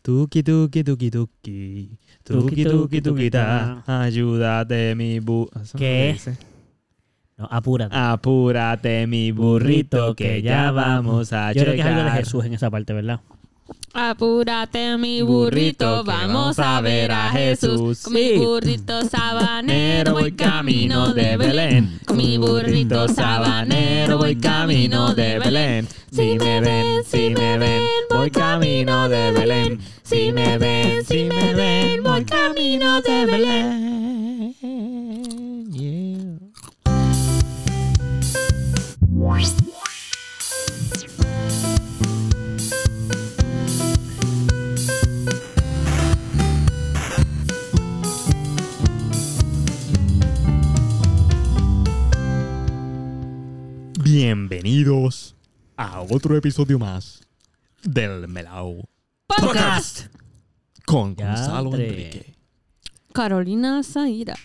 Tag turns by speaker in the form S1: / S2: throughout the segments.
S1: Tuki tuki tuki tuki. Tuki tuki tuki ta. Ayúdate mi bu. ¿Eso no
S2: ¿Qué?
S1: lo dice?
S2: No, apúrate.
S1: Apúrate mi Ah, burrito que ya vamos a
S2: Yo
S1: llegar.
S2: creo que es algo de Jesús en esa parte, ¿verdad?
S3: Apúrate mi
S1: Burrito,
S3: burrito,
S1: que
S3: vamos a ver a Jesús. Con Mi
S2: Sí.
S3: burrito sabanero
S1: Sabanero
S3: voy camino de Belén. Con Mi burrito sabanero voy camino de Belén.
S1: Si me ven, si me ven, voy camino de Belén. Si me ven, si me ven, voy camino de Belén. Yeah. Bienvenidos a otro episodio más del Melao
S2: Podcast.
S1: con
S2: Ya,
S1: Gonzalo
S2: hombre.
S1: Enrique.
S3: Carolina Zaira.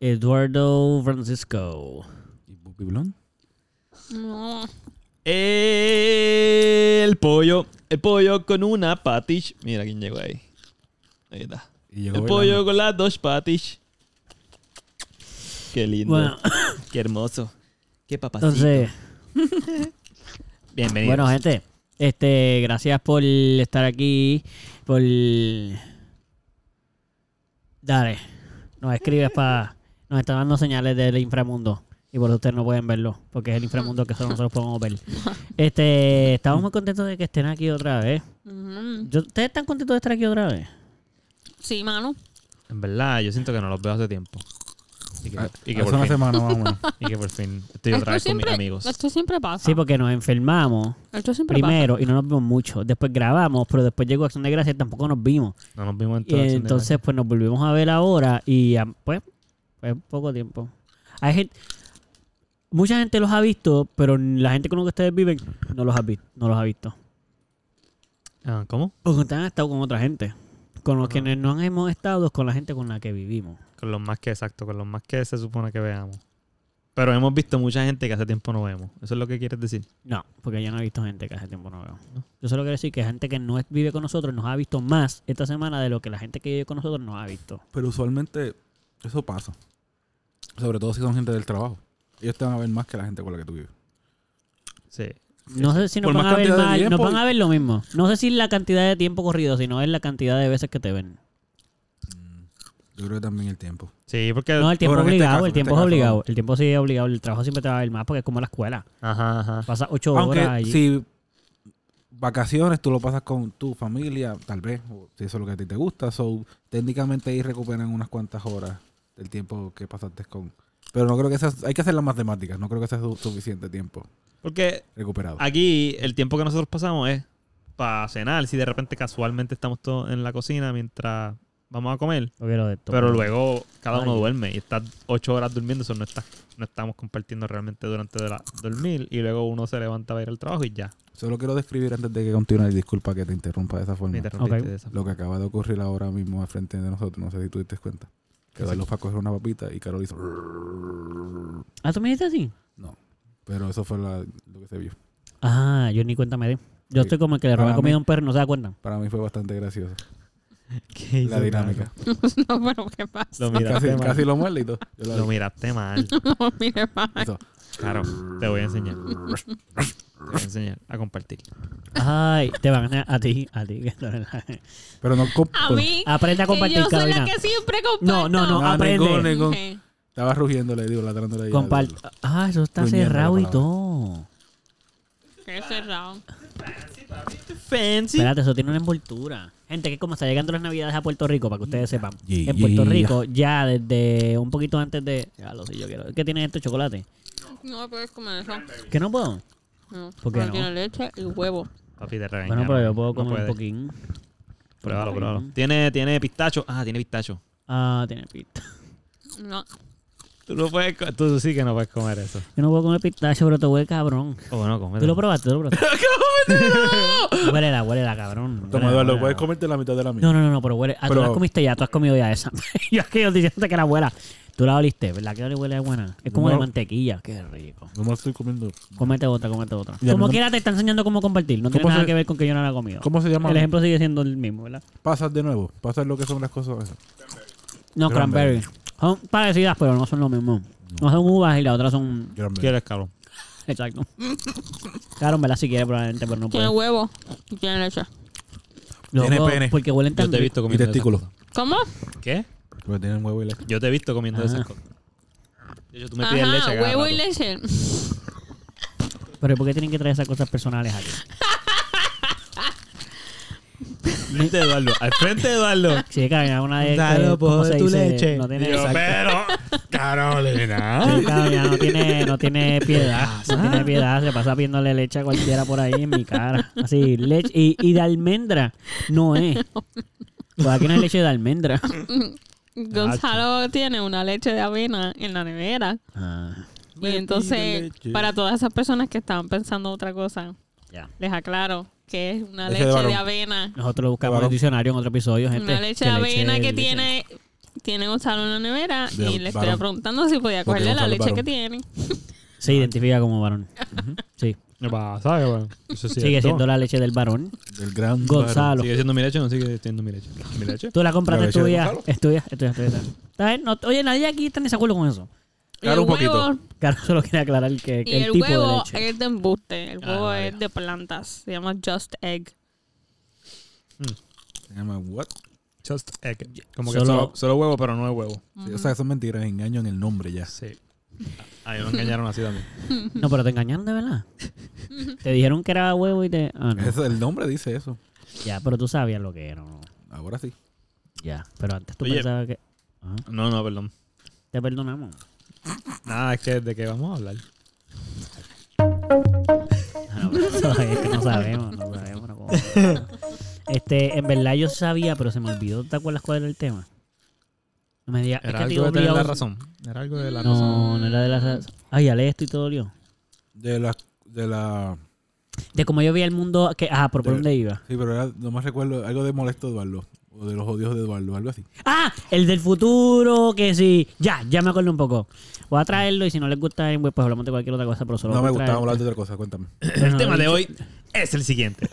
S2: Eduardo Francisco.
S4: ¿Y Bubi Blon?
S3: No.
S1: El pollo, el pollo con una patish. Mira quién llegó ahí. Ahí está.
S4: Y llegó
S1: El
S4: bailando.
S1: pollo con las dos patish. Qué lindo.
S2: Bueno,
S1: Qué hermoso. Qué papacito.
S2: entonces,
S1: Bienvenidos.
S2: bueno, eh. gente, este, gracias por estar aquí, por... Dale, nos escribes para... Nos están dando señales del inframundo y por eso ustedes no pueden verlo, porque es el inframundo que solo nosotros podemos ver. Este, estamos muy contentos de que estén aquí otra vez.
S3: Mm,
S2: Yo- ¿Ustedes están contentos de estar aquí otra vez?
S3: Sí, mano.
S1: En verdad, yo siento que no los veo hace tiempo. Y que,
S4: Ah,
S1: y que
S4: Hace
S1: por,
S4: una
S1: fin,
S4: semana más o menos.
S1: y que por fin estoy otra vez con mis amigos.
S3: esto siempre pasa.
S2: Sí, porque nos enfermamos
S3: esto siempre
S2: primero y no nos vimos mucho. Después grabamos, pero después llegó Acción de Gracia y tampoco nos vimos.
S1: No nos vimos en
S2: Y
S1: toda la acción de
S2: entonces, pues nos volvimos a ver ahora y ah, pues, pues poco tiempo. Hay gente, mucha gente los ha visto, pero la gente con la que ustedes viven no los ha, vi- no los ha visto.
S1: gracia. Ah, ¿Cómo?
S2: Porque ustedes han estado con otra gente. Con los que no hemos estado, es con la gente con la que vivimos.
S1: Con los más que, exacto, con los más que se supone que veamos. Pero hemos visto mucha gente que hace tiempo no vemos. Eso es lo que quieres decir.
S2: No, porque yo no he visto gente que hace tiempo no veo. Yo solo quiero decir que gente que no es- vive con nosotros nos ha visto más esta semana de lo que la gente que vive con nosotros nos ha visto.
S4: Pero usualmente eso pasa. Sobre todo si son gente del trabajo. Ellos te van a ver más que la gente con la que tú vives.
S1: Sí.
S2: No sé si nos
S4: Por
S2: van
S4: más
S2: a ver
S4: cantidad de
S2: mal, nos
S4: tiempo
S2: van
S4: y-
S2: a ver lo mismo. No sé si la cantidad de tiempo corrido, sino es la cantidad de veces que te ven.
S4: Yo creo que también el tiempo.
S1: Sí, porque.
S2: No, el tiempo es
S4: Bueno, en este
S2: obligado,
S4: caso,
S2: el
S4: en
S2: tiempo
S4: este
S2: es
S4: caso,
S2: obligado. El tiempo sí es obligado, el trabajo siempre te va a ver más porque es como la escuela.
S1: Ajá, ajá.
S2: Pasas ocho horas
S4: Aunque
S2: allí.
S4: si vacaciones tú lo pasas con tu familia, tal vez, o si eso es lo que a ti te gusta. So, técnicamente ahí recuperan unas cuantas horas del tiempo que pasaste con. Pero no creo que sea. Hay que hacer las matemáticas. No creo que sea su- suficiente tiempo
S1: Porque
S4: recuperado.
S1: aquí el tiempo que nosotros pasamos es para cenar. Si de repente casualmente estamos todos en la cocina mientras vamos a comer.
S2: No quiero de esto.
S1: Pero luego cada uno
S2: Ay.
S1: duerme y estás ocho horas durmiendo. Eso no, está, no estamos compartiendo realmente durante de la, dormir. Y luego uno se levanta a ir al trabajo y ya.
S4: Solo quiero describir antes de que continúe. y Disculpa que te interrumpa de esa forma.
S1: Me interrumpiste
S2: Ok.
S1: de esa forma.
S4: lo que acaba de ocurrir ahora mismo al frente de nosotros. No sé si tú diste cuenta. Que Carlos fue a coger una papita y Carol hizo.
S2: Ah, ¿tú me dijiste así?
S4: No. Pero eso fue la- lo que se vio.
S2: Ah, yo ni cuenta me di. Yo
S4: Sí.
S2: estoy como el que le roba
S4: Para
S2: comida
S4: mí-
S2: a un perro y no se da cuenta.
S4: Para mí fue bastante gracioso.
S1: ¿Qué hizo,
S4: La dinámica.
S3: pasa. No, pero ¿qué pasa?
S1: Lo
S4: Casi,
S1: miraste mal.
S4: casi lo muerde y todo. Yo la
S1: Lo
S4: vi.
S1: miraste mal.
S3: No, mire, ma.
S4: Hizo,
S1: Claro, te voy a enseñar. Te voy a enseñar a compartir.
S2: Ay, te van a a ti, a ti.
S4: Pero no. comp-
S3: A
S4: pero
S3: mí,
S2: Aprende a
S3: que
S2: compartir,
S3: yo soy la
S2: Carolina.
S3: que siempre
S2: No, no,
S3: comparto.
S2: no,
S4: No,
S2: aprende.
S4: ningún- ningún-
S3: Ok.
S4: Estaba rugiendo, le digo, ladrándole ahí.
S2: Comparte. Ah, eso está
S4: Gruñendo la
S2: cerrado y
S4: palabra.
S2: todo.
S3: Qué cerrado.
S1: Fancy.
S2: Espérate, eso tiene una envoltura. Gente, que como está llegando las navidades a Puerto Rico, para que ustedes sepan.
S4: Yeah,
S2: en Puerto
S4: yeah.
S2: Rico, ya desde un poquito antes de. Ya lo sé, yo quiero. ¿Qué tiene esto? Chocolate.
S3: No puedes comer eso.
S2: ¿Que no puedo? ¿Por
S3: No.
S2: qué
S3: Porque
S2: no?
S3: tiene leche y huevo.
S1: Papi, te regañaron.
S2: Bueno, pero yo puedo
S1: No
S2: comer un
S1: puedes.
S2: poquín.
S1: Pruébalo,
S2: Ujú.
S1: pruébalo. ¿Tiene, tiene pistacho. Ah, tiene pistacho.
S2: Ah, tiene pita.
S3: No.
S1: Tú no puedes, co- tú sí que no puedes comer eso. Oh,
S2: Yo no puedo comer pistacho, pero te huele cabrón.
S1: O no, comer.
S2: Tú lo probaste, tú lo probaste. huele huélela, cabrón.
S4: Toma,
S2: Huélela,
S4: Eduardo,
S2: huélela.
S4: puedes comerte la mitad de la mía.
S2: No, no, no, no, pero huele. Ah, tú la
S4: Pero-
S2: comiste ya, tú has comido ya esa. yo aquello diciéndote que era buena. Tú la oliste, ¿verdad? Que le huele a buena. Es como
S4: No.
S2: de mantequilla. Qué rico.
S4: No me la estoy comiendo.
S2: Comete otra, comete otra.
S4: Y a mí
S2: Como
S4: no-
S2: quiera te está enseñando cómo compartir. No tiene
S4: ¿Cómo
S2: nada
S4: se-
S2: que ver con que yo no la he comido.
S4: ¿Cómo se llama?
S2: El ejemplo sigue siendo el mismo, ¿verdad?
S4: Pasas de nuevo. Pasas lo que son las cosas. esas.
S2: No,
S4: Cranberry.
S2: cranberry. Son parecidas, pero no son lo mismo. No son uvas y la otra son...
S4: Gran
S1: ¿Quieres, cabrón?
S2: Exacto. Claro, en ¿verdad? Si quiere, probablemente, pero no
S3: Tiene
S2: puede.
S3: huevo. y Tiene leche.
S2: Loco,
S4: Tiene pene.
S2: Porque huelen
S1: Yo
S2: tan
S1: te he
S2: rico.
S1: visto
S4: Y
S1: comiendo esas
S4: testículos.
S1: cosas.
S3: ¿Cómo?
S1: ¿Qué?
S4: Porque tienen huevo y leche.
S1: Yo te he visto comiendo
S2: Ajá.
S1: esas cosas. De hecho, tú me pides leche
S3: Ajá,
S1: cada
S3: huevo y
S1: rato.
S3: leche.
S2: Pero ¿por qué tienen que traer esas cosas personales aquí?
S1: Frente de Eduardo. Al frente de Eduardo.
S2: Si es que hay una de...
S1: Dalo
S2: ¿cómo
S1: por
S2: se
S1: pues, tu
S2: dice?
S1: leche.
S2: No tiene...
S1: Yo,
S2: Exacto.
S1: pero,
S3: Ah.
S1: Carolina.
S2: Sí, cabrón, ya no tiene, no tiene piedad, no tiene piedad, se pasa viéndole leche a cualquiera por ahí en mi cara. Así, leche, y, y de almendra no es. Pues aquí no hay leche de almendra.
S3: Gonzalo tiene una leche de avena en la nevera.
S2: Ah,
S3: Y entonces,
S4: leche.
S3: para todas esas personas que estaban pensando otra cosa,
S2: ya.
S3: les aclaro que es una
S4: Leche
S3: leche
S4: de
S3: de,
S4: varón.
S3: avena.
S2: Nosotros lo buscamos en
S4: Cabrón.
S2: el diccionario en otro episodio, gente.
S3: una leche
S2: que
S3: de avena que
S2: leche.
S3: tiene tiene Gonzalo en la nevera
S4: De
S3: y le estoy
S4: varón.
S3: preguntando si podía
S4: Porque
S3: cogerle la
S4: Gonzalo es
S3: leche
S4: varón.
S3: que tiene.
S2: Se identifica como varón. Sí.
S1: ¿Qué pasa, cabrón? Eso sí
S2: Sigue
S1: es
S2: siendo
S1: todo.
S2: la leche del varón.
S4: Del gran
S2: Gonzalo.
S1: ¿Sigue siendo mi leche o no sigue siendo mi leche? ¿Mi leche?
S2: Tú la compras
S4: La
S2: de
S4: leche de
S2: tuya.
S4: Gonzalo.
S2: Estudia, estudia, estudia. ¿Está bien? No- oye, nadie aquí está en desacuerdo con eso.
S3: Y
S4: Claro,
S3: el
S4: un poquito.
S3: huevo,
S2: Carlos solo quiere aclarar que, que
S3: y
S2: el,
S3: el
S2: tipo de
S3: huevo
S2: leche.
S3: es de embuste. El
S2: Ah,
S3: huevo
S2: vale.
S3: es de plantas. Se llama Just Egg.
S4: Se llama what?
S1: Just egg. Como
S2: Solo-
S1: que solo, solo huevo, pero no es huevo.
S4: Sí, o sea, eso es mentira, engaño en el nombre ya.
S1: Sí. A a mí me engañaron así también.
S2: No, pero te engañaron de verdad. te dijeron que era huevo y te. Ah, no.
S4: Eso- el nombre dice eso.
S2: Ya, pero tú sabías lo que era. ¿no?
S4: Ahora sí.
S2: Ya. Pero antes tú
S1: Oye.
S2: pensabas que. Ajá.
S1: No, no, perdón.
S2: Te perdonamos.
S1: Nada, es que de qué vamos a hablar.
S2: Ah, no, pero eso es que no sabemos, no sabemos. no, como- Este, en verdad yo sabía, pero se me olvidó. ¿Te acuerdas cuál era el tema? No me digas.
S1: Era
S2: es que te
S1: algo de tener
S2: obligado-
S1: la razón. Era algo de la razón.
S2: No, no era de la razón. Ay, ya leí esto y todo dolió.
S4: De la. De la
S2: De cómo yo veía el mundo. Que, ah, por, por
S4: De-
S2: dónde iba.
S4: sí, pero era, nomás recuerdo algo de molesto Eduardo. O de los odios de Eduardo, algo así.
S2: Ah, el del futuro, que sí. Ya, ya me acuerdo un poco. Voy a traerlo y si no les gusta, pues hablamos de cualquier otra cosa, pero solo
S4: No
S2: voy
S4: me
S2: a
S4: gustaba
S2: traer-
S4: hablar de otra cosa, cuéntame.
S2: Bueno,
S1: El tema
S2: el-
S1: de hoy es el siguiente.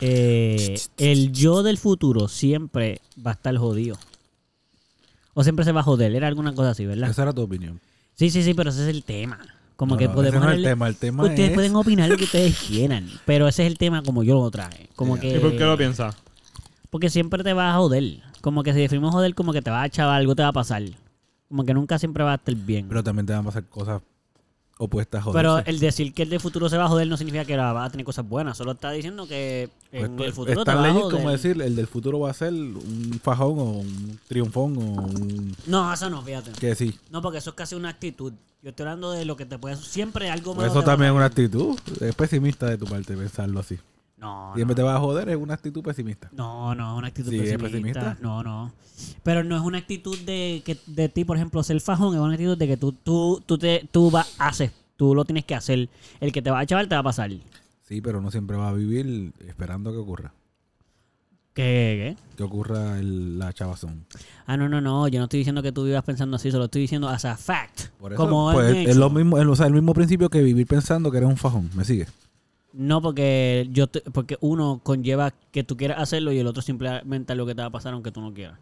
S2: Eh, el yo del futuro siempre va a estar jodido. O siempre se va a joder. Era alguna cosa así, ¿verdad?
S4: Esa era tu opinión.
S2: Sí, sí, sí, pero ese es el tema. Como
S4: No,
S2: que
S4: no, ese
S2: podemos.
S4: no es el
S2: hablarle-
S4: tema, el tema
S2: Ustedes
S4: es-
S2: pueden opinar lo que ustedes quieran, pero ese es el tema como yo lo traje. Como
S4: Ya.
S2: que.
S1: ¿Y por qué lo piensas?
S2: Porque siempre te vas a joder. Como que si definimos joder, como que te va a echar algo, te va a pasar. Como que nunca siempre va a estar bien. Pero,
S4: Pero también te van a pasar cosas opuestas joder.
S2: el decir que el de futuro se va a joder no significa que va a tener cosas buenas. Solo está diciendo que
S4: Pues,
S2: en el futuro te
S4: Están
S2: va a
S4: leyes
S2: joder.
S4: como decir, el del futuro va a ser un fajón o un triunfón o un.
S2: No, eso no, fíjate.
S4: Que sí.
S2: No, porque eso es casi una actitud. Yo estoy hablando de lo que te puede... Siempre algo
S4: Por
S2: malo
S4: Pues eso
S2: te va a-
S4: también es una actitud. Es pesimista de tu parte pensarlo así.
S2: No, no.
S4: Siempre te vas a joder, es una actitud pesimista.
S2: No, no, una actitud
S4: Sí, es
S2: pesimista.
S4: pesimista.
S2: No, no. Pero no es una actitud de que de ti, por ejemplo, ser fajón, es una actitud de que tú tú tú te tú va- haces, tú lo tienes que hacer. El que te va a chaval te va a pasar. ¿Qué?
S4: Sí, pero no siempre vas a vivir esperando que ocurra.
S2: qué?
S4: Que ocurra el- la chavazón.
S2: Ah, no, no, no, yo no estoy diciendo que tú vivas pensando así, solo estoy diciendo as a fact.
S4: Por eso,
S2: como
S4: pues,
S2: es
S4: es lo mismo, es, o sea, el mismo principio que vivir pensando que eres un fajón. ¿Me sigues?
S2: No porque yo te- porque uno conlleva que tú quieras hacerlo y el otro simplemente es lo que te va a pasar aunque tú no quieras.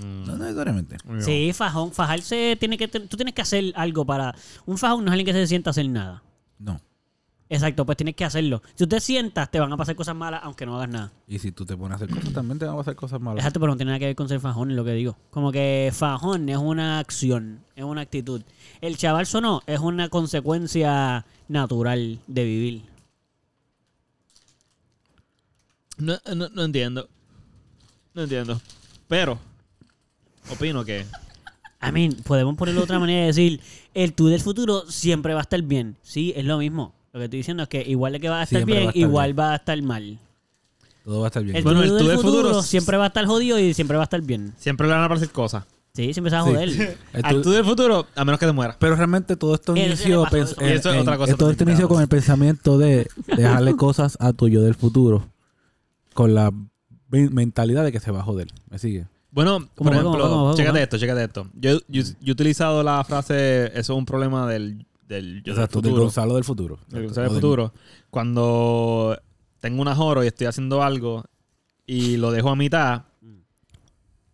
S2: Mm.
S4: No necesariamente.
S2: Sí, fajón, fajarse tiene que te- tú tienes que hacer algo para un fajón no es alguien que se sienta a hacer nada.
S4: No.
S2: Exacto, pues tienes que hacerlo. Si tú te sientas, te van a pasar cosas malas aunque no hagas nada.
S4: Y si tú te pones a hacer cosas, también te van a pasar cosas malas.
S2: Exacto, pero no tiene nada que ver con ser fajón, es lo que digo. Como que fajón es una acción, es una actitud. El chaval sonó es una consecuencia natural de vivir.
S1: No, no, no entiendo. No entiendo. Pero, opino que.
S2: I mean, podemos ponerlo de otra manera y decir, el tú del futuro siempre va a estar bien. Sí, es lo mismo. Lo que estoy diciendo es que igual de que va a estar
S4: Siempre
S2: bien,
S4: va a estar
S2: igual
S4: bien.
S2: va a estar mal.
S4: Todo va a estar bien.
S2: El
S1: Bueno,
S2: bueno,
S1: el tú
S2: del
S1: de
S2: futuro,
S1: futuro-
S2: siempre va a estar jodido y siempre va a estar bien.
S1: Siempre le van a aparecer cosas.
S2: Sí, siempre se va a
S4: Sí.
S2: joder.
S4: El
S1: Al
S4: Eh, tú-
S1: tú del futuro, a menos que te mueras.
S4: Pero realmente todo esto
S2: Eso
S4: inició
S2: le pasó,
S4: pens-
S2: eso.
S1: Y eso es otra cosa
S4: eh, todo
S1: totalmente
S4: esto inició con el pensamiento de dejarle cosas a tu yo del futuro con la men- mentalidad de que se va a joder. ¿Me sigue?
S1: Bueno,
S2: ¿Cómo,
S1: por
S2: cómo,
S1: ejemplo,
S2: cómo, cómo,
S1: chécate
S2: cómo?
S1: esto, chécate esto. Yo, yo- yo he utilizado la frase, eso es un problema del, del yo del
S4: Exacto, del
S1: futuro.
S4: Gonzalo del futuro.
S1: del
S4: Exacto,
S1: Gonzalo del
S4: o del-
S1: futuro. Cuando tengo una joro y estoy haciendo algo y lo dejo a mitad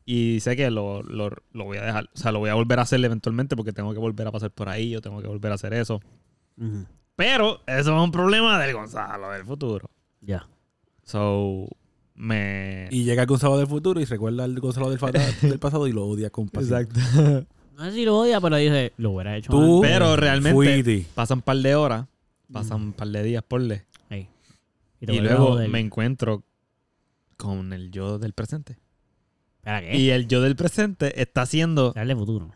S1: y sé que lo, lo- lo voy a dejar, o sea, lo voy a volver a hacer eventualmente porque tengo que volver a pasar por ahí, yo tengo que volver a hacer eso.
S2: Ujú.
S1: Pero eso es un problema del Gonzalo del futuro.
S2: Ya.
S1: So, me...
S4: Y llega el Gonzalo del futuro y recuerda al Gonzalo del, fa- del pasado y lo odia con pasión.
S2: No sé si lo odia, pero dice, lo hubiera hecho
S4: Tú-
S2: antes.
S1: Pero realmente
S4: Fuiti.
S1: pasan un par de horas, pasan un par de días, ponle.
S2: Ey. te
S1: Y
S2: vuelve a
S1: luego
S2: joder.
S1: me encuentro con el yo del presente.
S2: ¿Para qué?
S1: Y el yo del presente está haciendo...
S2: Darle futuro.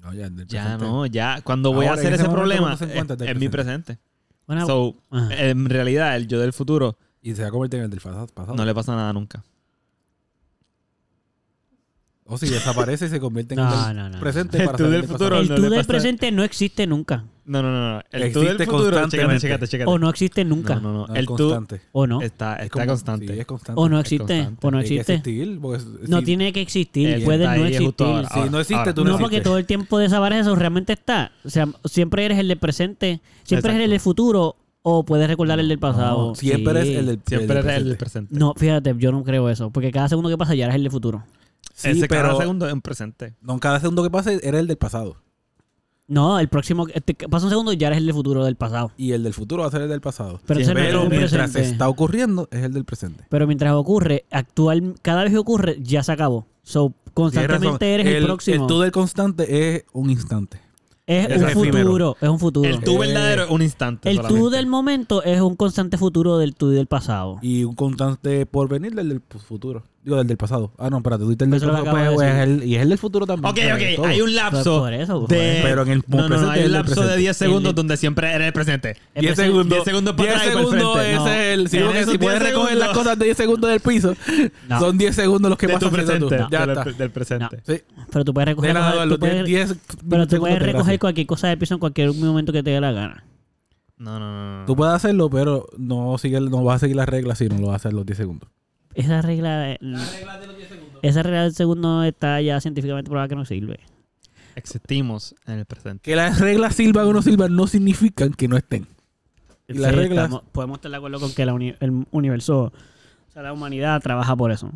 S4: No, ya, del
S1: Ya
S4: presente.
S1: no, ya. Cuando voy
S4: Ahora,
S1: a
S4: en
S1: hacer
S4: ese
S1: ese,
S4: momento,
S1: problema,
S4: ¿cómo se
S1: es,
S4: encuentra del
S1: es mi presente.
S2: Ah, Bueno,
S1: So, eh,
S2: ajá.
S1: en realidad, el yo del futuro
S4: Y se va a convertir en el del fa-
S2: Oh.
S4: pasado.
S1: no le pasa nada nunca.
S4: O si desaparece y se convierte en
S2: No,
S4: el
S2: no, no, no.
S4: presente
S1: El
S4: para
S1: tú
S4: salir
S1: del
S4: del
S1: futuro
S4: pasado.
S2: el
S1: no
S2: tú
S1: le
S2: del
S1: pasa-
S2: presente no existe nunca.
S1: No, no, no. no. El tú del
S4: Existe
S1: futuro, chécate,
S4: constantemente.
S1: chécate, chécate.
S2: O Oh, no existe nunca.
S1: No, no, no.
S4: No,
S1: el
S4: es
S1: tú
S4: constante.
S2: O no.
S1: está,
S4: Es
S1: está
S4: como-
S1: constante.
S4: sí, es constante.
S2: O no
S1: es
S2: existe.
S1: constante.
S2: O no
S4: Tiene que
S2: existe.
S4: existir, porque es-
S2: No
S4: si-
S2: tiene que
S1: El
S2: existir.
S1: que
S2: Puede
S1: está
S2: no
S1: ahí es justo
S2: existir.
S1: ahora,
S4: Si
S1: ahora,
S4: no existe,
S1: ahora.
S4: tú
S2: no,
S4: existe.
S2: porque todo el tiempo desaparece, eso realmente está. O sea, siempre eres el del presente, siempre eres
S1: Exacto.
S2: el del futuro o puedes recordar el del pasado.
S4: No, siempre
S2: Sí.
S4: es el del
S1: Siempre
S4: el
S1: eres el
S4: del
S1: del
S4: presente.
S1: presente.
S2: No, fíjate, yo no creo eso, porque cada segundo que pasa ya eres el del futuro.
S4: Sí,
S1: Ese
S4: pero
S1: cada segundo es un presente.
S4: no, cada segundo que pase era el del pasado.
S2: No, el próximo, este, pasa un segundo y ya eres el del futuro del pasado.
S4: Y el del futuro va a ser el del pasado.
S2: Pero ese no es
S4: Pero
S2: el
S4: mientras
S2: presente.
S4: está ocurriendo, es el del presente.
S2: Pero mientras ocurre, actual, cada vez que ocurre, ya se acabó. So, constantemente
S4: Tienes
S2: eres
S4: razón.
S2: el, próximo.
S4: El tú del constante es un instante.
S2: es
S4: es
S2: un futuro,
S4: efímero.
S2: es un futuro.
S1: El tú
S4: Eh,
S1: verdadero es un instante.
S2: El tú
S1: solamente.
S2: del momento es un constante futuro del tú y del pasado.
S4: Y un constante por venir del, del futuro. Digo, del del pasado. Ah, no, espérate, tú dices el del
S2: Eso lo
S4: pasado.
S2: acabo de
S4: pues,
S2: decir.
S4: es el- y es el del futuro también.
S1: Ok,
S4: Pero de
S1: ok.
S4: todo.
S1: Hay un lapso.
S2: Por eso, por
S1: de...
S4: Pero en el
S1: no, no, no,
S4: presente
S1: hay
S4: es
S1: un
S4: el
S1: lapso de
S4: presente.
S1: 10 segundos
S2: El-
S1: donde siempre eres el presente.
S2: El
S4: 10
S2: presente-
S4: segundos.
S1: 10 segundos para
S4: 10
S1: atrás y para el
S4: segundos,
S1: frente.
S4: ese
S2: No.
S4: es el. Si,
S1: En
S4: no- si
S1: esos 10
S4: puedes recoger
S1: segundos-
S4: las cosas de 10 segundos del piso,
S2: No.
S4: son 10 segundos los que
S1: de tu
S4: pasan haciendo
S1: presente.
S4: tú. Ya
S1: del,
S4: está.
S1: del presente.
S4: Sí.
S2: Pero tú puedes recoger.
S4: De nada,
S2: cual-
S4: Eduardo,
S2: tú puedes-
S4: tienes 10
S2: pero tú
S4: segundos
S2: puedes
S4: de gracia.
S2: recoger cualquier cosa de piso en cualquier momento que te dé la gana.
S1: No, no, no, no.
S4: Tú puedes hacerlo, pero no sigue, no vas a seguir las reglas si no lo haces los 10 segundos.
S2: Esa regla. eh, Esa regla del segundo está ya científicamente probada que no sirve.
S1: Existimos en el presente.
S4: Que las reglas sirvan o no sirvan no significan que no estén. Y las
S2: Sí,
S4: reglas-
S2: estamos- podemos estar de acuerdo con que la uni- el universo, o sea, la humanidad trabaja por eso.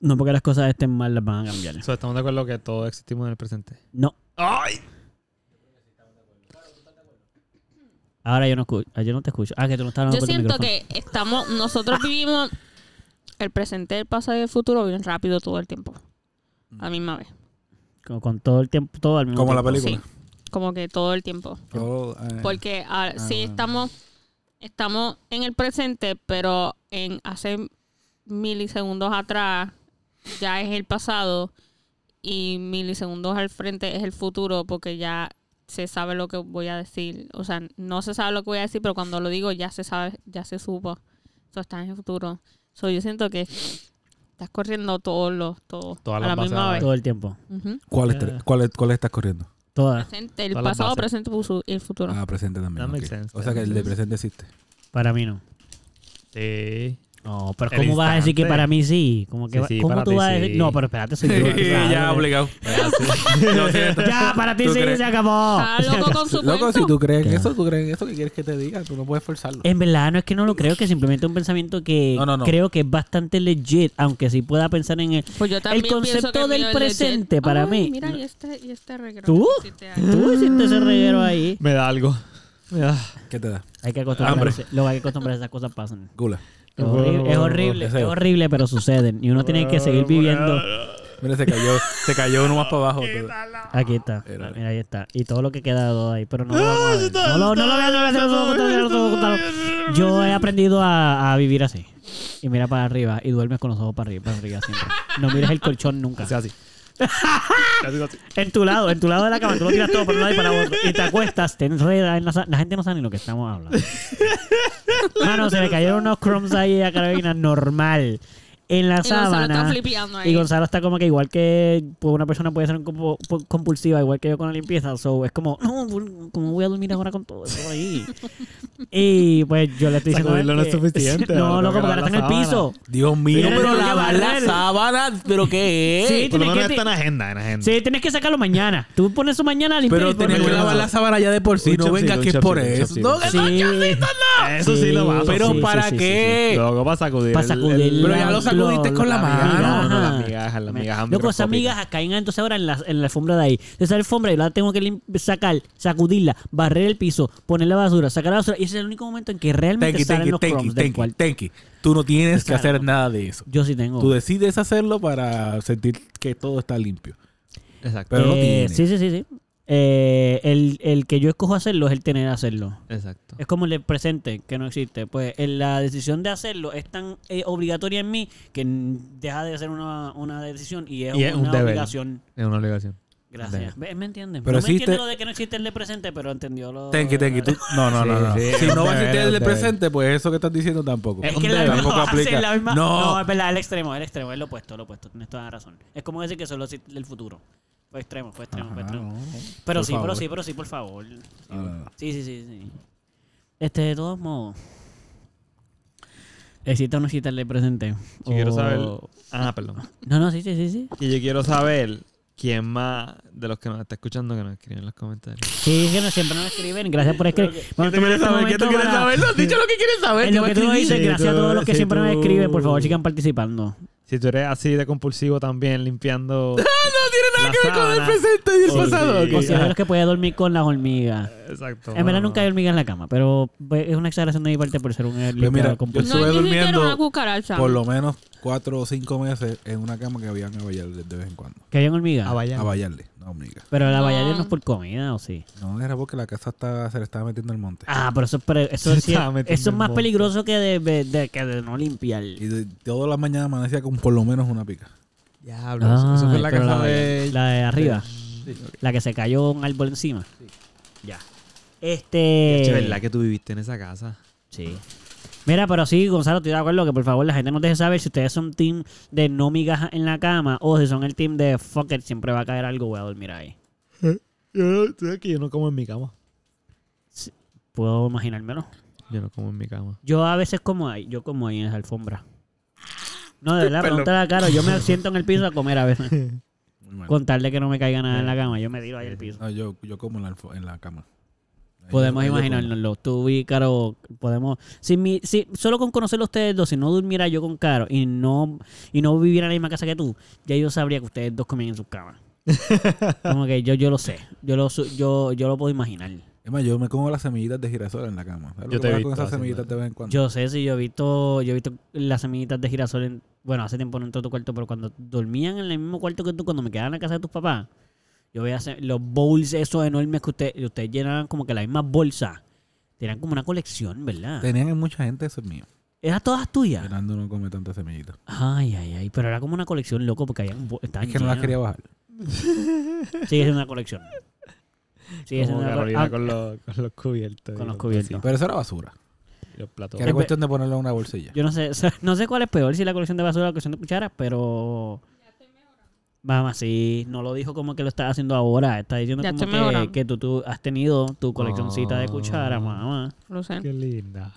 S2: No porque las cosas estén mal, las van a cambiar.
S1: So, estamos de acuerdo que todos existimos en el presente.
S2: No.
S1: ¡Ay!
S2: Ahora yo no escucho. ah, Yo no te escucho. Ah, que tú no estás hablando
S3: Yo
S2: por tu
S3: siento
S2: micrófono.
S3: que estamos, nosotros vivimos el presente, el pasado y el futuro bien rápido todo el tiempo. A la misma vez.
S2: Con, con todo el tiempo, todo al mismo
S4: Como la
S2: tiempo.
S4: película.
S3: Como que todo el tiempo.
S4: Oh, eh.
S3: Porque
S1: Ah,
S3: ahora sí
S4: bueno.
S3: estamos, estamos en el presente, pero en hace milisegundos atrás ya es el pasado y milisegundos al frente es el futuro porque ya se sabe lo que voy a decir. O sea, no se sabe lo que voy a decir, pero cuando lo digo ya se sabe, ya se supo. Eso está en el futuro. So, yo siento que estás corriendo todos los, todos
S1: Todas
S3: a
S1: las
S3: la misma
S1: bases
S3: vez.
S2: Todo el tiempo.
S3: Ujú.
S4: ¿Cuáles
S1: Eh.
S4: tres? ¿Cuáles cuáles estás corriendo?
S2: Todas.
S3: Presente, el
S1: Todas las
S3: pasado,
S1: bases.
S3: presente y el futuro.
S4: Ah, presente también.
S1: That
S4: ok.
S1: makes sense.
S4: O sea que el de presente existe.
S2: Para mí no.
S1: Sí.
S2: No, pero
S1: El
S2: ¿cómo vas a decir que
S1: instante.
S2: para mí sí? Como que
S1: Sí,
S2: va-
S1: sí,
S2: ¿Cómo
S1: para
S2: tú
S1: ti
S2: vas a
S1: sí.
S2: decir? No, pero espérate, soy yo.
S4: ah,
S2: Claro.
S4: obligado.
S2: Ya, para ti
S4: ¿Tú
S2: sí,
S4: crees?
S2: se acabó.
S3: Está
S2: Se
S3: loco
S2: acabó.
S3: con su
S4: Loco,
S3: cuento.
S4: si tú crees en
S2: Claro.
S4: eso, tú crees en eso que quieres que te diga, tú no puedes forzarlo.
S2: En verdad, no es que no lo creo, que simplemente es un pensamiento que
S4: No, no, no.
S2: creo que es bastante legit, aunque sí pueda pensar en el.
S3: Pues yo también
S2: El
S3: pienso
S2: concepto
S3: que el
S2: del
S3: mío es legit.
S2: presente para
S3: Ay,
S2: mí.
S3: Mira, y este, y este regreso.
S2: ¿Tú?
S3: que hiciste ahí.
S2: Tú hiciste ese reguero ahí.
S1: Me da algo. Me da.
S2: Eh.
S4: ¿Qué te da?
S2: Hay que acostumbrarse. Lo hay que acostumbrarse, esas cosas pasan.
S4: Gula.
S2: Es horrible, es horrible, es horrible, pero suceden. Y uno tiene que seguir viviendo.
S4: Mira, se cayó, se cayó uno más para abajo.
S2: Aquí está.
S4: Era.
S2: Mira, ahí está. Y todo lo que queda todo ahí. Pero no lo vamos a ver. No lo- no lo veas, no lo veas, no lo veas, no lo veas, no lo veas, no lo veas. Yo he aprendido a, a vivir así. Y mira para arriba. Y duermes con los ojos para arriba, para arriba siempre. No mires el colchón nunca.
S1: O sea, así. Ya digo así.
S2: En tu lado, en tu lado de la cama, tú lo tiras todo para un lado y para otro. Y te acuestas, te enredas en la sa- La gente no sabe ni lo que estamos hablando. Mano, se le cayeron unos crumbs ahí a Carolina, normal. En la
S3: Y Gonzalo está
S2: sábana.
S3: flipeando ahí.
S2: Y Gonzalo está como que igual que pues, una persona puede ser un compo- po- compulsiva, igual que yo con la limpieza. So, es como, no, ¿cómo voy a dormir ahora con todo eso ahí? y pues yo le estoy diciendo.
S1: Sacudirlo no es
S2: que-
S1: suficiente,
S2: No,
S1: ahora
S2: loco,
S1: tengo que
S2: porque ahora está en el
S1: lavar la
S2: piso.
S4: Dios mío,
S2: Mira,
S4: pero
S2: tengo que
S4: lavar Ah, la
S2: barrer.
S4: sábana, pero qué es.
S2: Sí,
S1: Por lo
S2: tienes
S1: menos
S2: que,
S1: está en agenda, en agenda.
S2: sí, tienes que sacarlo mañana. Tú pones eso mañana a limpiar. y
S4: Pero
S2: pones-
S4: tenías que
S1: yo no
S4: lavar
S1: sé.
S4: la sábana ya de por sí.
S1: Un
S4: No
S1: chapcito,
S4: vengas
S1: un
S4: que es
S1: chapcito,
S4: por
S1: un
S4: eso.
S1: chapcito.
S4: No,
S2: Sí.
S1: Eso sí lo vas
S4: Pero
S2: sí,
S4: ¿para
S2: sí, sí,
S4: qué?
S1: Luego vas a sacudir.
S2: Para sacudir
S4: Pero ya lo sacudiste
S2: lo-
S4: con la mano.
S1: No, no, las migajas, las migajas
S2: Loco, esas
S1: microscópicas.
S2: migajas caen entonces ahora en la, en la alfombra de ahí. Esa alfombra yo la tengo que lim- sacar, sacudirla, barrer el piso, poner la basura, sacar la basura. Y ese es el único momento en que realmente
S4: Tenki,
S2: salen
S4: tenki,
S2: los
S4: tenki,
S2: crumbs del
S4: tenki,
S2: cuarto.
S4: tenki. Tú no tienes que hacer nada de eso.
S2: Yo sí tengo.
S4: Tú decides hacerlo para sentir que todo está limpio.
S1: Exacto,
S4: pero no
S2: Eh,
S4: tienes.
S2: Sí, sí, sí, sí. Eh, el, el que yo escojo hacerlo es el tener que hacerlo.
S1: exacto.
S2: Es como el del presente, que no existe. Pues en la decisión de hacerlo es tan eh, obligatoria en mí que n- deja de ser una, una decisión y es
S1: Y es un
S2: una
S1: deber.
S2: obligación.
S1: Es una obligación.
S2: Gracias. ¿Ves? ¿Me entienden?
S4: Pero
S2: no me entiende
S4: existe-
S2: lo de que no existe el de presente, pero entendió lo...
S4: Tenki, tenki. Tú... No, no, no.
S1: Sí,
S4: no.
S1: sí,
S4: si
S1: es
S4: no vas a
S1: deber,
S4: sentir el
S1: es
S4: de
S1: deber.
S4: presente, pues eso que estás diciendo tampoco.
S2: Es
S1: un
S2: que la
S1: deber.
S2: misma
S4: Tampoco
S2: lo hace,
S4: aplica.
S2: la misma-
S4: No.
S2: No, es verdad, el extremo, el extremo, es lo opuesto, lo opuesto. Tienes toda la razón. Es como decir que solo existe el futuro. Fue extremo, fue extremo,
S4: Ajá,
S2: fue extremo.
S4: Ah, no, no.
S2: Pero
S4: Por
S2: sí,
S4: favor. Ah.
S2: pero sí, pero sí, por favor. Sí,
S4: No, no, no.
S2: Sí, sí, sí, sí. Este, de todos modos. ¿Existe o no existe el de presente?
S1: Yo quiero
S2: O-
S1: saber. Ah, perdón.
S2: No, no, sí, sí, sí, sí.
S1: Y yo quiero saber quién más de los que nos está escuchando que nos escriben en los comentarios.
S2: Sí, que no, siempre nos escriben. Gracias por escribir. Bueno,
S1: ¿Qué tú quieres
S2: tomaste un
S1: saber? ¿Qué tú
S2: momento
S1: quieres
S2: para-
S1: saber? Lo has dicho lo que quieres saber.
S2: En lo que tú dices,
S1: Sí,
S2: gracias a
S1: tú-
S2: todos los que
S1: sí,
S2: siempre nos
S1: tú-
S2: escriben, por favor, sigan participando.
S1: Si tú eres así de compulsivo también, limpiando. Ah, Oh, no tiene
S4: que ver con el presente y el
S1: Pues,
S4: pasado,
S2: O sea, los que puede dormir con las hormigas.
S1: Exacto.
S2: En verdad
S1: no,
S2: nunca hay hormigas en la cama, pero pues, es una exageración de mi parte por ser un
S1: Pues
S4: mira,
S2: limpiador
S4: yo-
S2: compulsivo.
S3: no
S4: estuve
S3: es ni siquiera
S4: durmiendo
S3: una cucaracha.
S4: Por lo menos cuatro o cinco meses en una cama que habían a bailarle de vez en cuando.
S2: Que hayan
S1: no.
S2: hormigas.
S1: Ah, vaya.
S4: A bailarle, no, amiga.
S2: Pero la
S3: No.
S2: valladera no es por comida, ¿o sí?
S4: No, era porque la casa estaba, se le estaba metiendo el monte.
S2: Ah, pero eso es, pre- eso
S1: Se
S2: sí es-
S1: estaba metiendo
S2: eso es
S1: el
S2: más
S1: bote.
S2: peligroso que de, de- de- que de no limpiar.
S4: Y de- todas las mañanas amanecía con por lo menos una pica.
S1: Diablos. eso fue en la
S2: Ay, pero
S1: casa
S2: valladera-
S1: de.
S2: La de arriba.
S1: Sí, ok.
S2: La que se cayó un árbol encima. Ya.
S1: Es
S2: Este...
S1: verdad que tú viviste en esa casa.
S2: Sí. Mira, pero sí, Gonzalo, estoy de acuerdo que por favor la gente nos deje saber si ustedes son team de no migajas en la cama o si son el team de fuck it, siempre va a caer algo, voy a dormir ahí.
S1: Yo estoy aquí, yo no como en mi cama.
S2: Puedo imaginármelo.
S1: Yo no como en mi cama.
S2: Yo a veces como ahí, yo como ahí en esa alfombra. No, de verdad, pregúntale a Caro, yo me siento en el piso a comer a veces.
S4: Muy mal.
S2: Con tal de que no me caiga nada en la cama, yo me tiro ahí al piso.
S4: No, yo, yo como en la, alfo- en la cama. Ahí
S2: Podemos
S4: yo- ahí yo como.
S2: imaginárnoslo. Tú y Caro, podemos. Si, mi, si solo con conocerlo a ustedes dos, si no durmiera yo con Caro y no, y no viviera en la misma casa que tú, ya yo sabría que ustedes dos comían en sus camas. Como que yo, yo lo sé. Yo lo, su- yo, yo lo puedo imaginar.
S4: Es más, yo me como las semillitas de girasol en la cama. ¿Sabes
S1: Yo
S4: lo
S1: te
S4: que
S1: he
S4: pasa con
S1: visto
S4: esas semillitas
S1: haciendo
S4: de vez en cuando?
S2: Yo sé si yo he visto, yo he visto las semillitas de girasol en, bueno, hace tiempo no entró a tu cuarto, pero cuando dormían en el mismo cuarto que tú, cuando me quedaba en la casa de tus papás, yo veía se- los bowls esos enormes que usted, ustedes llenaban como que la misma bolsa. Tenían como una colección, ¿verdad?
S4: Tenían en mucha gente, eso es mío.
S2: Eran todas tuyas.
S4: Fernando no come tantas semillitas.
S2: Ay, ay, ay. Pero era como una colección, loco, porque había
S4: Es que no las quería bajar.
S2: Sigue siendo una colección. Sigue
S1: como
S2: siendo una ah,
S1: Carolina
S2: colección.
S1: con, los, con los cubiertos.
S2: Con
S1: y
S2: los cubiertos.
S1: vasitos
S4: Pero eso era basura.
S1: y los platos.
S4: Que era
S2: Empe-
S4: cuestión de ponerlo en una bolsilla.
S2: Yo no sé, o sea, no sé cuál es peor, si la colección de basura o la colección de cucharas, pero... Mamá, sí, no lo dijo como que lo estás haciendo ahora. Está diciendo
S3: Ya
S2: como
S3: estoy
S2: que,
S3: mejorando.
S2: que tú, tú has tenido tu coleccioncita de
S1: Ah.
S2: cucharas, mamá.
S3: Lo sé.
S1: Qué linda.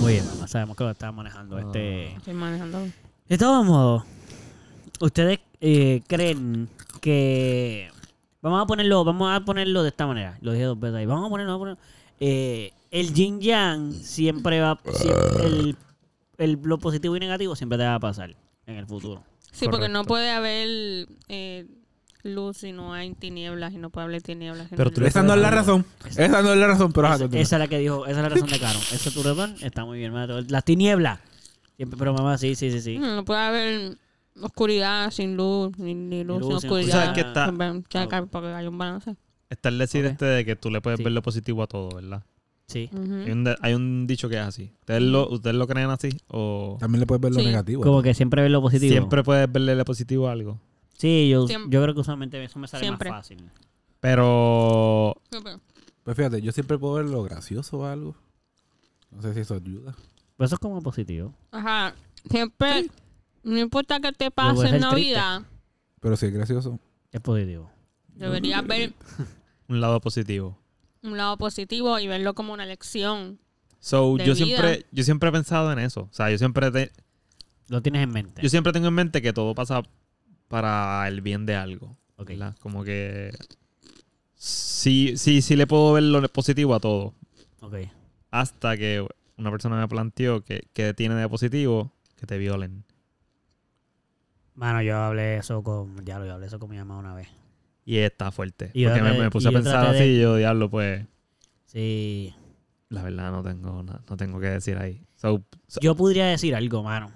S2: Muy bien, mamá, sabemos que lo estás manejando. Este...
S3: Estoy manejando.
S2: De todos modos, ustedes eh, creen que vamos a ponerlo, vamos a ponerlo de esta manera. Lo dije dos veces ahí. Vamos a ponerlo, vamos a ponerlo. Eh, el yin yang siempre va, siempre- el, el- lo positivo y negativo siempre te va a pasar en el futuro.
S3: Sí, porque no
S1: Correcto.
S3: puede haber eh, luz si no hay tinieblas y no puede haber tinieblas. si
S1: Pero
S3: no
S1: tú
S3: hay
S1: eres-
S4: Esa no es la razón. Esa no es la razón, pero ajá,
S2: Esa,
S4: continúa.
S2: esa es la que dijo, esa es la razón de Caro. Ese es tu razón, está muy bien. madre. Las tinieblas. Siempre, pero mamá, sí, sí, sí, sí.
S3: luz. Mm, No puede haber oscuridad sin luz, ni, ni luz, sin
S2: luz sin
S3: oscuridad.
S1: oscuridad. O sea, que está-
S3: Siempre- ya que- Porque hay un balance.
S1: Está el decir
S2: Ok.
S1: este de que tú le puedes
S2: Sí.
S1: ver lo positivo a todo, ¿verdad?
S2: Sí.
S3: Ujú.
S1: Hay, un de- hay un dicho que es así. ¿Ustedes lo, ustedes lo creen así? ¿O
S4: También le puedes ver lo
S3: Sí.
S4: negativo.
S2: Como que siempre ves lo positivo.
S1: siempre puedes verle lo positivo a algo?
S2: Sí, yo,
S3: Siem-
S2: yo creo que usualmente eso me sale
S3: Siempre.
S2: más fácil.
S1: Pero
S4: Pues fíjate, yo siempre puedo ver lo gracioso o algo. No sé si eso ayuda.
S2: Pero eso es como positivo.
S3: Ajá. Siempre, no importa qué te pase
S2: ser
S3: en la
S2: triste.
S3: vida,
S4: Pero si es gracioso.
S2: Es positivo.
S3: deberías ver
S1: un lado positivo.
S3: un lado positivo y verlo como una lección.
S1: So,
S3: De
S1: yo
S3: vida.
S1: siempre, yo siempre he pensado en eso. O sea, yo siempre, te-
S2: Lo tienes en mente.
S1: yo siempre tengo en mente que todo pasa para el bien de algo.
S2: Ok.
S1: ¿verdad? Como que sí, sí, sí le puedo ver lo positivo a todo.
S2: Ok.
S1: Hasta que una persona me planteó que, que tiene de positivo que te violen.
S2: Mano, yo hablé eso con. Ya lo yo hablé eso con mi mamá una vez.
S1: Y está fuerte.
S2: Y yo
S1: porque me,
S2: traté-
S1: me puse
S2: y
S1: a
S2: yo
S1: pensar
S2: traté de-
S1: así y yo, diablo, pues,
S2: Sí.
S1: la verdad no tengo na- no tengo que decir ahí. So, so-
S2: Yo podría decir algo, mano.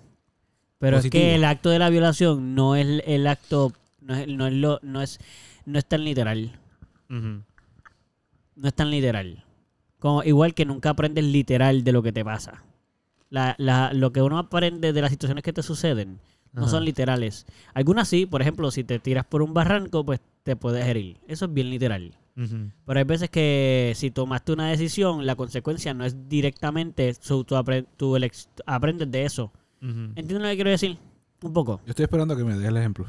S2: Pero
S4: Positivo.
S2: es que el acto de la violación no es el- el acto. No es, no es lo, no es, no es tan literal.
S1: ujú.
S2: No es tan literal. Como, igual que nunca aprendes literal de lo que te pasa. La- la- lo que uno aprende de las situaciones que te suceden no
S1: Ajá.
S2: son literales. Algunas sí, por ejemplo, si te tiras por un barranco, pues te puedes herir. Eso es bien literal.
S1: Ujú.
S2: Pero hay veces que si tomaste una decisión, la consecuencia no es directamente, so, tú, apre- tú elex- aprendes de eso.
S1: Ujú.
S2: ¿Entiendes lo que quiero decir? Un poco.
S4: Yo estoy esperando que me des el ejemplo.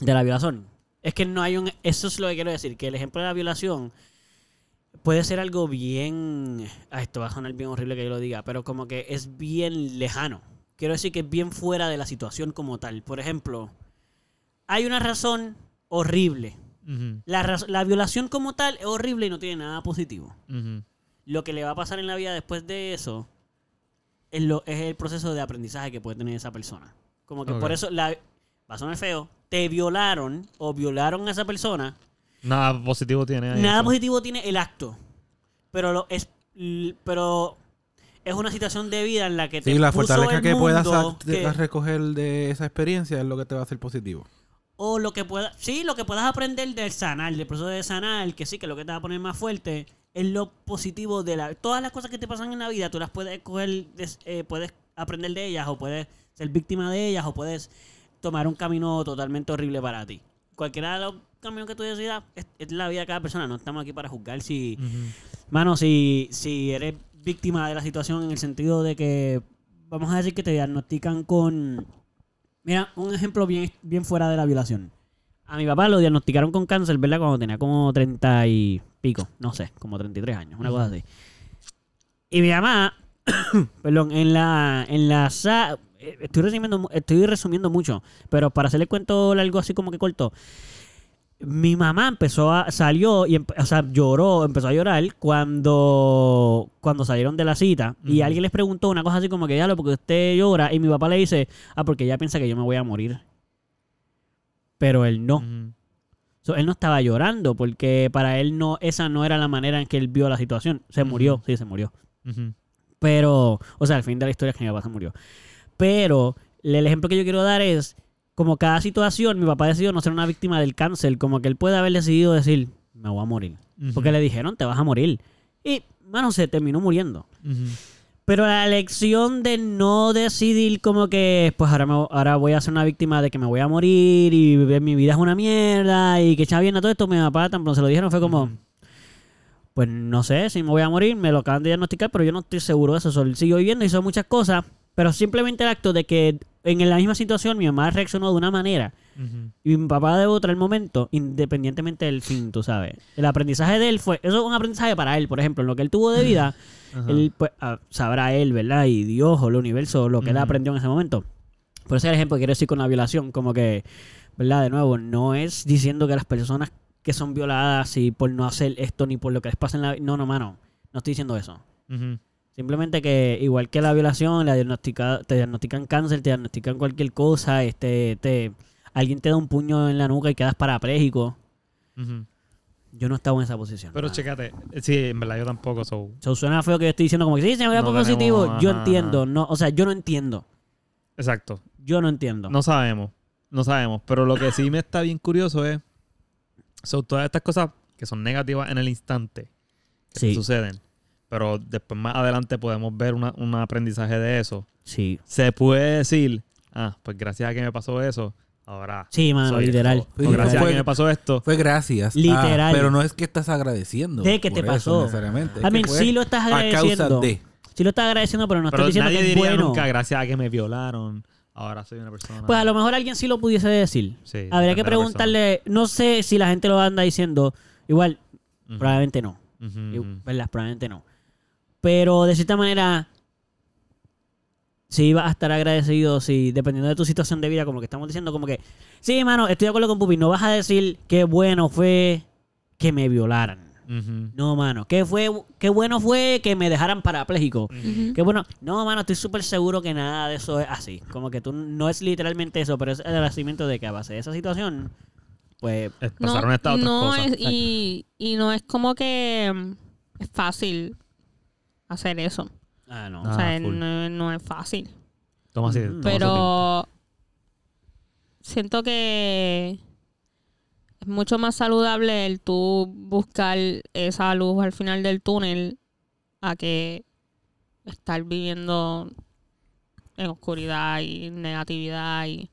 S2: De la violación. Es que no hay un... Eso es lo que quiero decir, que el ejemplo de la violación puede ser algo bien... ah, esto va a sonar bien horrible que yo lo diga, pero como que es bien lejano. Quiero decir que es bien fuera de la situación como tal. Por ejemplo, hay una razón horrible.
S1: Ujú.
S2: La, raz- la violación como tal es horrible y no tiene nada positivo.
S1: Ujú.
S2: lo que le va a pasar en la vida después de eso es, lo, es el proceso de aprendizaje que puede tener esa persona. Como que
S1: Ok.
S2: por eso la, va a sonar feo. Te violaron o violaron a esa persona.
S1: Nada positivo tiene ahí.
S2: Nada
S1: eso.
S2: positivo tiene el acto. Pero lo, es l- pero es una situación de vida en la que te
S4: Sí, la
S2: puso
S4: fortaleza
S2: el
S4: que puedas
S2: mundo
S4: sac-
S2: que-
S4: a recoger de esa experiencia es lo que te va a hacer positivo.
S2: o lo que pueda, sí, lo que puedas aprender del sanar, del proceso de sanar, que sí, que lo que te va a poner más fuerte es lo positivo de la, todas las cosas que te pasan en la vida, tú las puedes coger, des- eh, puedes aprender de ellas o puedes ser víctima de ellas o puedes tomar un camino totalmente horrible para ti. Cualquiera de los caminos que tú decidas es, es la vida de cada persona. No estamos aquí para juzgar si,
S1: Ujú.
S2: Mano, si, si eres víctima de la situación en el sentido de que, vamos a decir que te diagnostican con... Mira, un ejemplo bien, bien fuera de la violación. A mi papá lo diagnosticaron con cáncer, ¿verdad? Cuando tenía como 30 y pico, no sé, como 33 años, una cosa así. Y mi mamá, perdón, en la, en la sa- eh, estoy resumiendo, mu- estoy resumiendo mucho, pero para hacerle cuento largo así como que corto, mi mamá empezó a, salió y empe- o sea, lloró, empezó a llorar cuando, cuando salieron de la cita y
S1: Ujú.
S2: alguien les preguntó una cosa así como que ya lo porque usted llora y mi papá le dice, ah, porque ella piensa que yo me voy a morir. Pero él no.
S1: Ujú.
S2: So, él no estaba llorando porque para él no esa no era la manera en que él vio la situación. Se
S1: Ujú.
S2: murió, sí, se murió.
S1: Ujú.
S2: Pero, o sea, al fin de la historia es que mi papá se murió. Pero el ejemplo que yo quiero dar es, como cada situación, mi papá decidió no ser una víctima del cáncer, como que él puede haber decidido decir, me voy a morir.
S1: Ujú.
S2: Porque le dijeron, te vas a morir. Y, mano, se terminó muriendo.
S1: Ujú.
S2: Pero la elección de no decidir como que, pues ahora, me- ahora voy a ser una víctima de que me voy a morir y mi vida es una mierda y que echa bien a todo esto, mi papá tan pronto se lo dijeron, fue como, pues no sé si me voy a morir, me lo acaban de diagnosticar, pero yo no estoy seguro de eso, solo sigo viviendo y son muchas cosas, pero simplemente el acto de que en la misma situación mi mamá reaccionó de una manera
S1: Ujú.
S2: y mi papá de otra el momento, independientemente del fin, tú sabes. El aprendizaje de él fue, eso es un aprendizaje para él, por ejemplo, en lo que él tuvo de vida,
S1: Ajá.
S2: él pues, ah, sabrá él, ¿verdad? Y Dios o el universo, lo que él
S1: Ujú.
S2: aprendió en ese momento. Por ese es el ejemplo que quiero decir con la violación, como que, ¿verdad? De nuevo, no es diciendo que las personas que son violadas y por no hacer esto ni por lo que les pasa en la... No, no, mano, no estoy diciendo eso.
S1: Ujú.
S2: Simplemente que igual que la violación, la diagnostica- te diagnostican cáncer, te diagnostican cualquier cosa, este, te, alguien te da un puño en la nuca y quedas parapléjico.
S1: Ujú.
S2: Yo no estaba en esa posición.
S1: Pero
S2: mano.
S1: chécate, eh, sí, en verdad yo tampoco, so,
S2: So, suena feo que yo estoy diciendo como que sí, se me voy a
S1: No
S2: por positivo.
S1: tenemos-
S2: Yo
S1: ajá,
S2: entiendo,
S1: ajá.
S2: no, o sea, yo no entiendo.
S1: exacto.
S2: Yo no entiendo.
S1: No sabemos. No sabemos. Pero lo que sí me está bien curioso es. Son todas estas cosas que son negativas en el instante. Que
S2: Sí.
S1: suceden. Pero después más adelante podemos ver una- un aprendizaje de eso.
S2: Sí,
S1: Se puede decir. Ah, pues gracias a que me pasó eso. Ahora.
S2: Sí, mano,
S1: soy
S2: literal.
S1: esto. O gracias a
S4: Fue-
S1: que me pasó esto.
S4: Fue gracias. a-
S2: Literal.
S4: pero no es que estás agradeciendo.
S2: De que te
S4: por eso
S2: pasó.
S4: Necesariamente. Es
S2: I
S4: que
S2: mean,
S4: fue
S2: sí lo estás
S4: A
S2: agradeciendo.
S4: causa de.
S2: Sí lo estás agradeciendo, pero no estás
S1: Pero
S2: diciendo
S1: nadie
S2: que es
S1: diría
S2: bueno.
S1: nunca, gracias a que me violaron, ahora soy una persona.
S2: Pues a lo mejor alguien sí lo pudiese decir.
S1: Sí, pues, depende
S2: Habría que
S1: de la
S2: preguntarle, no sé si la gente lo anda diciendo. Igual,
S1: Ujú.
S2: probablemente no.
S1: Ujú,
S2: Y-
S1: ujú.
S2: ¿Verdad? Probablemente no. Pero de cierta manera, sí vas a estar agradecido, si dependiendo de tu situación de vida, como que estamos diciendo, como que, sí, mano, estoy de acuerdo con Pupi, no vas a decir qué bueno fue que me violaran.
S1: Ujú.
S2: No, mano, qué, fue, qué bueno fue que me dejaran parapléjico.
S3: Ujú.
S2: Qué bueno. No, mano, estoy súper seguro que nada de eso es así. Como que tú no es literalmente eso, pero es el agradecimiento de que a base de esa situación, pues
S1: Eh, Pasaron estas otras
S3: no
S1: cosas.
S3: es- y, y no es como que mm, es fácil hacer eso.
S2: Ah, no.
S1: Ah,
S3: o sea,
S1: full.
S3: no, no es fácil.
S1: Toma así.
S2: Ujú.
S1: toma su tiempo.
S3: Pero siento que es mucho más saludable el tú buscar esa luz al final del túnel a que estar viviendo en oscuridad y negatividad y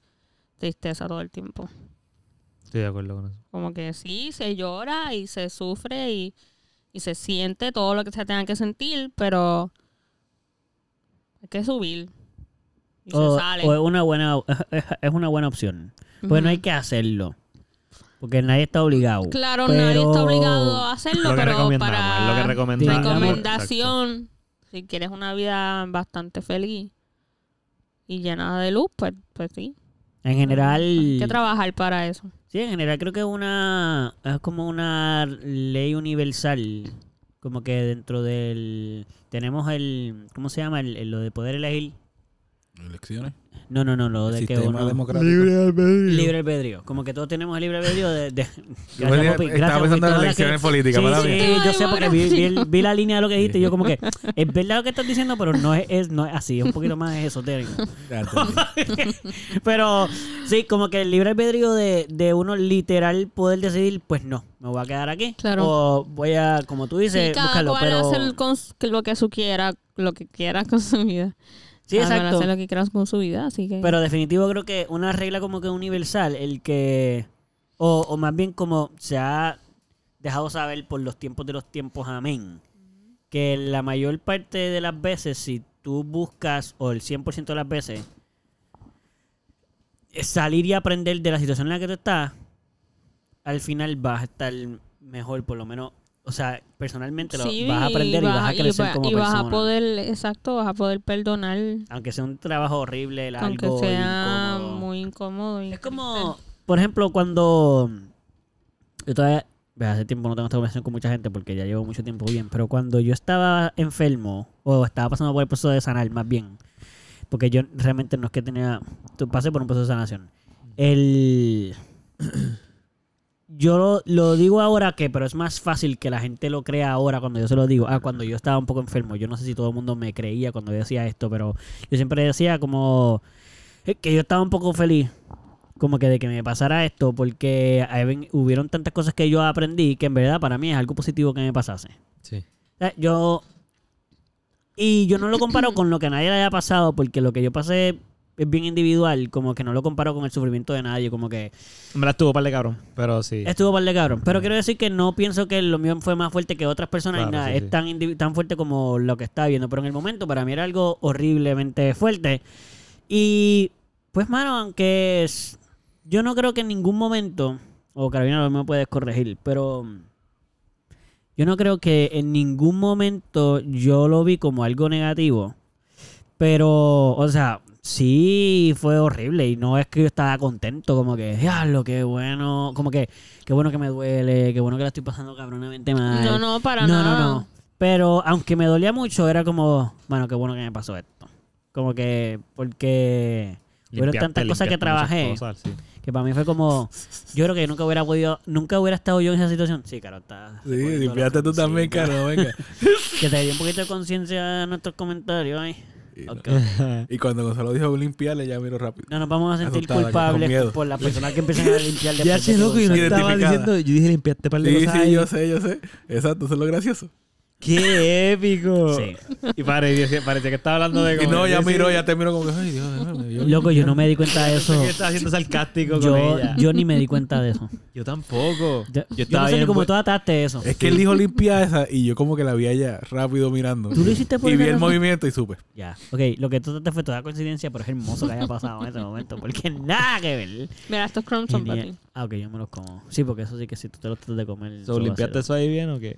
S3: tristeza todo el tiempo.
S1: Estoy de acuerdo con eso.
S3: Como que sí, se llora y se sufre y, y se siente todo lo que se tenga que sentir, pero hay que subir. Y
S2: O-
S3: se sale.
S2: o es una buena es una buena opción. Pues no hay que hacerlo. Porque nadie está obligado.
S3: Claro,
S2: Pero-
S3: nadie está obligado a
S1: Lo
S3: hacerlo,
S1: que
S3: pero
S1: recomendamos,
S3: para
S1: es lo que recomendamos.
S3: recomendación, si quieres una vida bastante feliz y llena de luz, pues, pues sí.
S2: En general,
S3: Hay que trabajar para eso.
S2: sí, en general creo que es una es como una ley universal, como que dentro del tenemos el ¿cómo se llama? El, el- lo de poder elegir.
S4: Elecciones.
S2: No, no, no, lo
S4: El
S2: de que
S4: sistema
S2: uno
S4: democrático.
S2: libre albedrio, como que todos tenemos el libre albedrio de, de-
S4: Yo
S2: Gracias,
S4: venía-
S2: Popi,
S4: estaba
S2: gracias, Popi,
S4: pensando en
S2: todas
S4: las
S2: las que-
S4: elecciones políticas,
S2: Sí,
S4: mala
S2: sí,
S4: mía.
S2: yo sé porque vi, vi el- vi la línea de lo que dijiste y yo
S4: Sí.
S2: como que es verdad lo que estás diciendo, pero no es, es- no es así, es un poquito más esotérico.
S4: Ya entendí.
S2: Pero sí, como que el libre albedrío de, de uno literal poder decidir, pues no, me voy a quedar aquí.
S3: Claro.
S2: O voy a, como tú dices,
S3: Sí, cada
S2: buscarlo.
S3: cual
S2: Pero...
S3: hace el cons- que lo que su quiera, lo que quiera con su vida.
S2: Sí,
S3: Cada cual
S2: exacto.
S3: hace lo que quieras con su vida, así que...
S2: Pero definitivo creo que una regla como que universal, el que, o, o más bien como se ha dejado saber por los tiempos de los tiempos, amén, que la mayor parte de las veces, si tú buscas, o el 100% de las veces, eh, salir y aprender de la situación en la que tú estás, al final vas a estar mejor, por lo menos, o sea, personalmente lo,
S3: Sí,
S2: vas a aprender y, vas a crecer
S3: va-
S2: como
S3: y vas
S2: persona.
S3: a poder, exacto, vas a poder perdonar,
S2: Aunque sea un trabajo horrible,
S3: aunque
S2: largo,
S3: sea
S2: incómodo.
S3: muy incómodo. y
S2: Es como, por ejemplo, cuando. Yo todavía. ve, Hace tiempo no tengo esta conversación con mucha gente porque ya llevo mucho tiempo bien. Pero cuando yo estaba enfermo, o estaba pasando por el proceso de sanar, más bien. Porque yo realmente no es que tenía. tu- Pasé por un proceso de sanación. El. Yo lo, lo digo ahora que, pero es más fácil que la gente lo crea ahora cuando yo se lo digo. Ah, cuando yo estaba un poco enfermo. Yo no sé si todo el mundo me creía cuando yo decía esto, pero yo siempre decía como eh, que yo estaba un poco feliz como que de que me pasara esto, porque hay ven- hubieron tantas cosas que yo aprendí que en verdad para mí es algo positivo que me pasase.
S1: Sí.
S2: O sea, Yo. Y yo no lo comparo con lo que a nadie le haya pasado, porque lo que yo pasé es bien individual, como que no lo comparo con el sufrimiento de nadie, como que
S1: En verdad estuvo par de cabrón, pero sí.
S2: estuvo par de cabrón. Pero quiero decir que no pienso que lo mío fue más fuerte que otras personas
S1: Claro,
S2: y nada,
S1: sí,
S2: es
S1: sí.
S2: Tan, indivi- tan fuerte como lo que estaba viendo. Pero en el momento para mí era algo horriblemente fuerte. Y pues, mano, aunque es- yo no creo que en ningún momento, o Carolina, lo me puedes corregir, pero mm, yo no creo que en ningún momento yo lo vi como algo negativo. Pero, o sea, sí fue horrible y no es que yo estaba contento, como que, diablo, qué bueno, como que, qué bueno que me duele, qué bueno que la estoy pasando cabronamente mal.
S3: No, no, para
S2: no,
S3: nada.
S2: no, no. Pero aunque me dolía mucho, era como, bueno, qué bueno que me pasó esto. Como que, porque hubieron
S1: Limpiaste-
S2: tantas cosas que
S1: limpiaste muchas
S2: trabajé
S1: cosas, sí.
S2: que para mí fue como, yo creo que yo nunca hubiera podido, nunca hubiera estado yo en esa situación. Sí, claro, está.
S4: Sí, limpiaste tú también, caro. Venga.
S2: Que te dio un poquito de conciencia a nuestros comentarios. ay.
S4: Y,
S2: Ok.
S4: y cuando Gonzalo dijo limpiarle, ya miro rápido.
S2: No nos vamos a sentir
S4: Asustada, con miedo.
S2: culpables por la persona que empiezan a limpiar después
S1: Ya
S2: de
S1: sé,
S2: todo
S1: loco, yo
S2: eso.
S1: no estaba
S4: Identificada.
S1: diciendo. Yo dije limpiaste par de
S4: Sí,
S1: cosas. ahí.
S4: sí, yo sé, yo sé. Exacto, eso es lo gracioso.
S1: ¡Qué épico!
S2: Sí.
S1: Y parecía, parecía que estaba hablando de...
S4: Y
S1: como-
S4: no, ya
S1: sí,
S4: miro,
S1: sí.
S4: ya te miro como que, ay, Dios, Dios, Dios.
S2: Loco, yo no me di cuenta de eso.
S1: Que estaba siendo sarcástico con
S2: Yo,
S1: ella. Yo,
S2: yo ni me di cuenta de eso.
S1: tampoco.
S2: Yo, yo
S1: estaba
S2: no sé ni
S1: bien pues.
S2: cómo
S1: pu-
S2: tú ataste eso.
S4: Es que él dijo limpia esa y yo como que la vi allá rápido mirando.
S2: Tú lo hiciste por
S4: Y vi
S2: esa
S4: el
S2: razón.
S4: movimiento y supe.
S2: Ya, ok, lo que tú te fue toda coincidencia, pero es hermoso que haya pasado en ese momento, porque nada que ver.
S3: Mira, estos crumbs son para ti.
S2: Genial. Ah, ok, yo me los como. Sí, porque eso sí que si tú te los tratas de comer.
S1: So,
S2: eso va a
S1: ¿Limpiaste
S2: ser-
S1: eso ahí bien o qué?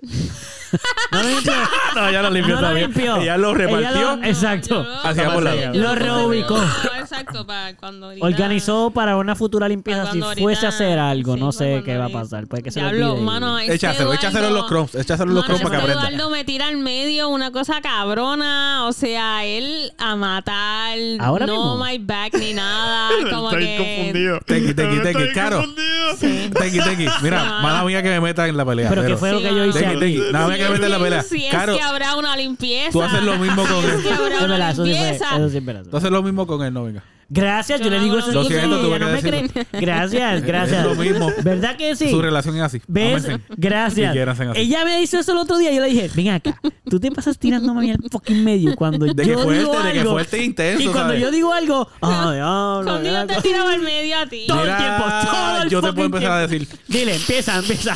S2: No lo limpió.
S4: No, ya lo limpió
S2: Ah, No lo
S4: también.
S2: limpió.
S4: Ella lo repartió.
S2: Ella lo- Exacto.
S3: yo-
S4: Hacia por lado.
S3: yo
S2: Lo reubicó.
S3: No, exacto, para cuando ahorita-
S2: Organizó para una futura limpieza
S3: Para
S2: si
S3: cuando
S2: fuese a
S3: ahorita-
S2: hacer algo.
S3: sí,
S2: no
S3: para
S2: sé
S3: cuando
S2: qué va a
S3: ahorita-
S2: pasar. Puede que se lo
S3: Diablo,
S2: olvide y-
S3: mano, este
S4: Échaselo, échaselo en los
S3: Eduardo-
S4: crumbs, échaselo en los
S3: Mano,
S4: crumbs para que
S3: este
S4: aprenda.
S3: Eduardo me tira al medio una cosa cabrona. O sea, él a matar.
S2: Ahora
S3: no
S2: mismo.
S3: my back ni nada. como que.
S4: Tequi, tequi, tequi, caro.
S3: Sí.
S4: Tequi, tequi. Mira, mala mía que me meta en la pelea.
S2: Pero que fue lo
S3: Sí,
S2: que yo
S3: mano.
S2: hice
S4: Tequi,
S2: aquí.
S4: tequi. Nada más que me meta en la pelea.
S3: Si es
S4: Caro,
S3: que habrá una limpieza.
S4: tú haces lo mismo con
S3: Si es que
S4: él.
S3: habrá
S2: Es verdad,
S3: una
S2: eso sí fue-
S3: limpieza.
S2: eso sí es verdad.
S4: Tú haces lo mismo con él, no venga.
S2: Gracias, yo, le digo eso.
S4: Lo
S2: mismo,
S4: siento,
S2: ella
S4: tuve que
S2: no me
S4: decirlo.
S2: creen. Gracias, gracias.
S4: lo mismo.
S2: ¿Verdad que sí?
S4: Su relación es así.
S2: ¿Ves?
S4: Ámense.
S2: Gracias.
S4: Si quieren, hacen así.
S2: Ella me hizo eso el otro día. Yo le dije, ven acá, tú te pasas tirándome a mí al fucking medio. Cuando
S4: De
S2: yo
S4: que fuerte,
S2: digo
S4: de que
S2: algo-
S4: fuerte e intenso,
S2: Y cuando
S4: ¿sabes?
S2: yo digo algo, ah, diablo,
S3: Conmigo
S2: mira,
S3: te tiraba al medio a ti.
S2: todo el
S4: Mira,
S2: tiempo, todo el
S4: yo te puedo
S2: fucking
S4: empezar a
S2: tiempo.
S4: decir.
S2: Dile, empieza, empieza.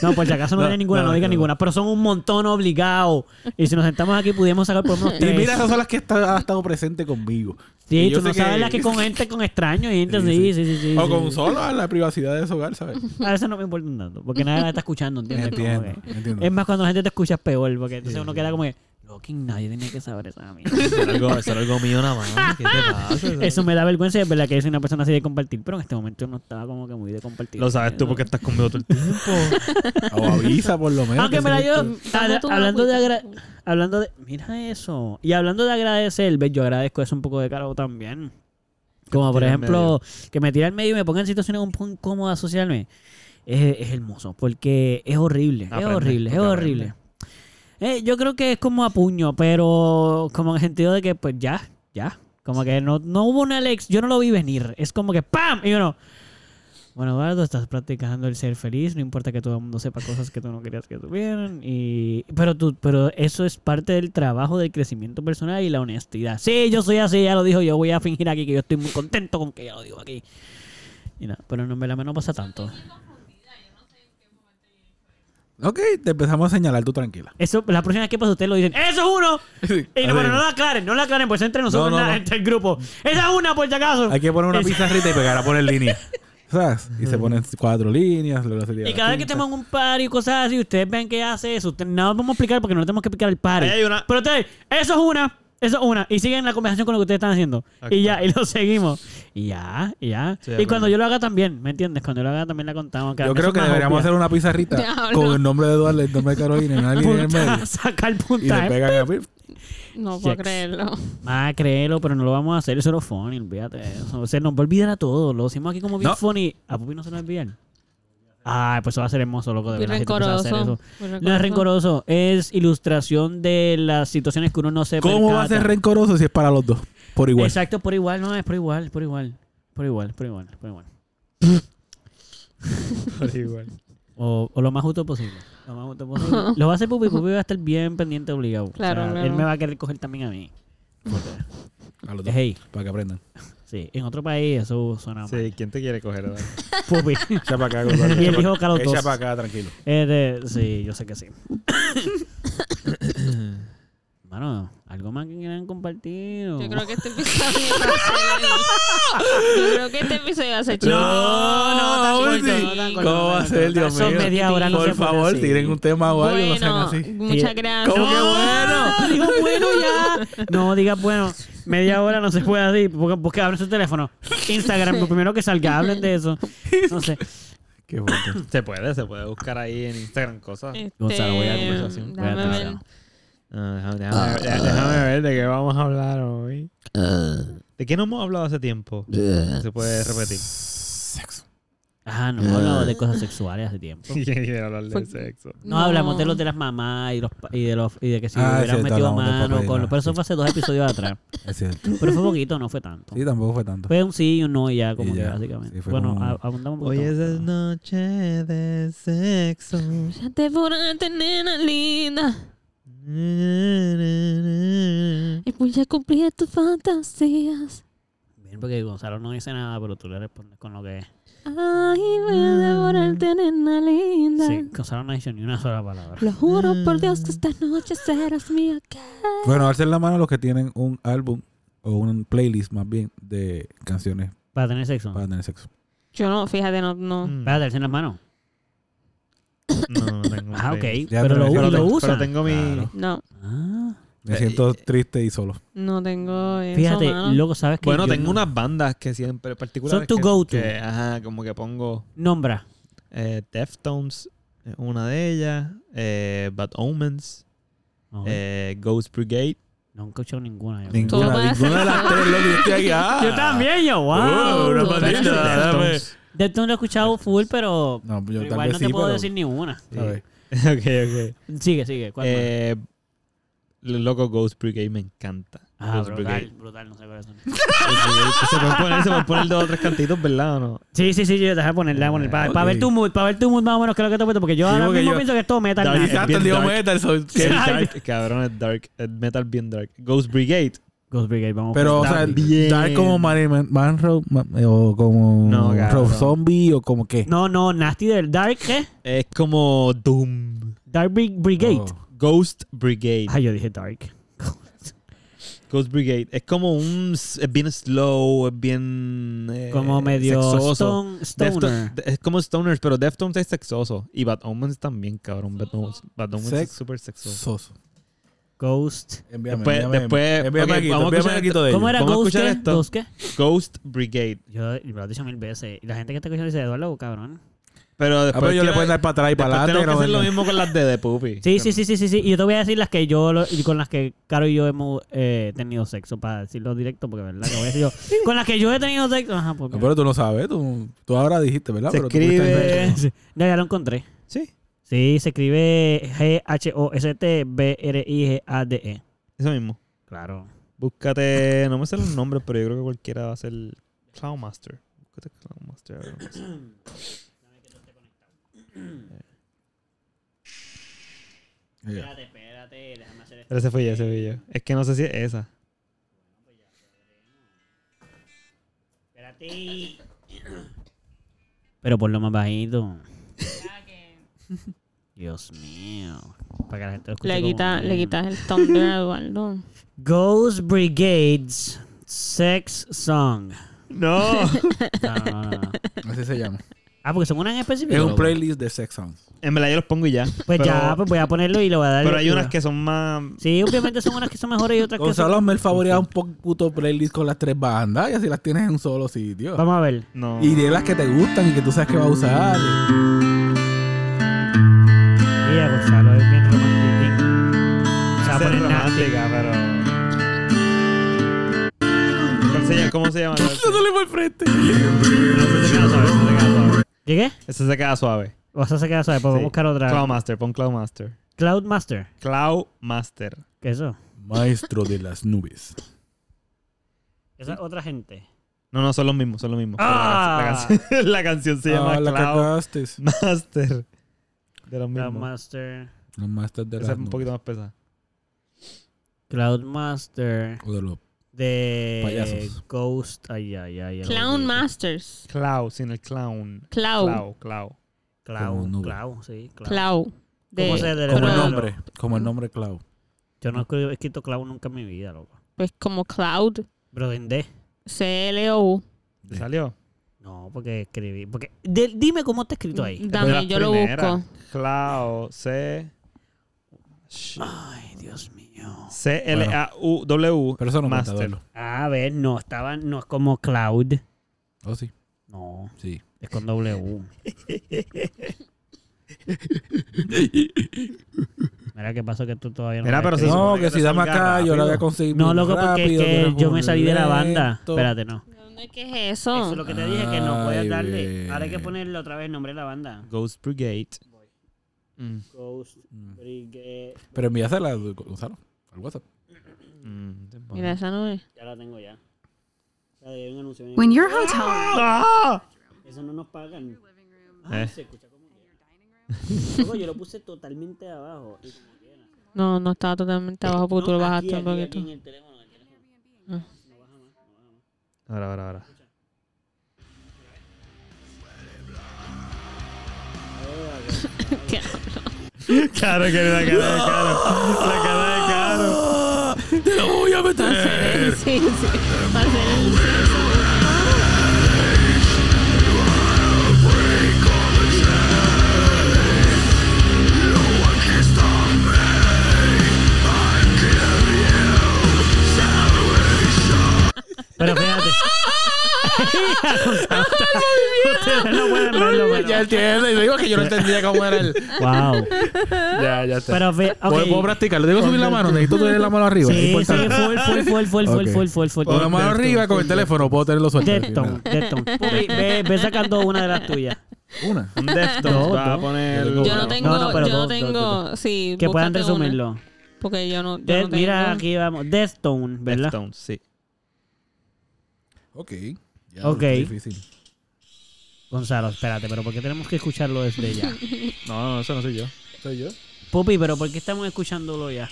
S2: No, por si acaso no,
S4: No,
S2: viene ninguna, no,
S4: no,
S2: diga
S4: no.
S2: ninguna. Pero son un montón obligado. Y si nos sentamos aquí, pudiéramos sacar por lo menos
S4: Y
S2: tres.
S4: mira, esas son las que está- ha estado presente conmigo.
S2: Sí,
S4: Y yo
S2: tú
S4: sé
S2: no sabes las que con gente, con extraños y gente, sí, sí, sí. sí,
S4: O
S2: sí,
S4: con
S2: sí.
S4: solo a la privacidad de su hogar, ¿sabes?
S2: A veces no me importa tanto, porque nadie la está escuchando, ¿entiendes?
S4: Entiendo,
S2: Como que-
S4: entiendo.
S2: Es más, cuando la gente te escucha es peor, porque entonces uno queda como que, looking, nadie tenía que saber esa mierda.
S1: Eso era algo, eso era algo mío nada más. ¿Qué te pasa?
S2: Eso me da vergüenza y es verdad que yo soy una persona así de compartir, pero en este momento no estaba como que muy de compartir.
S1: Lo sabes tú porque estás conmigo todo el tiempo.
S4: O avisa por lo menos.
S2: Aunque
S4: que
S2: me la
S4: se-
S2: yo,
S3: Dame
S2: habla-
S3: tú una
S2: hablando de
S3: agüita,
S2: agra- hablando de mira eso y hablando de agradecer, ¿ves? yo agradezco eso un poco de caro también. Como por
S1: Tira al
S2: ejemplo, que me tire al medio y me ponga en situaciones un poco incómodas socialmente. Es, es hermoso, porque es horrible,
S1: Aprende,
S2: es horrible, es
S1: porque
S2: horrible. Eh, yo creo que es como a puño, pero como en el sentido de que pues ya, ya. Como que no, no hubo una Alex, yo no lo vi venir. Es como que ¡pam! Y uno, bueno, Eduardo, estás practicando el ser feliz, no importa que todo el mundo sepa cosas que tú no querías que supieran. Y... Pero, tú, pero eso es parte del trabajo del crecimiento personal y la honestidad. Sí, yo soy así, ya lo dijo, yo voy a fingir aquí que yo estoy muy contento con que ya lo digo aquí. Y nada, pero no, en verdad me no pasa tanto.
S4: Ok, te empezamos a señalar, tú tranquila.
S2: Eso, la próxima vez que pasa, ustedes lo dicen, ¡eso es uno! Y no, pero no lo aclaren, no lo aclaren, pues entre nosotros,
S4: No, no,
S2: nada,
S4: no.
S2: entre el grupo. ¡Esa es una, por si acaso!
S4: Hay que poner una
S2: Es-
S4: pizarrita y pegar a poner líneas. ¿Sabes? Y se ponen cuatro líneas, luego sería
S2: Y
S4: la
S2: cada vez que
S4: quinta.
S2: estemos en un par y cosas así, ustedes ven que hace eso. Ustedes- no vamos a explicar porque no le tenemos que explicar el par.
S1: Ahí hay una.
S2: Pero ustedes, eso es una, eso es una. Y siguen la conversación con lo que ustedes están haciendo. Y ya, y lo seguimos. Y ya, y ya.
S1: Sí, de
S2: y
S1: acuerdo.
S2: cuando yo lo haga también, ¿me entiendes? Cuando yo lo haga también la contamos.
S4: Yo creo que deberíamos hacer una pizarrita
S3: Diablo.
S4: con el nombre de Eduardo, el nombre de Carolina, una línea en el medio.
S2: sacar
S4: Y le
S2: puntaje.
S4: pegan a pip.
S3: No puedo
S2: Yes.
S3: creerlo.
S2: Ah, créelo, pero no lo vamos a hacer. Eso es lo funny, olvídate de eso. O sea, nos va a olvidar a todos. Lo hicimos aquí como bien
S4: No.
S2: funny. A Pupi no se nos olvidan. Ah, pues eso va a ser hermoso, loco, de
S3: Muy
S2: verdad. si tú empiezas a hacer
S3: rencoroso.
S2: eso.
S3: Muy
S2: No es
S3: rencoroso.
S2: rencoroso, es ilustración de las situaciones que uno no se
S4: ¿Cómo va a ser
S2: percata.
S4: rencoroso si es para los dos? Por igual.
S2: Exacto, por igual, no, es por igual, por igual, por igual, por igual, por igual.
S1: Por igual.
S2: O, o lo más justo posible. Lo más justo posible. lo va a hacer Pupi, Pupi va a estar bien pendiente obligado. O
S3: Claro,
S2: sea,
S3: claro.
S2: Él me va a querer coger también a mí. Porque-
S4: A los dos.
S2: Hey.
S4: Para que aprendan.
S2: sí, en otro país eso suena mal.
S1: Sí, ¿quién te quiere coger? Eduardo?
S2: Pupi.
S4: Echa para acá, Gonzalo.
S2: Y él dijo que a los dos.
S4: Echa para acá, tranquilo.
S2: Eh, de- sí, yo sé que sí. Mano, algo más que quieran compartir. o-
S3: Yo creo que este episodio va a ser. Yo creo que este episodio va a ser chido.
S2: No, no, tan corto,
S4: Wilson.
S2: no tan corto, no
S4: ¿Cómo va
S2: tan
S4: a ser,
S2: corto.
S4: Dios
S2: Son
S4: mío?
S2: media hora, no se
S4: Por
S2: puede
S4: favor,
S2: así.
S4: tiren un tema o algo, no sean
S3: Bueno,
S4: así.
S2: Sí.
S3: muchas gracias.
S4: ¿Cómo que
S3: No,
S2: Ah, digo, bueno ya. No, diga bueno. Media hora no se puede así. Porque, porque abren su teléfono. Instagram, lo primero que salga, hablen de eso. No sé.
S4: Qué fuerte.
S1: Se puede, se puede buscar ahí en Instagram cosas.
S3: Este,
S2: Gonzalo, voy a la
S1: conversación.
S2: Voy a
S3: Déjame ver.
S2: atención.
S1: Ah, déjame, déjame- déjame- déjame ver de qué vamos a hablar hoy. ¿De qué no hemos hablado hace tiempo? Se puede repetir.
S4: Sexo.
S2: Ajá, Ah, no hemos hablado de cosas sexuales hace tiempo.
S1: Y quiero hablar de sexo.
S2: No, hablamos de los de las mamás y, los, pa- y, de, los, y de que si
S4: Ah,
S2: hubieran
S4: cierto,
S2: metido
S4: hablamos de
S2: mano
S4: papá
S2: con
S4: y mamá,
S2: los. Pero eso
S4: sí.
S2: fue hace dos episodios atrás.
S4: Es cierto.
S2: Pero fue poquito, no fue tanto.
S4: Sí, tampoco fue tanto.
S2: Fue un sí y un no y ya, como
S4: Y
S2: que
S4: ya.
S2: básicamente.
S4: Sí, fue
S2: bueno,
S4: como-
S2: a- abundamos un
S1: Hoy
S2: poquito.
S1: es noche de sexo.
S3: Ya te por tener linda.
S1: Mm.
S3: Y pues ya cumplir tus fantasías.
S2: Bien, porque Gonzalo no dice nada, pero tú le respondes con lo que es.
S3: Ay, voy a
S4: Mm.
S3: devorarte, nena linda.
S2: Sí, Gonzalo no ha dicho ni una sola palabra.
S3: Lo juro
S4: Mm.
S3: por Dios que esta noche serás mía. ¿Qué?
S4: Bueno, alcen la mano los que tienen un álbum o un playlist más bien de canciones
S2: Para tener sexo.
S4: para tener sexo.
S3: Yo no, fíjate, no. no.
S1: Mm,
S2: Para darse en las manos.
S1: No, no tengo.
S2: Ah, ok.
S4: Ya
S2: pero
S4: te
S2: lo,
S4: lo dije.
S2: y
S1: Pero,
S2: lo
S1: tengo,
S2: usan.
S1: pero tengo mi.
S4: Claro.
S3: No,
S2: Ah,
S4: Me
S1: Eh,
S4: siento
S1: eh,
S4: triste y solo.
S3: no tengo eso,
S2: fíjate,
S3: mano.
S2: loco, ¿sabes que
S1: Bueno,
S2: yo
S1: tengo
S2: no-
S1: unas bandas que siempre particulares.
S2: Son tu
S1: que-
S2: go-to.
S1: que, Ajá, como que pongo
S2: Nombra.
S1: eh, Deftones, eh, una de ellas, eh, Bad Omens,
S2: No,
S1: eh, Ghost Brigade.
S2: no he escuchado
S4: eh,
S2: ninguna. yo creo.
S3: Tú no
S4: Ninguna,
S3: puedes
S4: ninguna de las tres, loco. Yo estoy aquí. ¡ah!
S2: Yo también, yo, wow.
S4: Oh, una patita, dame.
S1: Deftones.
S2: Deftones lo he escuchado full, pero,
S4: No, yo
S2: pero
S4: tal
S2: igual
S4: vez
S2: no
S4: sí,
S2: te puedo
S4: pero-
S2: decir ni una.
S4: ¿sabes?
S1: ok, ok.
S2: Sigue, sigue. ¿Cuál más?
S1: Eh, loco, Ghost Brigade me encanta.
S2: Ah,
S4: Pues,
S1: Ghost
S2: brutal, brutal, no sé cuáles son.
S1: Se pueden poner, se pueden poner dos o tres cantitos, ¿verdad o no?
S2: Sí, sí, sí, yo te voy a poner, te voy a poner. Para
S1: Ok.
S2: ver tu mood, para ver tu mood más o menos que es lo que te meto, porque yo
S4: Sí,
S2: ahora
S4: porque
S2: mismo
S4: yo-
S2: pienso que esto es metal.
S1: David
S2: nada.
S1: Es
S4: Quizás
S1: bien
S4: hasta el Dios
S1: dark.
S4: metal. so-
S1: Qué
S2: Sí.
S1: dark, cabrón, es dark. Es metal bien dark. Ghost Brigade.
S2: Ghost Brigade, vamos.
S4: Pero, o sea,
S1: También.
S4: dark como Marilyn Man- Manson ma- eh, o como
S1: No, cabrón.
S4: Rob Zombie o como qué.
S2: No, no, Nasty del Dark, ¿qué?
S1: Es como Doom.
S2: Dark Bri- Brigade.
S4: Oh.
S1: Ghost Brigade.
S2: Ah, yo dije Dark.
S1: Ghost Brigade. Es como un. s- Es bien slow, es bien. eh,
S2: Como medio
S1: Sexoso.
S2: stone,
S1: Defto-
S2: Stoner.
S1: de- es como Stoners, pero Deftones es sexoso. Y Bad Omens también, cabrón. Bad Omens, Bad Omens
S4: Sex-
S1: es súper sexoso.
S4: Soso.
S2: Ghost.
S4: Envíame,
S1: Después-
S4: envíame,
S1: después- ok,
S4: envíame aquí,
S1: vamos a
S4: envíame
S1: escuchar
S4: aquí
S1: esto.
S4: todo ello.
S2: ¿Cómo era
S1: Vamos a
S2: Ghost
S1: escuchar
S2: qué?
S1: esto.
S2: ¿Ghost qué?
S1: Ghost Brigade.
S2: Yo y me lo he dicho mil veces. Y la gente que está escuchando dice, Eduardo, cabrón.
S1: Pero
S4: Ah,
S1: después.
S4: pero yo le
S1: quiero-
S4: puedo dar para atrás y
S1: después
S4: para adelante.
S1: Tenemos que
S4: no
S1: hacer lo
S4: venga.
S1: mismo con las de The Puppy.
S2: Sí, sí, sí, sí, sí, sí. Y yo te voy a decir las que yo lo- y con las que Caro y yo hemos eh, tenido sexo, para decirlo directo, porque verdad que voy a decir yo. Con las que yo he tenido sexo. Ajá, porque.
S4: No, pero tú no sabes, tú, tú ahora dijiste, ¿verdad?
S1: Se
S4: pero tú fuiste
S1: escribe-
S4: al-
S2: Sí. No, ya lo encontré.
S1: Sí,
S2: Sí, se escribe G-H-O-S-T-B-R-I-G-A-D-E.
S1: eso mismo.
S2: Claro.
S1: Búscate. No me sé los nombres, pero yo creo que cualquiera va a ser Clownmaster. Búscate Clownmaster. a ver, no sé.
S4: Yeah.
S2: espérate, déjame hacer esto.
S1: Pero ese fue yo, ese fue yo. Es que no sé si es esa.
S2: Espérate. Pero por lo más bajito. Dios mío. Para que la gente lo escuche.
S3: Le,
S2: como
S3: quita, le
S2: bien.
S3: quitas el thunder a Eduardo.
S2: Ghost Brigade's Sex Song.
S1: No.
S2: No, no, no, no.
S4: Así se llama.
S2: Ah, porque son unas en específico.
S4: Es un playlist de sex sounds.
S1: en verdad yo los pongo y ya.
S2: Pues
S1: Pero-
S2: ya, pues voy a ponerlo y lo voy a dar.
S1: Pero hay
S2: lectura.
S1: unas que son más.
S2: Sí, obviamente son unas que son mejores y otras que son.
S4: Gonzalo me favorea un po- puto playlist con las tres bandas y así las tienes en un solo sitio.
S2: Vamos a ver.
S1: No.
S4: Y de las que te gustan y que tú sabes que vas a usar.
S2: Mira, Gonzalo, es bien romántico. O sea,
S1: Ser
S2: poner nasty.
S1: romántica, pero. ¿Cómo se llama? ¿Cómo se llama?
S4: Yo le voy al frente.
S1: Ese se queda suave, ese se queda suave.
S2: ¿Qué qué?
S1: Ese se queda suave.
S2: O sea, se queda suave, pues vamos a
S1: Sí.
S2: buscar otra.
S1: Cloudmaster, pon Cloudmaster.
S2: Cloudmaster.
S1: Cloudmaster.
S2: ¿Qué es eso?
S4: Maestro de las nubes.
S2: Esa es otra gente.
S1: No, no, son los mismos, son los mismos.
S2: Ah.
S1: Pero La, canción, la, canción, la canción se llama
S4: Ah, la
S1: Cloud
S4: cagaste.
S1: Master. De los mismos.
S2: Cloudmaster.
S4: Los masters de
S1: Esa
S4: las
S1: es un
S4: nubes.
S1: poquito más pesada.
S2: Cloudmaster.
S4: O de los
S2: De
S4: Payasos.
S2: Ghost. Ay, ay, ay. ay,
S3: Clown
S2: olvidé.
S3: Masters.
S1: Cloud, sin el clown.
S3: Cloud.
S1: Cloud, cloud.
S4: Como
S2: Cloud.
S4: nube.
S2: Cloud, sí. Cloud.
S3: Cloud. De-
S2: ¿Cómo se
S4: Como el
S2: Pero-
S4: nombre. Como el nombre Cloud.
S2: Yo no he escrito Cloud nunca en mi vida, loco.
S3: Pues como Cloud.
S2: Pero en D.
S3: C-L-O-U.
S1: ¿Te salió?
S2: No, porque escribí. Porque, de- dime cómo está escrito ahí.
S1: De
S3: Dame,
S1: las
S3: yo lo busco.
S1: primeras. Cloud, C. Sh-
S2: Ay, Dios mío.
S1: C-L-A-U-W.
S4: Pero eso no cuenta,
S1: Master.
S4: Eduardo.
S2: A ver, no, estaba, no es como Cloud.
S4: Oh, sí.
S2: No,
S4: Sí.
S2: es con W. Mira qué pasó que tú todavía no.
S1: Mira,
S2: lo habías
S1: pero se
S2: escrito.
S4: No,
S1: supone
S4: que
S1: que
S4: si
S1: te
S4: dame
S1: salga
S4: acá, yo la
S1: rápido.
S4: voy a conseguir.
S2: No,
S4: muy
S2: loco, porque
S4: rápido, tú
S2: es
S4: eres
S2: que yo
S4: un
S2: me salí de la banda.
S4: lento.
S2: Espérate, no.
S3: ¿Dónde qué es
S2: Eso es
S3: eso?
S2: lo que te dije que no podías
S4: Ay,
S2: darle.
S4: bien.
S2: Ahora hay que ponerle otra vez el nombre de la banda.
S1: Ghost Brigade. Mm,
S2: Ghost Brigade.
S4: Pero envíasela, Gonzalo, al WhatsApp.
S1: mm, te pongo.
S3: Mira, esa no es.
S2: Ya la tengo ya. un anuncio.
S5: When your hotel
S1: ¡Ah!
S2: Eso no nos pagan.
S1: Eh.
S2: Se escucha como quiera. Luego yo lo puse totalmente abajo. y como quiera.
S3: No, no estaba totalmente abajo porque tú lo
S2: No,
S3: bajaste
S2: aquí,
S3: un
S2: aquí,
S3: poquito.
S2: aquí en el teléfono, en el teléfono.
S1: Ahora, ahora, ahora.
S3: ¿Qué?
S1: Claro, que la cara de caro. La cara de caro.
S4: ¡Te lo voy
S3: Va
S4: a
S3: a
S4: meter!
S3: ser el- Sí, sí. Va a ser el- sí,
S2: Pero fíjate. Ustedes no pueden verlo, pero-
S4: Pues Ya entiendo. Y digo que yo no entendía cómo era el.
S2: Wow.
S3: Ah.
S4: Ya, ya está.
S2: Pero fíjate.
S4: ¿Puedo, puedo practicarlo? Debo subir la mano. Necesito tener la mano arriba. es
S2: Sí, sí,
S4: importante.
S2: full, full, full, full, full,
S4: Ok.
S2: full, full, full.
S4: Con la mano
S1: Deadton,
S4: arriba, con el teléfono, puedo tenerlo suelto. al
S2: Defton,
S4: final.
S2: Defton. Pupi, Ve, ve sacando una de las tuyas.
S4: Una.
S1: Un Defton
S2: No,
S1: va a
S2: no.
S1: poner.
S4: Yo
S3: Yo no
S4: No,
S3: tengo,
S2: no, pero
S3: yo no
S2: dos,
S3: tengo,
S2: dos,
S3: sí.
S2: Que puedan
S3: búscate una,
S2: resumirlo.
S3: porque yo no, yo
S2: De-
S3: no tengo.
S2: mira, aquí vamos. Deathstone, ¿verdad?
S1: Defton, sí.
S4: Ok. Ya,
S2: Ok.
S4: está Difícil.
S2: Gonzalo, espérate, pero ¿por qué tenemos que escucharlo desde ya?
S1: No, no, eso no soy yo.
S4: ¿Soy yo?
S2: Pupi, pero ¿por qué estamos escuchándolo ya?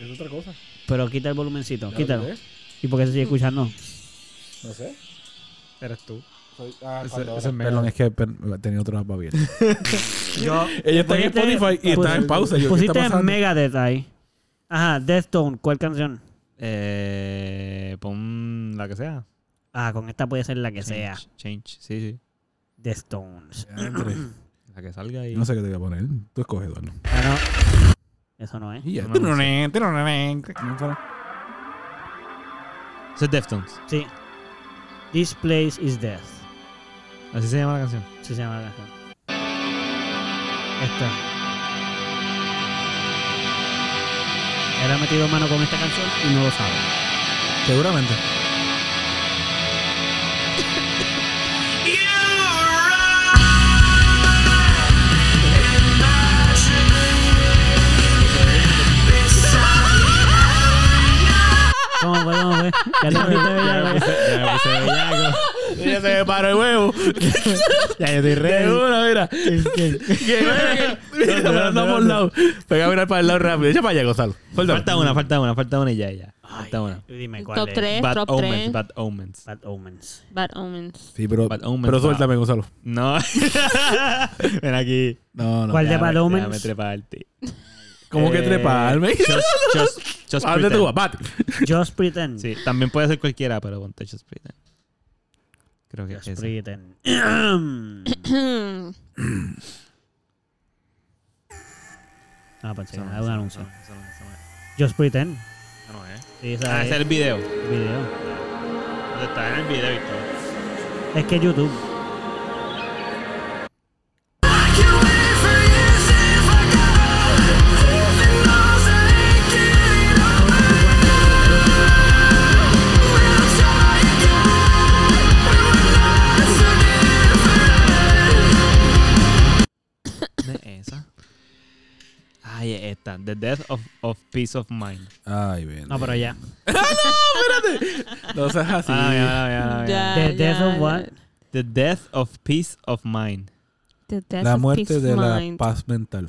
S4: Es otra cosa.
S2: Pero quita el volumencito,
S4: Ya
S2: quítalo.
S4: lo tiré.
S2: ¿Y por qué se sigue escuchando?
S4: No sé.
S1: Eres tú.
S4: Soy- ah,
S1: Ese-
S4: cuando-
S1: ese es mío.
S4: Perdón, es que per- tenía otro app abierto.
S2: Yo,
S4: Ella está en
S2: Pusiste-
S4: Spotify y está en pausa. Yo, ¿qué está
S2: pusiste
S4: pasando?
S2: Megadeth ahí. Ajá, Deathstone, ¿cuál canción?
S1: Eh, pon la que sea.
S2: Ah, con esta puede ser la que sea.
S1: Change, Change, sí, sí.
S2: Deathstones.
S4: Ya, entre.
S1: La que salga ahí.
S4: No sé qué te voy a poner. Tú escoges, Eduardo.
S2: Ah, no. Eso no es.
S4: Y ya.
S1: No, no
S4: No suena.
S1: Eso es Deftones.
S2: Sí. This place is death.
S1: Así se llama la canción.
S2: Así se llama la canción. Esta. Él ha metido mano con esta canción y no lo sabe.
S4: Seguramente.
S2: ¿Cómo fue? ¿Cómo fue? Ya te
S1: Ya
S2: fuiste,
S1: me
S2: bellaco.
S1: puse- ya me puse bellaco.
S4: Ella se me paró el huevo.
S1: Ya yo estoy
S4: De
S1: ready.
S4: una, mira. Que mira, mirando por el lado. Pega a mirar para el lado rápido. Echa para allá, Gonzalo. Suéltalo.
S1: Falta una, falta una, falta una y ya, ya. Falta una.
S2: Ay, Dime cuál
S3: Top
S2: es.
S3: 3,
S1: Bad
S3: top
S1: Omens,
S3: 3.
S1: Bad Omens.
S2: Bad Omens.
S3: Bad Omens.
S4: Sí, pero,
S1: Bad Omen,
S4: pero
S1: pa.
S4: suéltame, Gonzalo.
S1: No. Ven aquí.
S4: No, no.
S2: ¿Cuál de
S1: Déjame-
S2: Bad
S1: Déjame
S2: Omens?
S1: treparte.
S4: ¿Cómo que
S1: Eh,
S4: treparme?
S1: Just, just, just
S4: ¿A dónde
S1: pretend.
S4: tú vas? Bate.
S2: Just Pretend.
S1: Sí, también puede ser cualquiera, pero ponte Just Pretend. Creo que es
S2: Just
S1: esa.
S2: Pretend. no, pensé que
S1: Esa no
S2: era
S1: es,
S2: un
S1: esa no
S2: pues anuncio.
S1: es, esa no es, esa no es.
S2: Just Pretend.
S1: Esa no es.
S2: Sí, esa
S1: Ah,
S2: es
S1: ese es el video.
S2: el video.
S1: Está en el video y todo.
S2: Es que YouTube.
S1: ¿Dónde es esa? Ay, es esta. The Death of, of Peace of Mind.
S4: Ay, bien.
S2: No, pero ya.
S4: No seas así.
S1: Ah, mira, mira, mira, mira.
S3: Ya,
S2: The Death
S3: ya,
S2: of
S3: ya.
S2: What?
S1: The Death of Peace of Mind.
S3: The Death
S4: La
S3: of
S4: muerte
S3: Peace
S4: de la
S3: Mind.
S4: paz mental.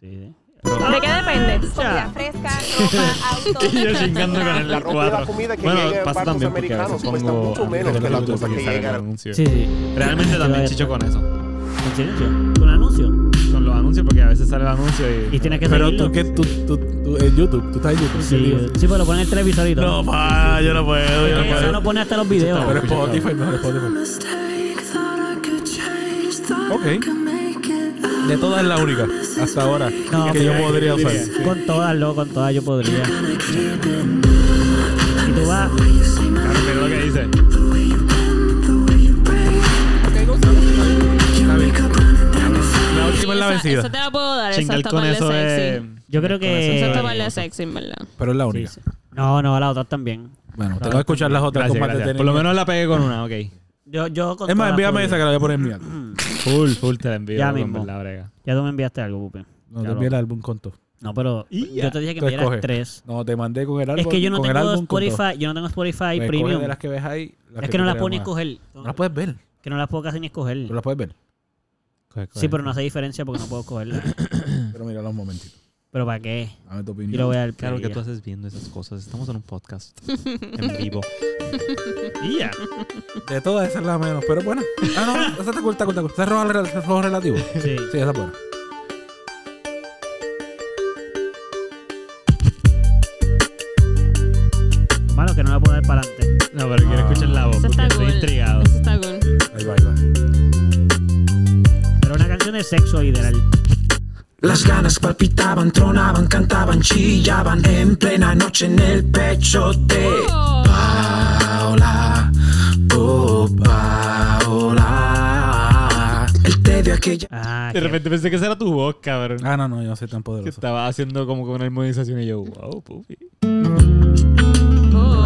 S2: Sí, sí.
S5: ¿De qué depende?
S2: Ya.
S5: Comida fresca, ropa, auto.
S1: yo chingando con el
S6: La ropa de la comida que
S1: Bueno,
S6: llega en
S1: pasa
S6: barcos
S1: también porque a veces
S6: americanos cuesta
S1: pongo
S6: mucho menos que la cosa que llega en
S1: anuncio.
S2: Sí, sí.
S1: Realmente
S2: Sí,
S1: también
S2: vaya.
S1: chicho con eso.
S2: ¿En silencio? ¿Un anuncio?
S1: Con los anuncios porque a veces sale el anuncio y...
S2: Y tienes que
S4: Pero
S2: seguirlo.
S4: tú, ¿qué? Tú, tú, tú, en YouTube. Tú estás en YouTube.
S2: Sí,
S4: ¿Qué
S2: sí, pero lo pone en el televisor y todo.
S4: No,
S1: Ah,
S4: pa, yo no puedo, yo no
S2: Eso
S4: puedo.
S2: no pone hasta los videos.
S4: Pero Spotify, mejor Spotify. Ok. De todas es la única, hasta ahora,
S2: No,
S4: que
S2: pero-
S4: yo podría usar.
S2: Con todas, loco, con todas yo podría. Y tú vas.
S1: Claro, mira lo que dice.
S4: La última es la
S3: Esa-
S4: vencida.
S3: Esa te la puedo dar. Esa
S1: Chingar
S3: está
S1: con
S3: para
S1: eso es...
S3: sexy.
S2: Yo creo
S1: con eso
S2: que-
S1: es
S3: Esa está
S2: Eh,
S3: para
S1: hermoso.
S3: sexy, en verdad.
S4: Pero es la
S2: Sí,
S4: única.
S2: sí. No, no, la otra también.
S4: Bueno, te voy a escuchar las otras
S1: Gracias,
S4: con más
S1: gracias. Por lo
S4: detenimiento.
S1: menos la pegué con una, ok.
S2: Yo, yo con
S4: Es más,
S2: todas las
S4: envíame
S2: podría.
S4: esa que la voy a poner en mi álbum.
S1: Full, full te la envío.
S2: Ya
S1: con
S2: mismo.
S1: La brega.
S2: Ya tú me enviaste algo, Pupi.
S1: Ya
S4: No, te
S1: lo-
S4: envié el álbum con todo.
S2: No, pero yo te dije que
S4: Tú
S2: me dieras
S4: escoges.
S2: tres.
S4: No, te mandé con el álbum.
S2: Es que yo no
S4: con el
S2: tengo
S4: álbum con todo.
S2: Spotify, yo no tengo Spotify
S4: Pues escoge
S2: Premium.
S4: de las que ves ahí. las
S2: Es que no
S4: tú
S2: las
S4: creas
S2: puedo ni
S4: más.
S2: escoger.
S4: No las puedes ver.
S2: Que no las puedo casi ni escoger.
S4: Tú las puedes ver.
S2: Sí, pero no hace diferencia porque no puedo cogerla.
S4: Pero míralo un momentito.
S2: Pero ¿para qué?
S4: Dame tu
S2: Y
S4: opinión.
S2: lo Ah. voy a dar
S1: Claro que
S2: play
S1: tú
S2: ya.
S1: haces viendo esas cosas. Estamos en un podcast en vivo. Y ya.
S4: De todas esas la menos, pero bueno. Ah, no, no, esa te cuenta, cuenta. Esa es roja rel- esa es roja relativo.
S2: Sí.
S4: Sí, esa es buena.
S2: Lo Malo que no la puedo dar para adelante.
S1: No, pero quiero escuchar la voz
S3: Eso
S1: porque
S3: está
S1: estoy
S3: cool.
S1: intrigado.
S3: Eso está cool.
S4: Ahí va, ahí va.
S2: Pero una canción de sexo ideal.
S7: Las ganas palpitaban, tronaban, cantaban, chillaban en plena noche en el pecho
S4: Eh.
S7: de
S3: Oh,
S7: Paola. Oh, Paola. El tedio aquella.
S2: Ah,
S1: De
S2: qué-
S1: repente pensé que esa era tu voz, cabrón.
S4: Ah, no, no, yo no soy tan
S1: Que
S4: poderoso.
S1: estaba haciendo como con una armonización y yo, wow, puffy.
S3: oh.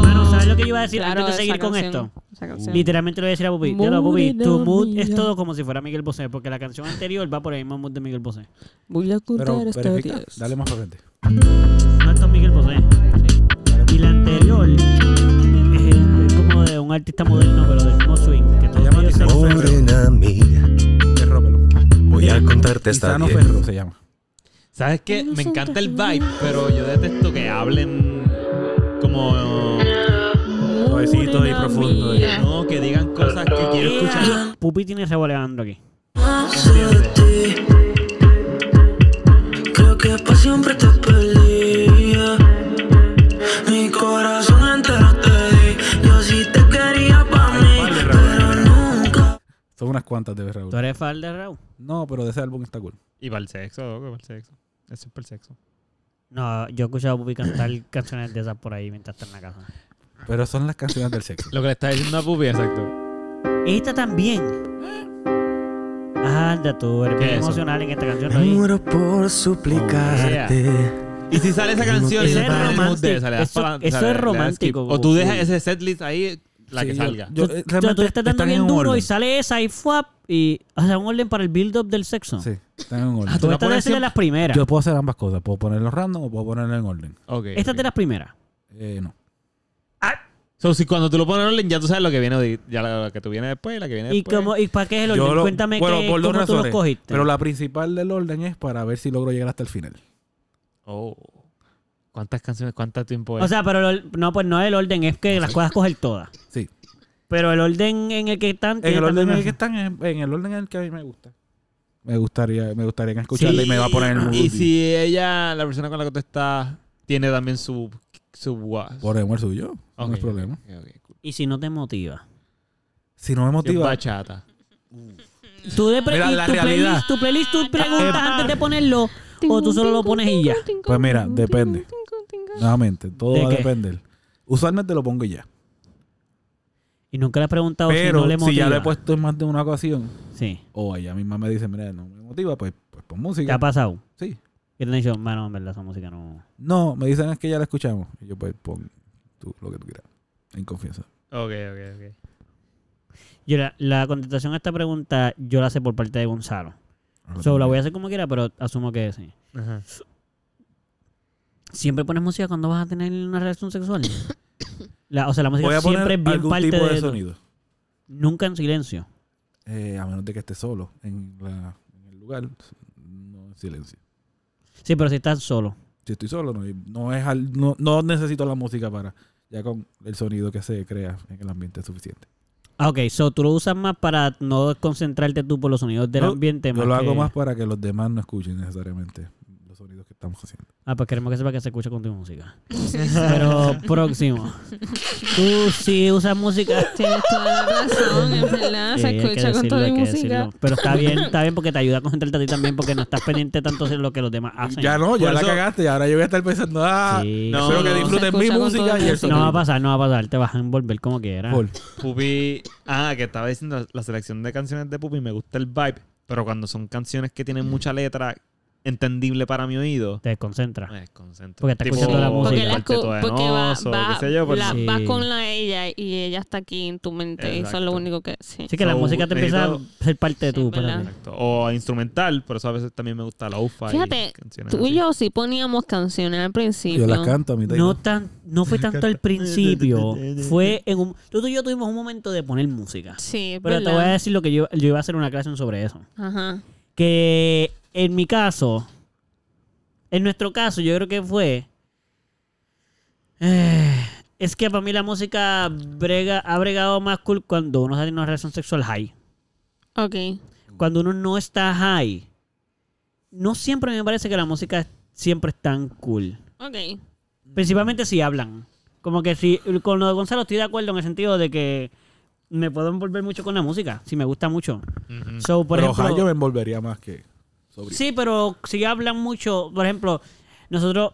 S2: Mano, ¿sabes lo que yo iba a decir
S3: Claro,
S2: antes de seguir
S3: esa
S2: con
S3: canción,
S2: esto?
S3: esa canción.
S2: Literalmente lo voy a decir a Pupi. Ya lo, Pupi, tu
S3: Morirá,
S2: mood es
S3: mira.
S2: todo como si fuera Miguel Bosé, porque la canción anterior va por el mismo mood de Miguel Bosé.
S3: Voy a
S4: Pero
S3: contar esta
S4: verifica,
S3: vez.
S4: dale más para frente.
S2: No esto es Miguel Bosé.
S4: Dale más.
S2: Y la anterior es, es como de un artista moderno, pero del mismo swing. Que todos
S4: llama
S2: ellos
S4: Tizano
S7: Oh,
S2: se-
S4: Ferro.
S8: Ven a mí,
S4: Es Róbelo.
S8: voy a contarte esta
S4: Tizano
S8: bien.
S4: Ferro se llama.
S1: ¿Sabes qué? Me encanta el vibe, pero yo detesto que hablen como.
S4: Suavecito y
S3: Morena
S4: profundo.
S3: mía.
S1: No, que digan cosas que quiero
S3: Ah.
S1: escuchar.
S2: Pupi tiene revoleando aquí.
S7: Creo que pa' siempre te perdía. Mi corazón entero te di. Yo sí te quería pa' mí, pero nunca.
S4: Son unas cuantas de
S2: ¿Tú
S4: Raúl.
S2: eres fan de Raúl?
S4: No, pero de ese álbum está cool.
S1: Y para el sexo, loco, para el sexo. Eso es para el sexo.
S2: No, yo he escuchado a Pupi cantar canciones de esas por ahí mientras está en la casa.
S4: Pero son las canciones del sexo.
S1: Lo que le estás diciendo a Pupi, exacto.
S2: Esta también. Anda tú, eres
S1: ¿Qué
S2: bien
S1: es eso?
S2: emocional en esta canción.
S8: Me
S2: ¿no?
S8: muero por suplicarte.
S1: Y si sale esa canción,
S2: Eso
S1: le
S2: es
S1: das el mood de esa, le das para- o
S2: romántico. Eso- eso
S1: sea,
S2: es
S1: le das skip.
S2: romántico,
S1: O tú
S2: Goku.
S1: dejas ese setlist ahí, la
S4: Sí,
S1: que
S4: yo-
S1: salga.
S2: Yo,
S4: Yo, eh,
S2: yo-
S4: realmente
S2: tú estás dando
S4: están en
S2: bien
S4: un
S2: duro y
S4: orden.
S2: sale esa y fuap y hace un orden para el build-up del sexo.
S4: Sí, están en un orden.
S1: Ah,
S2: Tú
S1: la
S2: estás
S1: pones
S2: de
S1: siempre-
S2: las primeras.
S4: Yo puedo hacer ambas cosas. Puedo ponerlo random o puedo ponerlo en orden.
S1: Ok.
S2: Esta es
S1: ok.
S2: de las primeras.
S4: Eh, no.
S1: So, si cuando tú lo pones en orden, ya tú sabes lo que viene, de- ya la, la que tú viene después, la que viene
S2: ¿Y,
S1: después.
S2: cómo, ¿Y para qué es el
S4: Eh, pues, Yo
S2: orden?
S4: lo-
S2: Cuéntame
S4: bueno,
S2: qué,
S4: por dos
S2: cómo tú los
S4: razones,
S2: cogiste.
S4: Pero la principal del orden es para ver si logro llegar hasta el final.
S1: Oh. ¿Cuántas canciones, cuánto tiempo es?
S2: O sea, pero lo- no, pues no el orden, es que las cosas coger todas.
S4: Sí.
S2: Pero el orden en el que están.
S4: En
S2: tiene
S4: el orden en
S2: también-
S4: el que están, en, en el orden en el que a mí me gusta. Me gustaría, me gustaría escucharla y me va a poner en el mood.
S1: Y si ella, la persona con la que tú estás, tiene también su. su gua-
S4: Ponemos el suyo.
S1: Ok,
S4: No es problema.
S1: ok, ok, cool.
S2: Y si no te motiva.
S4: Si no me
S1: Si es
S4: motiva,
S1: bachata.
S2: Tú de pre-
S4: Mira,
S2: y
S4: la
S2: tu,
S4: realidad. Eh,
S2: playlist, tu playlist tú preguntas antes de ponerlo o tú solo lo pones y ya.
S4: pues mira, depende. Nuevamente, todo
S2: ¿De
S4: va a
S2: qué?
S4: depender. Usualmente lo pongo ya.
S2: Y nunca le has preguntado si
S4: Pero
S2: no le motiva.
S4: si ya lo he puesto en más de una ocasión,
S2: Sí.
S4: o ella misma me dice, mira, no me motiva, pues, pues pon
S2: ¿Te
S4: música.
S2: ha pasado?
S4: Sí.
S2: Y le han dicho, mano, en verdad esa música no.
S4: No, me dicen es que ya la escuchamos. Y yo, pues, pon tú lo que tú quieras. En confianza.
S1: Ok, ok, ok.
S2: Yo la, la contestación a esta pregunta yo la sé por parte de Gonzalo. So, la voy a hacer como quiera, pero asumo que sí.
S1: Ajá.
S2: ¿Siempre pones música cuando vas a tener una relación sexual? La- o sea, la música
S4: Voy a poner
S2: siempre es bien
S4: algún
S2: parte
S4: tipo de,
S2: de
S4: sonido.
S2: Nunca en silencio.
S4: Eh, a menos de que esté solo en, la, en el lugar, no en silencio.
S2: Sí, pero si estás solo.
S4: Si estoy solo, no, no, es al- no, no necesito la música para. Ya con el sonido que se crea en el ambiente es suficiente.
S2: Ah, ok. So, tú lo usas más para no concentrarte tú por los sonidos del
S4: No,
S2: ambiente.
S4: Yo lo
S2: que-
S4: hago más para que los demás no escuchen necesariamente los sonidos que estamos haciendo.
S2: Ah, pues queremos que sepa que se escucha con tu música. Pero próximo. Tú sí usas música.
S3: Tienes toda la razón, es verdad.
S2: Sí, hay
S3: Se
S2: que
S3: escucha con
S2: decirlo,
S3: toda
S2: hay
S3: mi
S2: que
S3: música.
S2: decirlo. Pero está bien, está bien porque te ayuda a concentrarte a ti también porque no estás pendiente tanto de lo que los demás hacen.
S4: Ya no, ya
S1: Por
S4: la
S1: eso-
S4: cagaste. Ahora yo voy a estar pensando, ah,
S2: Sí.
S1: No,
S4: espero que
S1: no,
S4: disfruten
S3: se
S4: mi
S3: escucha con todo
S4: música
S3: el
S4: y el
S3: mundo.
S2: No
S4: sonido.
S2: va a pasar, no va a pasar. Te vas a envolver como quieras.
S4: Paul,
S1: Pupi. Ah, que estaba diciendo la- la selección de canciones de Pupi, me gusta el vibe, pero cuando son canciones que tienen mucha letra entendible para mi oído,
S2: Te desconcentras.
S1: me desconcentro.
S2: Porque está
S1: Tipo,
S2: escuchando la
S3: Porque,
S2: música.
S3: la,
S1: Cuarteto
S3: escu-
S1: de
S3: porque va,
S1: Nozo,
S3: va-
S1: qué sé yo, pues, pero-
S3: la-
S2: Sí.
S3: vas con la ella y ella está aquí en tu mente. Eso es
S1: Exacto.
S3: lo único que. Sí.
S2: Así que la
S1: So,
S2: música te empieza a
S1: necesito-
S2: ser parte de
S3: Sí,
S2: tu
S3: ¿verdad?
S2: personalidad.
S1: Exacto. O instrumental, por eso a veces también me gusta la ufa.
S3: Fíjate, Tú y yo sí poníamos canciones al principio.
S4: yo las canto a mitad. y
S2: No
S4: todo.
S2: tan, no fue tanto al principio, fue en un... Tú y yo tuvimos un momento de poner música.
S3: Sí, es
S2: Pero te voy a
S3: verdad.
S2: decir lo que yo, yo iba a hacer una clase sobre eso.
S3: Ajá.
S2: Que en mi caso, en nuestro caso, yo creo que fue. Eh, es que para mí la música brega, ha bregado más cool cuando uno está en una relación sexual high.
S3: Ok.
S2: Cuando uno no está high, no siempre me parece que la música es- siempre es tan cool.
S3: Ok.
S2: Principalmente si hablan. Como que si. Con lo de Gonzalo estoy de acuerdo en el sentido de que me puedo envolver mucho con la música, si me gusta mucho. So, por
S4: Pero
S2: ejemplo-
S4: Ohio me envolvería más que sobre.
S2: Sí, pero si hablan mucho, por ejemplo, nosotros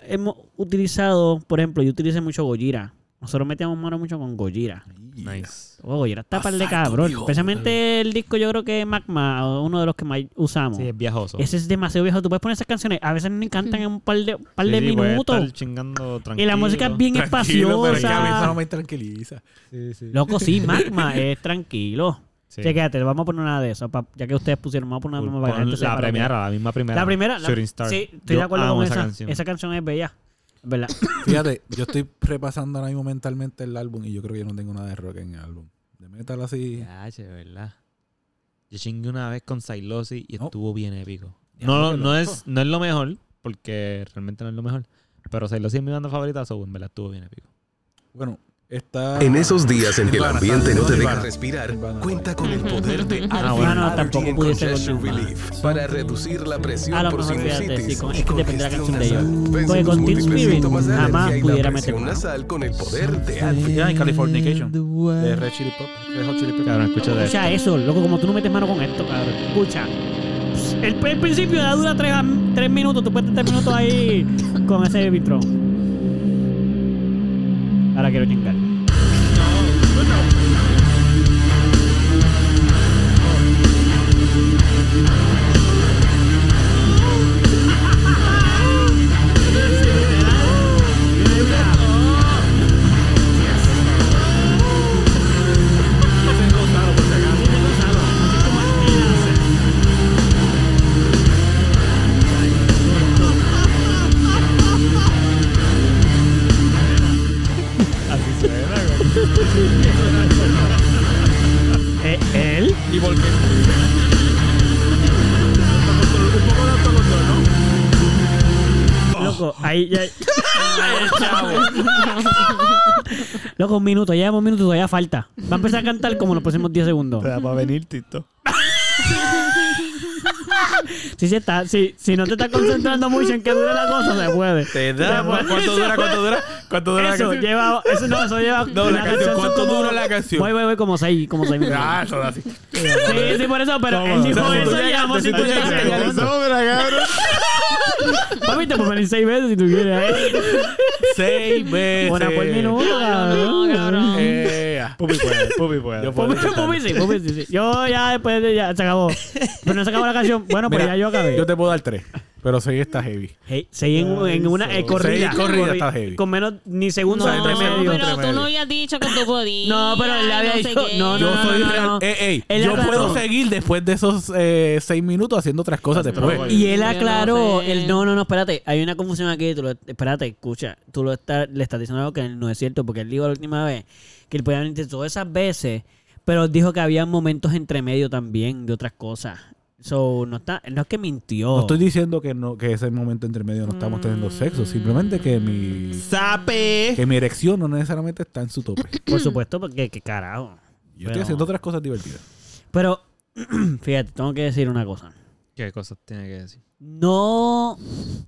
S2: hemos utilizado, por ejemplo, yo utilicé mucho Gojira. Nosotros metíamos mano mucho con Gojira.
S1: Nice.
S2: Oh, Gojira está par de cabrón. Especialmente el disco, yo creo que Magma, uno de los que más usamos.
S1: Sí, es viajoso.
S2: Ese es demasiado viejo. Tú puedes poner esas canciones. A veces ni cantan en un par de, un par de
S1: Sí, pues, sí, puede
S2: minutos.
S1: estar chingando
S2: Y la música es
S1: tranquilo.
S2: bien
S4: Tranquilo, pero es que a mí eso
S2: espaciosa.
S4: no me tranquiliza.
S2: Loco, sí, Magma es tranquilo.
S1: Sí.
S2: Sí, quédate, vamos a poner nada de eso. pa- ya que ustedes pusieron, vamos a poner una
S1: Pon
S2: para que gente
S1: la
S2: sepa lo que es.
S1: primera, la misma primera.
S2: La primera. la-
S1: Shooting Star.
S2: Sí, estoy
S1: Yo
S2: de acuerdo
S1: amo
S2: con esa.
S1: canción.
S2: Esa canción es bella. Es verdad.
S4: Fíjate, yo estoy repasando ahora mismo mentalmente el álbum y yo creo que yo no tengo nada de rock en el álbum. De metal así.
S1: Ya, che, verdad. Yo chingué una vez con Silosi y
S4: No.
S1: estuvo bien épico.
S4: Ya,
S1: No,
S4: porque
S1: no,
S4: lo-
S1: es, no es lo mejor, porque realmente no es lo mejor. Pero Silosi es mi banda favorita, so en verdad estuvo bien épico.
S4: Bueno, está.
S8: En esos días en que el
S4: Nirvana,
S8: ambiente no te deja
S4: Nirvana.
S8: respirar,
S4: Nirvana.
S8: cuenta con el poder de
S3: Ah,
S8: Alpha
S2: bueno,
S8: Allergy
S2: tampoco
S8: and
S2: pudiese
S8: Congestion
S2: con Nirvana.
S8: Relief para reducir la
S2: A
S8: presión
S2: Ah, lo
S8: por
S2: mejor fíjate, sí,
S8: sinusitis
S2: con,
S8: y
S2: es que depende de la
S8: congestión
S2: canción de ellos.
S8: nasal.
S2: Porque
S8: Pensemos
S2: con Teen
S8: múltiples
S2: Spirit
S8: síntomas de
S2: jamás
S8: alergia y la
S2: pudiera meter
S8: presión
S2: mano.
S8: nasal con el poder de Advil.
S4: Ya, en Californication. De Red Chili Pop. Red Hot Chili Peppers.
S1: Cabrón, escucha de
S2: Escucha eso, loco, como tú no metes mano con esto, cabrón. Escucha. Pss, El, el principio ya dura tres, tres minutos, tú puedes estar tres minutos ahí con ese vitro. Ahora quiero chingar. Eh, ¿Él?
S4: Y volqué.
S2: Loco, ahí ya. Loco, un minuto, ya llevamos un minuto, todavía falta. Va a empezar a cantar como los próximos 10 segundos.
S1: da para venir, Tito.
S2: Si, se está, si, si no te estás concentrando mucho en que dura la cosa, se puede.
S4: Te da. ¿Cuánto dura? ¿Cuánto dura? ¿Cuánto dura la
S2: Eso
S4: canción?
S2: lleva. Eso no, eso lleva.
S4: No, la canción. ¿Cuánto
S2: como-
S4: dura la canción?
S2: Voy, voy, voy, como 6 como seis minutos.
S4: Ah, eso da así.
S2: Sí, sí, por eso, pero él dijo
S4: Toma.
S2: eso y llevamos
S4: Sí, tú
S2: 50
S4: llegas,
S2: segundos. Papi, te puedo venir 6 veces si tú quieres. ¿eh?
S4: Seis veces.
S2: Una por minuto,
S3: No, no, cabrón.
S4: Eh, ah.
S1: Pupi puede, Pupi puede.
S4: Yo
S1: Pupi-
S4: puedo
S2: Pumi, pumi, sí, pumi, sí, sí. Yo ya después de- ya se acabó. Pero no se acabó la canción. Bueno, pues
S4: Mira,
S2: ya yo acabé.
S4: Yo te puedo dar tres, pero seis está heavy.
S2: Hey, seis en, en una eh, corrida.
S4: Seis corridas está heavy.
S2: Con menos ni segundos
S3: No,
S2: entre medio.
S3: pero tú
S4: medio.
S3: no habías dicho que tú podías.
S2: No, pero él le había
S3: no sé
S2: dicho-
S3: qué.
S2: no, no,
S4: yo soy
S2: no,
S4: real.
S2: no.
S4: Ey, ey,
S2: Él
S4: yo
S2: aclaró.
S4: puedo seguir después de esos eh, seis minutos haciendo otras cosas después.
S2: Y él
S3: Yo no
S2: aclaró,
S3: sé.
S2: el no, no, no, espérate, hay una confusión aquí, tú lo- espérate, escucha, tú lo estás, le estás diciendo algo que no es cierto, porque él dijo la última vez que él podía haber intentado esas veces, pero él dijo que había momentos entre medio también de otras cosas. So, no está, no es que mintió.
S4: No estoy diciendo que no que ese momento entre medio no estamos teniendo sexo, simplemente que mi
S1: ¡Sape!
S4: que mi erección no necesariamente está en su tope.
S2: Por supuesto, porque qué carajo.
S4: Yo estoy
S2: Pero-
S4: haciendo otras cosas divertidas.
S2: Pero, fíjate, tengo que decir una cosa.
S1: ¿Qué cosas tiene que decir?
S2: No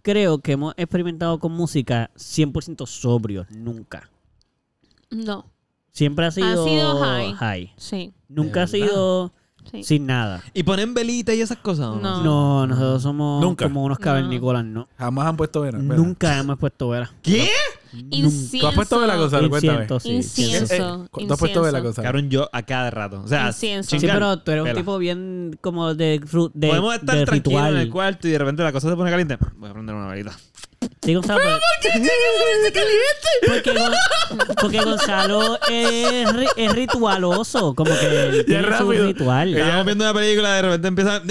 S2: creo que hemos experimentado con música 100% sobrios, nunca.
S3: No,
S2: Siempre ha sido,
S3: sido high. sí,
S2: Nunca ha
S1: verdad?
S2: sido
S3: sí.
S2: sin nada.
S1: ¿Y ponen velita y esas cosas? o
S3: No.
S2: No, nosotros somos
S4: Nunca.
S2: como unos cavernícolas, no.
S4: Jamás han puesto vena. vena.
S2: Nunca hemos puesto vera.
S1: ¿Qué?
S3: Incienso.
S4: ¿Tú has puesto vela, Gonzalo? Cuéntame.
S2: Incienso, sí,
S3: Incienso.
S2: incienso.
S4: Eh, ¿Tú has puesto vela, Gonzalo?
S1: Cabrón, yo a cada rato. O sea,
S3: Incienso.
S2: Sí,
S1: chingar,
S2: pero tú eres un
S1: vela.
S2: tipo bien como de, ru- de
S1: Podemos estar
S2: de
S1: tranquilos
S2: ritual.
S1: en el cuarto y de repente la cosa se pone caliente. Voy a prender una velita.
S2: Sí, Gonzalo. pero- pues,
S3: este
S2: Porque, Gon- porque Gonzalo es, ri- es ritualoso. Como que
S1: Ya
S2: tiene su
S1: rápido.
S2: ritual.
S1: Estamos viendo una película, de repente empieza.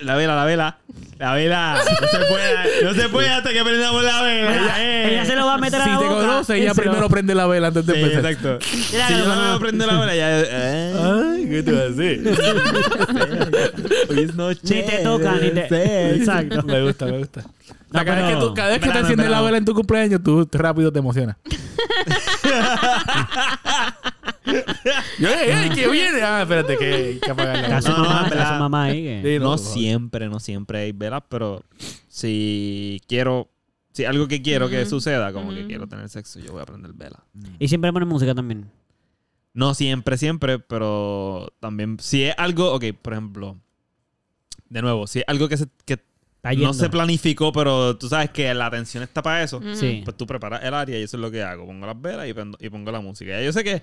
S1: La vela, la vela. La vela. No se puede, no se puede hasta que prendamos la vela. eh.
S2: Ella se lo va a meter a
S4: si
S2: la
S4: te
S2: boca.
S4: conoce, ella
S2: Se lo-
S4: primero prende la vela antes de
S1: Sí,
S4: empezar.
S1: exacto.
S2: Mira,
S1: si yo
S2: mamá.
S1: no me prendo la vela, ya. Ay, ¿Qué te vas a decir? Hoy es noche.
S2: Ni te toca, ni te-
S1: de sexo.
S2: Exacto.
S4: Me gusta, me gusta. O sea,
S2: No,
S4: cada, vez que
S2: pero-
S4: tú- cada vez que te
S1: verano,
S4: enciendes la
S1: verano.
S4: vela en tu cumpleaños, tú rápido te emocionas. Yo, eh, eh, ¿qué viene? Ah, espérate, que hay que apagar Ah, la
S2: Caso
S1: No,
S2: mamá,
S1: en verdad.
S2: caso mamá ahí. que-
S1: No
S4: Sí, por favor.
S1: siempre, no siempre hay velas, pero si quiero. Si algo que quiero que
S3: Ujú.
S1: suceda, como que
S3: Ujú.
S1: quiero tener sexo, yo voy a prender vela.
S2: Y siempre ponen música también.
S1: No siempre, siempre, pero también si es algo, ok, por ejemplo, de nuevo, si es algo que, se- que
S2: Está yendo. Mm.
S1: no se planificó, pero tú sabes que la atención está para eso,
S3: Ujú.
S2: Sí.
S1: pues tú preparas el área y eso es lo que hago, pongo las velas y prendo- y pongo la música. Ya yo sé que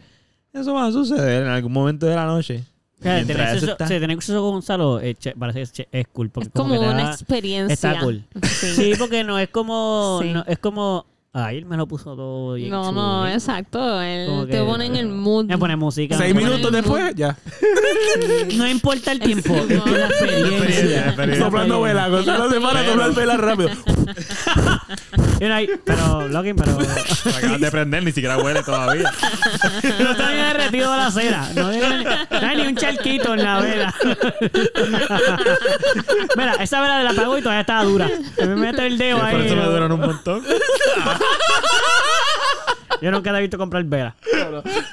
S1: eso va a suceder en algún momento de la noche.
S2: O sea,
S1: Mientras
S2: tener
S1: eso
S2: sexo-
S1: está-
S2: Eh, sí, tener sexo con Gonzalo eh, che- parece que es, che- es cool. Porque
S3: Es como
S2: que te
S3: una
S2: da-
S3: experiencia.
S2: Está cool.
S3: Sí.
S2: Sí, porque no es como.
S3: Sí.
S2: No, es como. Ay, él me lo puso todo. bien
S3: No,
S2: chulo.
S3: no, exacto. Él
S2: Como
S3: te
S2: que-
S3: pone en el mood.
S2: Me pone música.
S4: Seis
S2: me pone-
S4: minutos después, ya.
S2: No importa el tiempo.
S3: Exacto.
S2: es que la
S1: experiencia, la
S2: experiencia.
S1: experiencia.
S4: Soplando vela. Gonzalo se para a soplar vela rápido.
S2: Y uno ahí, Pero, Logan, pero.
S1: Me acabas de prender, ni siquiera huele todavía.
S2: No está bien derretido la cera. No hay, no hay ni un charquito en la vela. Mira, esa vela de la apagó y todavía estaba dura. Se me mete el dedo ahí.
S1: por eso me duran un montón.
S2: Yo nunca te he visto comprar vela.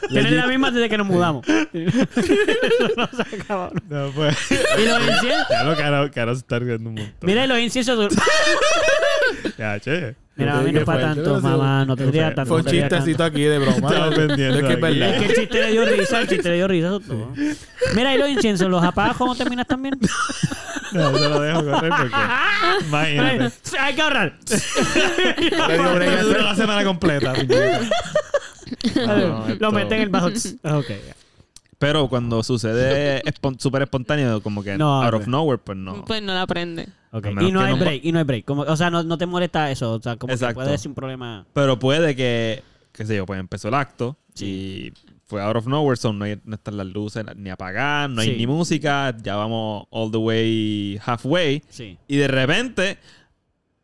S2: Tienes la misma desde que nos mudamos. Eso no se acaba.
S1: No, pues.
S2: Y los inciensos.
S1: Ya lo caro, caro se está riendo un montón.
S2: Mira, y los inciensos. dur-
S1: Ya, che.
S2: Mira, a mí no es
S1: "Pues,
S2: para tanto, mamá. No tendría tanto.
S4: Fue un
S2: no tendría
S4: chistecito aquí de
S1: Estaba
S4: broma.
S1: pendiente
S4: Es que es
S1: aquí.
S2: tanto. Es que
S4: verdad.
S2: el chiste le dio risa, el chiste le dio risa. eso todo. Mira, y los inciensos, ¿los apagas cuando terminas también?
S1: No, yo lo dejo correr porque. Imagínate.
S2: Hay que ahorrar.
S4: Le dio break a
S1: Duró
S4: hacer-
S1: la semana completa. No, esto-
S2: Lo mete en el bajo. Ok, ya.
S1: Pero cuando sucede espon- súper espontáneo, como que
S2: No,
S1: out
S2: hombre.
S1: of nowhere, pues no.
S3: Pues no la prende.
S2: Ok,
S1: A
S2: Y
S1: menos
S2: no
S1: que
S2: hay
S1: no-
S2: break, y no hay break. Como- o sea, no, no te molesta eso. O sea, como que
S1: Exacto.
S2: puede ser un problema.
S1: Pero puede que, qué sé yo, pues empezó el acto y fue out of nowhere, so no, hay, no están las luces ni apagadas, no hay
S2: Sí.
S1: ni música, ya vamos all the way halfway.
S2: Sí.
S1: Y de repente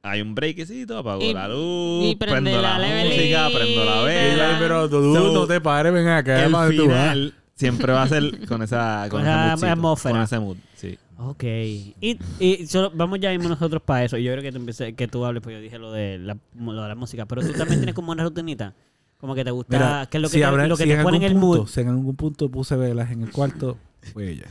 S1: hay un breakcito, apago
S3: Y-
S1: la luz,
S3: y prende
S1: prendo la,
S3: la
S1: música,
S3: levelita.
S1: prendo la vela.
S4: Pero tú
S1: So,
S4: no te pares, ven acá.
S1: el
S4: man, tú, ah.
S1: final siempre va a ser con esa, con
S2: Con esa
S1: ese moodcito,
S2: atmósfera.
S1: Con ese mood, sí.
S2: Ok. Y, y solo, vamos ya mismo nosotros para eso. Yo creo que tú, empecé- que tú hables, porque yo dije lo de, la, lo de la música. Pero tú también tienes como una rutinita. Como que te gusta.
S4: Mira,
S2: ¿Qué es lo que
S4: si
S2: te,
S4: habrá-
S2: lo que
S4: si
S2: te pone en el
S4: algún punto-
S2: mood?
S4: Si en algún punto puse velas en el cuarto, fue ella.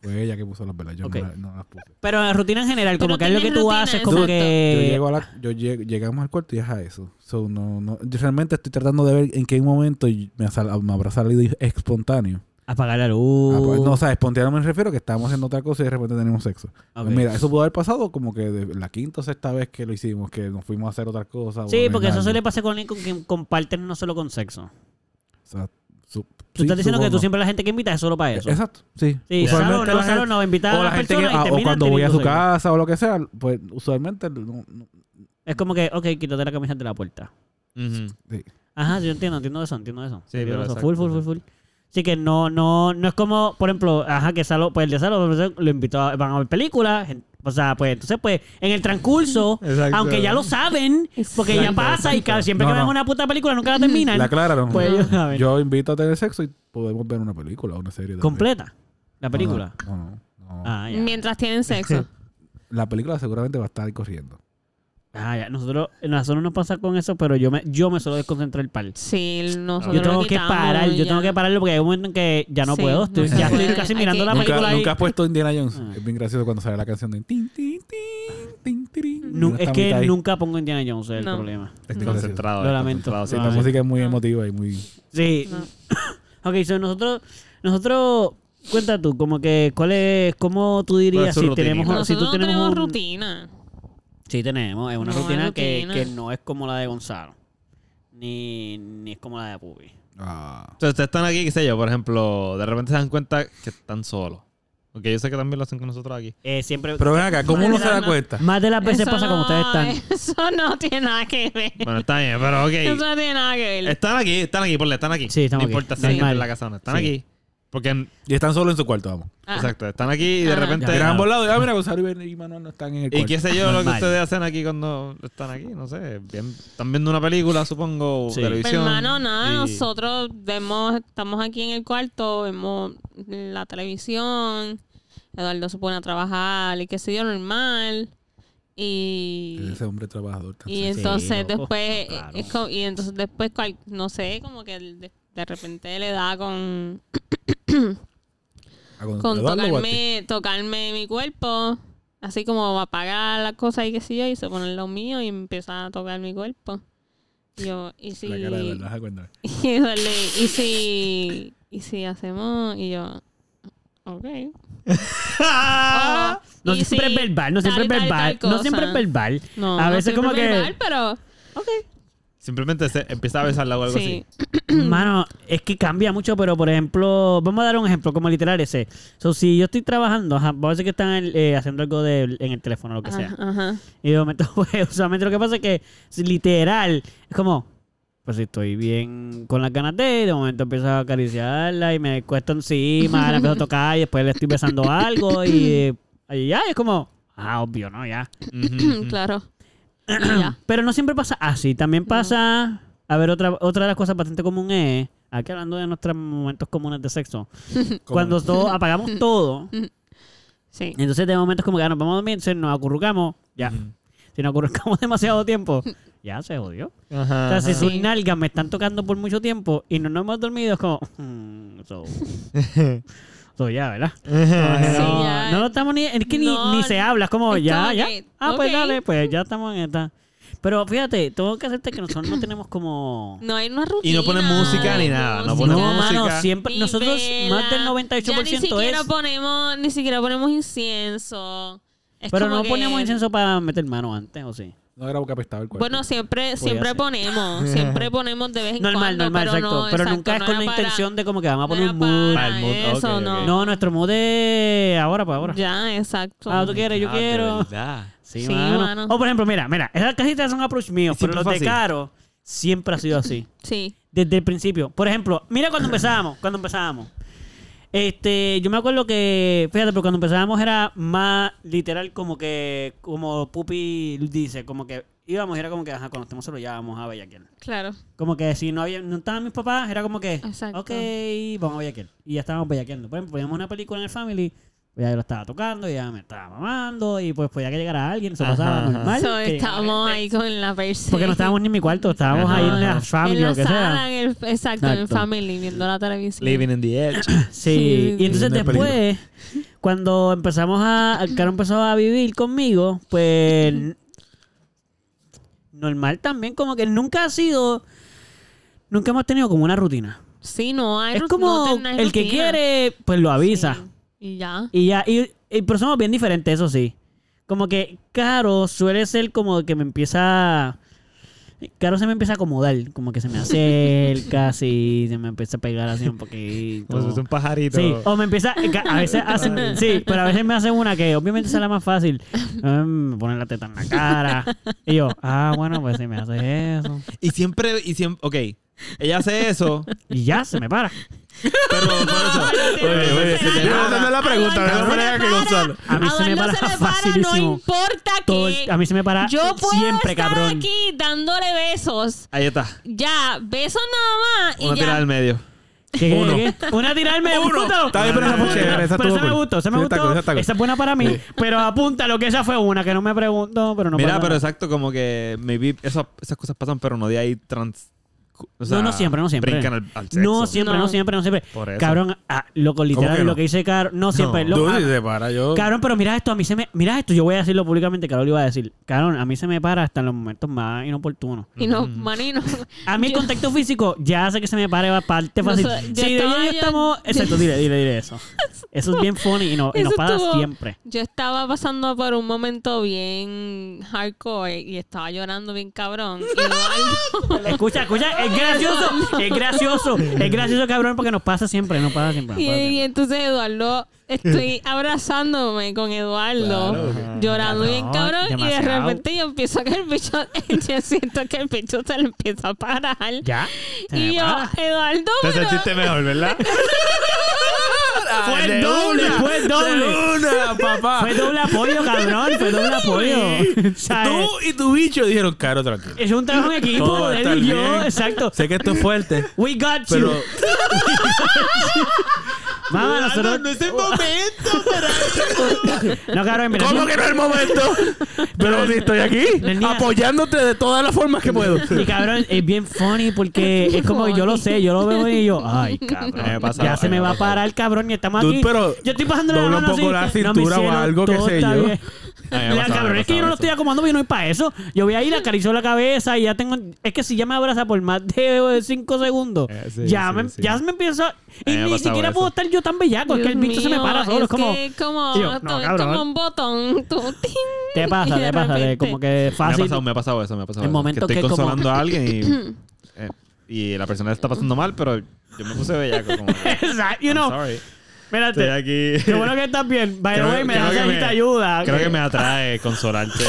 S4: Fue ella que puso las velas. Yo
S2: Ok.
S4: no, la- no las puse.
S2: Pero la rutina en general, como
S3: Pero
S2: que es lo que
S3: tienes
S2: tú
S3: rutina,
S2: haces, como
S3: exacto.
S4: Yo
S2: que.
S4: llego a la, yo lle- llegamos al cuarto y es a eso. So, no, no, yo realmente estoy tratando de ver en qué momento y me, ha sal- me habrá salido espontáneo.
S2: Apagar la
S4: Ah,
S2: luz.
S4: pues, no, o sea, espontáneo me refiero que estábamos haciendo otra cosa y de repente tenemos sexo. Pues
S2: Ok.
S4: Mira, eso pudo haber pasado como que de la quinta o sexta vez que lo hicimos, que nos fuimos a hacer otra cosa. o
S2: Sí,
S4: a
S2: porque eso
S4: vengarnos.
S2: suele pasar con alguien con quien comparten no solo con sexo.
S4: O sea, su-
S2: Tú estás
S4: sí,
S2: diciendo que tú
S4: supongo.
S2: siempre la gente que invitas es solo para eso.
S4: Exacto, sí.
S2: Sí,
S4: Usualmente
S2: Salo no,
S4: la
S2: Salo
S4: gente-
S2: no, invitar a
S4: o la
S2: las
S4: gente que,
S2: personas
S4: ah,
S2: y
S4: o
S2: terminan
S4: cuando voy a su
S2: teniendo sexo.
S4: casa o lo que sea, pues usualmente no- no-
S2: Es como que, ok, quítate la camisa de la puerta.
S1: Ujú.
S4: sí.
S2: Ajá, sí, yo entiendo, entiendo eso, entiendo eso.
S1: Sí, pero
S2: entiendo eso.
S1: exacto,
S2: Full, full, full, full. Sí que no, no, no es como, por ejemplo, ajá, que Salo, pues el de Salo pues, lo invitó a, van a ver películas. en- O sea, pues entonces, pues, en el transcurso,
S1: Exacto.
S2: aunque ya lo saben, porque ya
S3: Exacto,
S2: pasa y cada, siempre
S4: No,
S2: que ven
S4: no.
S2: una puta película nunca la terminan.
S4: la aclararon.
S2: Pues ellos saben.
S4: Yo invito a tener sexo y podemos ver una película o una serie. también.
S2: Completa. La
S4: No,
S2: película.
S4: No, no. no.
S2: Ah, ya.
S3: Mientras tienen sexo.
S4: La película seguramente va a estar corriendo.
S2: Ah, ya. Nosotros, nosotros nos pasa con eso, pero yo me, yo me suelo desconcentrar el par.
S3: Sí, nosotros
S2: Yo tengo
S3: lo
S2: que
S3: quitamos
S2: parar,
S3: y
S2: yo
S3: ya.
S2: tengo que pararlo porque hay un momento en que ya no
S3: Sí,
S2: puedo. estoy-
S3: no se
S2: ya estoy
S3: puede.
S2: casi
S3: Hay
S2: mirando
S3: que-
S2: la
S3: Nunca-
S2: película ahí.
S4: nunca has puesto Indiana Jones.
S2: Ah.
S4: Es bien gracioso cuando sale la canción de tin, tin, tin, tin, tin.
S2: Nu-
S4: Una
S2: es que
S4: estamita ahí. Este
S2: nunca pongo Indiana Jones, es el
S3: No.
S2: problema.
S1: Estoy concentrado.
S2: Lo lamento.
S1: desconcentrado,
S4: Sí,
S1: sí.
S4: la
S2: Ah.
S4: música es muy
S3: No.
S4: emotiva y muy.
S2: Sí. ok, so nosotros, nosotros, cuenta tú, como que, ¿cuál es, cómo tú dirías
S1: su
S2: si
S1: rutina?
S2: tenemos, si
S3: Nosotros
S2: tú
S3: no
S2: tenemos,
S3: tenemos
S2: un-
S3: rutina.
S2: Sí, tenemos, es una
S3: No,
S2: rutina,
S3: es
S2: que,
S3: rutina.
S2: que no es como la de Gonzalo, ni, ni es como la de Pupi.
S4: Ah.
S1: Entonces, ustedes están aquí, qué sé yo, por ejemplo, de repente se dan cuenta que están solos. Porque yo sé que también lo hacen con nosotros aquí.
S2: Eh, siempre.
S4: Pero ven acá, ¿cómo uno se da cuenta?
S2: más de las veces
S3: Eso
S2: pasa como
S3: no- eh.
S2: ustedes están.
S3: Eso no tiene nada que ver.
S1: Bueno, está bien, pero
S3: Eso
S1: ok.
S3: no tiene nada que ver.
S1: Están aquí, están aquí, ponle, están aquí.
S2: Sí,
S1: no
S2: estamos aquí.
S1: importa si
S2: Normal.
S1: hay gente en la casa o no. Están
S2: Sí.
S1: aquí. Porque,
S4: Y están solo en su cuarto, vamos.
S3: Ah,
S1: exacto, están aquí y de
S3: Ah.
S1: repente.
S4: Eran volados. Ah, mira, Gonzalo y- y Manuel no están en el
S1: Y
S4: cuarto.
S1: qué sé yo lo que
S2: Normal.
S1: ustedes hacen aquí cuando están aquí, no sé. bien- están viendo una película, supongo, o
S2: Sí.
S1: televisión.
S3: Pero, hermano, nada,
S1: y-
S3: nosotros vemos, estamos aquí en el cuarto, vemos la televisión, Eduardo se pone a trabajar y qué sé yo, normal. Y,
S4: Ese hombre trabajador. tan
S3: y
S2: Sí,
S3: entonces
S2: loco,
S3: después, eh,
S2: claro.
S3: es como- y entonces después, cual- no sé, como que de, de repente le da con,
S4: Ah, con
S3: con
S4: Eduardo Guati.
S3: tocarme, tocarme mi cuerpo. Así como apagar las cosas y qué sé yo, y se pone lo mío y empieza a tocar mi cuerpo. Yo, y si,
S4: La cara de ah, Eduardo, ajá, cuéntame.
S3: Y Eduardo, ¿y si, y si hacemos? Y yo, ok. O,
S2: No
S3: ¿y
S2: siempre
S3: si
S2: es verbal, no
S3: tal
S2: siempre
S3: y tal
S2: es
S3: y tal
S2: verbal. No
S3: cosa?
S2: siempre es verbal.
S3: No,
S2: a
S3: no
S2: veces
S3: siempre
S2: como que.
S3: es verbal, pero, ok.
S1: Simplemente se empieza a besarla o algo
S3: Sí.
S1: así.
S2: Mano, es que cambia mucho, pero por ejemplo, vamos a dar un ejemplo como literal ese. So, si yo estoy trabajando, ajá, vamos a decir que están eh, haciendo algo de- en el teléfono o lo que sea.
S3: Ajá, ajá.
S2: Y de momento, pues, usualmente lo que pasa es que, si literal, es como, pues si estoy bien con las ganas de, y de momento empiezo a acariciarla y me cuesta encima, la empiezo a tocar y después le estoy besando algo y, y ya, es como, ah, obvio, ¿no? Ya.
S1: Ujú, ujú.
S3: claro. Y ya.
S2: Pero no siempre pasa así, también pasa, a ver, otra, otra de las cosas bastante comunes es, aquí hablando de nuestros momentos comunes de sexo, cuando todo, apagamos todo,
S3: Sí.
S2: entonces de momento es como que ah, nos vamos a dormir, entonces nos acurrucamos, ya. Si nos acurrucamos demasiado tiempo, ya se jodió. O
S1: Ajá.
S2: sea, si
S3: Ajá.
S2: sus
S3: Sí.
S2: nalgas me están tocando por mucho tiempo y no nos hemos dormido, es como. mm, so. so ya, ¿verdad?
S3: Sí,
S2: no,
S3: ya.
S2: no estamos ni. Es que ni-
S3: No,
S2: ni, se habla, es como
S3: es
S2: ya,
S3: como
S2: ya.
S3: que,
S2: ah, pues
S3: ok.
S2: dale, pues ya estamos en esta. Pero fíjate, tengo que hacerte que nosotros no tenemos como.
S3: No hay una
S1: Y
S3: rutina.
S1: no ponen música ni nada, no
S2: No,
S1: ponen música.
S2: mano, siempre.
S3: ni
S2: Nosotros más del
S3: vela.
S2: 98%
S3: Ya ni siquiera
S2: es.
S3: Ponemos, ni siquiera ponemos incienso. Es
S2: Pero
S3: como
S2: no
S3: que-
S2: poníamos incienso para meter mano antes, ¿o sí?
S4: No era boca apestado el cuarto.
S3: Bueno, siempre, siempre
S2: ser.
S3: ponemos, siempre ponemos de vez en
S2: Normal,
S3: cuando.
S2: normal,
S3: pero
S2: exacto.
S3: No,
S2: pero nunca es
S3: no
S2: con
S3: era
S2: la
S3: para-
S2: intención de como que vamos a
S3: no
S2: poner
S3: era
S2: un mood.
S3: para
S1: Para el mood,
S3: eso,
S1: ok,
S3: no.
S1: ok.
S2: No, nuestro mood es ahora, pues ahora.
S3: Ya, exacto.
S2: Ah, tú quieres, yo
S1: Ah, de
S2: quiero.
S1: verdad.
S2: Sí,
S3: Sí,
S2: mano.
S3: mano.
S2: O por ejemplo, mira, mira, esas cajitas son approach míos,
S1: Y
S2: pero
S1: siempre
S2: los
S1: fue
S2: de
S1: así.
S2: Caro siempre ha sido así.
S3: Sí.
S2: Desde el principio. Por ejemplo, mira cuando empezábamos, cuando empezábamos. Este, yo me acuerdo que, fíjate, pero cuando empezábamos era más literal como que, como Pupi dice, como que íbamos, y era como que, ajá, cuando estemos solos ya vamos a Bellaquel.
S3: Claro.
S2: Como que si no había, no estaban mis papás, era como que,
S3: Exacto.
S2: ok, vamos a bellaquear. Y ya estábamos bellaqueando. Por ejemplo, poníamos una película en el Family, pues ya yo la estaba tocando, ya me estaba mamando, y pues podía que llegara alguien, eso pasaba
S1: Ajá, ajá.
S2: normal.
S3: So,
S2: que llegaba
S3: estamos
S2: gente.
S3: ahí con la persona.
S2: Porque no estábamos ni en mi cuarto, estábamos ahí en la
S1: Ajá.
S2: Family
S3: en
S2: o
S3: la
S2: lo que sea.
S3: sala, en el, exacto, en el
S2: Exacto.
S3: family, viendo la televisión.
S1: Living in the edge.
S2: Sí, y entonces
S4: No hay peligro.
S2: después, cuando empezamos a, Caro empezó a vivir conmigo, pues normal también, como que nunca ha sido, nunca hemos tenido como una rutina.
S3: Sí, no hay
S2: es
S3: ru- no
S2: como
S3: ten- no hay
S2: el que
S3: rutina.
S2: quiere, pues lo avisa.
S3: Sí. Y ya.
S2: Y ya, y, y- pero somos bien diferentes, eso sí. Como que Caro suele ser como que me empieza. Caro se me empieza a acomodar, como que se me acerca, así, se me empieza a pegar así un
S1: Como si fuese
S2: poquito.
S1: Pues un pajarito.
S2: Sí, o me empieza. eh, A veces hacen. Sí, pero a veces me hacen una que obviamente es la más fácil. Mm, Me ponen la teta en la cara. Y yo, ah, bueno, pues si me hace eso.
S1: Y siempre, y siempre, ok. Ella hace eso,
S2: Y ya, se me para.
S1: pero por eso.
S3: Oye, oye, se te
S4: Yo
S3: para.
S4: no entiendo la pregunta,
S3: Eduardo
S4: de la
S3: se
S4: manera
S3: le
S4: que
S3: para.
S4: Gonzalo.
S2: A mí se me
S3: Eduardo
S2: para
S3: No
S2: facilísimo.
S3: importa
S2: Todo
S3: que
S2: el- a mí se me para
S3: yo puedo
S2: siempre,
S3: estar
S2: cabrón.
S3: aquí dándole besos.
S1: Ahí está.
S3: Ya, besos nada más.
S1: Una
S3: y ya.
S1: tirada al medio.
S2: ¿Qué, qué,
S4: Uno.
S2: qué? Una tirarme
S4: Uno.
S2: puto.
S4: Está bien, pero esa fue chévere, esa
S2: Pero
S4: estuvo
S2: esa me
S4: cool.
S2: gustó, esa me
S4: Sí, está
S2: gustó.
S4: cool, esa está cool.
S2: Esa es buena para mí. Pero apunta lo que esa fue una que no me preguntó, pero no
S1: Mira,
S2: pasa
S1: pero
S2: nada.
S1: exacto, como que maybe esas, esas cosas pasan, pero no de ahí trans. o sea,
S2: no, no siempre, no siempre.
S1: Brincan al, al sexo.
S2: No siempre, no.
S3: No.
S2: siempre, no siempre.
S1: Por eso.
S2: Cabrón, ah, loco, literal,
S4: que no?
S2: lo que dice Caro. No siempre.
S1: No.
S2: loco,
S4: Tú
S2: ah,
S4: dices, para, yo.
S2: Cabrón, pero mira esto, a mí se me. Mira esto, yo voy a decirlo públicamente, Carol iba a decir. Cabrón, a mí se me para hasta en los momentos más inoportunos.
S3: Y no, mano, y no.
S2: A mí el
S3: Yo-
S2: contacto físico ya hace que se me pare parte fácil.
S3: No sé, yo
S2: sí, de
S3: estaba
S2: ellos
S3: yo-
S2: estamos. Exacto, dile, dile, dile eso. Eso es bien funny y, no, y nos
S3: Eso
S2: pasa
S3: estuvo-
S2: siempre.
S3: Yo estaba pasando por un momento bien hardcore y estaba llorando bien cabrón. Y Eduardo,
S2: Escucha, escucha, es gracioso, es gracioso, es gracioso, cabrón, porque nos pasa siempre, nos pasa siempre. nos
S3: y,
S2: pasa siempre.
S3: y entonces Eduardo estoy abrazándome con Eduardo, llorando
S2: Ajá.
S3: bien cabrón, y de
S2: Demasiado.
S3: repente yo empiezo a que el bicho, yo siento que el bicho se le empieza a parar.
S2: Ya. Se me
S3: Y yo,
S2: para.
S3: Eduardo,
S1: Te
S3: pero-
S1: sentiste mejor, ¿verdad? Ah,
S2: Fue doble, fue doble.
S4: una, papá.
S2: Fue doble apoyo, cabrón. Fue doble apoyo. O sea,
S4: Tú y tu bicho dijeron, Caro, tranquilo.
S2: Es un trabajo en
S4: Todo
S2: equipo,
S4: va a estar
S2: él y yo,
S4: bien.
S2: exacto.
S4: Sé que esto es fuerte,
S2: We got
S4: pero
S2: you. Mamá, nosotros.
S1: es el momento para
S2: No, cabrón, mira.
S4: ¿cómo que no es el momento? Pero si estoy aquí
S2: Nena.
S4: apoyándote de todas las formas que puedo.
S2: Y cabrón, es bien funny porque es como que yo lo sé, yo lo veo y yo,
S1: A
S2: ay,
S1: mí me ha
S2: cabrón.
S1: pasado, a
S2: Ya
S1: mí
S2: se me
S1: me
S2: va
S1: ha
S2: a
S1: pasado.
S2: parar, cabrón, y estamos
S4: Dude,
S2: aquí.
S4: pero
S2: Yo estoy pasándole la
S4: dobla un
S2: mano
S4: poco la
S2: así, no me
S4: cintura o
S2: hicieron,
S4: algo, qué
S2: todo
S4: sé
S2: está
S4: yo.
S2: bien. La cabrón, es que yo no lo estoy acomodando porque yo no hay para eso. Yo voy ahí, le acaricio la cabeza y ya tengo. Es que si ya me abraza por más de 5 segundos,
S1: Eh, sí,
S2: ya,
S1: sí,
S2: me,
S1: sí.
S2: ya me empiezo. a- Y
S1: A mí me ha
S2: ni
S1: pasado
S2: siquiera
S1: eso.
S2: puedo estar yo tan bellaco, es que el
S3: Dios
S2: bicho se me
S3: mío,
S2: para solo. Es como.
S3: que como,
S2: Y yo, no,
S3: tú- es
S2: cabrón.
S3: como un botón. tú, ting,
S2: Te pasa,
S3: y de
S2: te pasa, de
S3: repente-
S2: como que
S1: Me ha
S2: fácil.
S1: pasado, me ha pasado eso, me ha pasado
S2: El
S1: eso.
S2: momento
S1: que estoy
S2: que como-
S1: consolando a alguien y, eh, y la persona está pasando mal, pero yo me puse bellaco. Como, que,
S2: Exacto, you
S1: I'm
S2: know.
S1: sorry. Estoy
S2: Mírate.
S1: aquí.
S2: Qué bueno que estás bien. By the way, me das ahí, te ayuda.
S1: Creo que me atrae consolarte.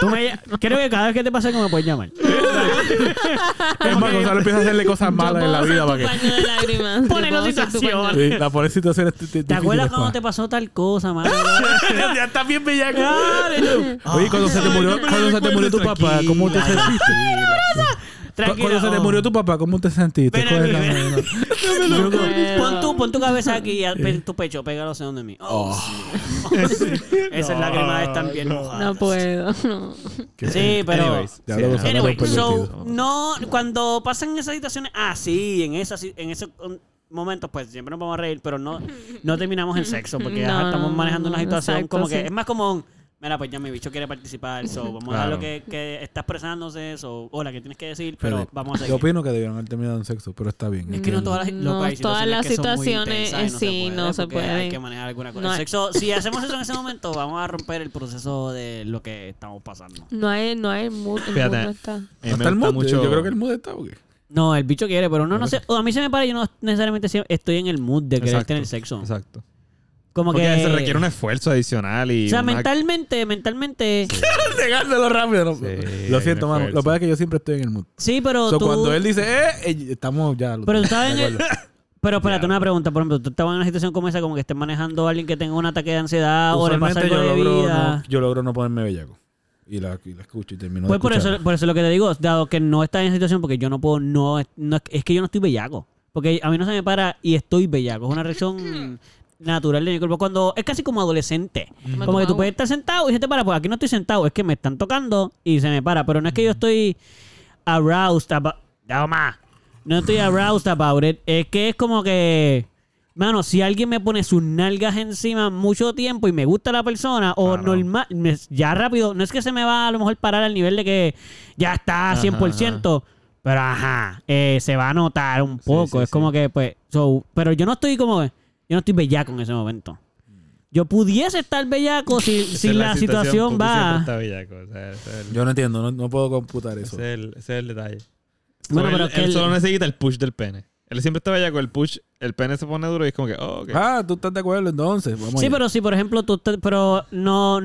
S2: Tú me- Creo que cada vez que te pase algo me puedes llamar.
S4: Es más, Gonzalo empieza a hacerle cosas malas en la vida para que.
S3: Paño de lágrimas. Yo
S2: Ponelo
S3: puedo ser tu
S2: situación.
S3: pañuelo.
S4: Sí, la pobre situación es
S2: ¿Te acuerdas cuando te pasó tal cosa, mano?
S4: Ya está bien bellaco.
S2: Claro.
S4: Oye, cuando se te murió, cuando se te murió tu papá, ¿cómo te sentiste? Cu-
S2: Tranquilo.
S4: Cuando se te murió tu papá, ¿cómo te sentiste?
S2: Ven aquí,
S4: ¿Cuál es la
S2: ven.
S4: manera?
S3: Oh, eh.
S2: Pon tu, pon tu cabeza aquí y
S4: Eh.
S2: pe- tu pecho, pégalo hacia donde mí. Oh, sí. Esas lágrimas están bien
S3: No
S2: mojadas.
S3: puedo. no.
S2: Sí, pero.
S1: Anyways,
S4: Ya
S1: sí,
S4: lo
S1: no.
S4: usaba.
S2: Anyway,
S4: Hablaron
S2: so,
S4: pervertido.
S2: no, cuando pasan esas situaciones así, en esas, en esos um, momentos, pues siempre nos vamos a reír, pero no, no terminamos en sexo, porque
S3: No,
S2: ajá, estamos manejando una
S3: no,
S2: situación
S3: exacto,
S2: como que
S3: sí.
S2: es más como un, mira, pues ya mi bicho quiere participar, so, vamos a dejarlo
S1: Claro.
S2: que, que está expresándose, so, hola, ¿qué tienes que decir? Pero
S4: Pero
S2: vamos a
S4: Yo
S2: seguir.
S4: opino que debieron haber terminado en sexo, pero está bien.
S2: Es que Mm, no todas las,
S3: No,
S2: loco, hay
S3: todas las
S2: que son muy
S3: situaciones,
S2: intensas y
S3: eh, sí, no se
S2: porque Hay
S3: pueden.
S2: que manejar alguna cosa.
S3: No
S2: El
S3: hay-
S2: sexo, si hacemos eso en ese momento, vamos a romper el proceso de lo que estamos pasando.
S3: No hay, no hay mood. el
S1: Fíjate.
S3: mood no está.
S1: A mí
S4: Hasta
S1: me
S4: el
S1: gusta
S4: mood.
S1: mucho.
S4: Yo creo que el mood está, porque.
S2: No, el bicho quiere, pero no, no sé. o a mí se me para, yo no necesariamente sie- estoy en el mood de querer
S1: Exacto,
S2: tener sexo.
S1: Exacto.
S2: Como
S1: Porque
S2: que.
S1: se requiere un esfuerzo adicional y.
S2: O sea,
S1: una-
S2: mentalmente, mentalmente. Sí,
S4: Negándolo rápido. no.
S1: Sí,
S4: lo siento,
S1: hay un
S4: mano. Lo
S1: esfuerzo.
S4: que pasa es que yo siempre estoy en el mood.
S2: pero
S4: So,
S2: tú.
S4: cuando él dice, eh, eh, estamos ya.
S2: Pero tú
S4: de
S2: sabes-
S4: acuerdo.
S2: Pero espérate, una pregunta. Por ejemplo, tú estabas en una situación como esa, como que estés manejando a alguien que tenga un ataque de ansiedad o le pasa
S4: Usualmente
S2: algo
S4: yo
S2: de
S4: logro,
S2: vida.
S4: no, yo logro no ponerme bellaco. Y la, y la escucho y termino. de
S2: Pues por eso,
S4: escucharla.
S2: por eso lo que te digo, dado que no estás en esa situación, porque yo no puedo, no, no- es que yo no estoy bellaco. Porque a mí no se me para y estoy bellaco. Es una reacción natural de mi cuerpo. Cuando es casi como adolescente.
S3: Toma
S2: Como
S3: tu
S2: que tú
S3: agua.
S2: puedes estar sentado y se te para, pues aquí no estoy sentado, es que me están tocando y se me para. Pero no es que yo estoy aroused about. Dao más. No estoy aroused about it. Es que es como que. Mano, si alguien me pone sus nalgas encima mucho tiempo y me gusta la persona, o
S1: Claro.
S2: normal, me- ya rápido, no es que se me va a lo mejor parar al nivel de que ya está 100%, pero ajá, eh, se va a notar un poco.
S1: sí,
S2: es
S1: sí.
S2: como que, pues, so, pero yo no estoy como, yo no estoy bellaco en ese momento. Yo pudiese estar bellaco si,
S1: Esa
S2: si
S1: es
S2: la,
S1: tú
S2: situación
S1: siempre
S2: va.
S1: estás bellaco, o sea, ese es el-
S4: Yo no entiendo, no, no puedo computar eso.
S1: ese es el- ese es el detalle.
S2: Bueno,
S1: So,
S2: pero
S1: él,
S2: que
S1: él
S2: el-
S1: solo necesita el push del pene. Él siempre está bellaco, el push, el pene se pone duro y es como que, oh, ok.
S4: Ah, tú estás de acuerdo entonces. Vamos
S2: Sí,
S4: allá.
S2: pero si por ejemplo tú te- pero no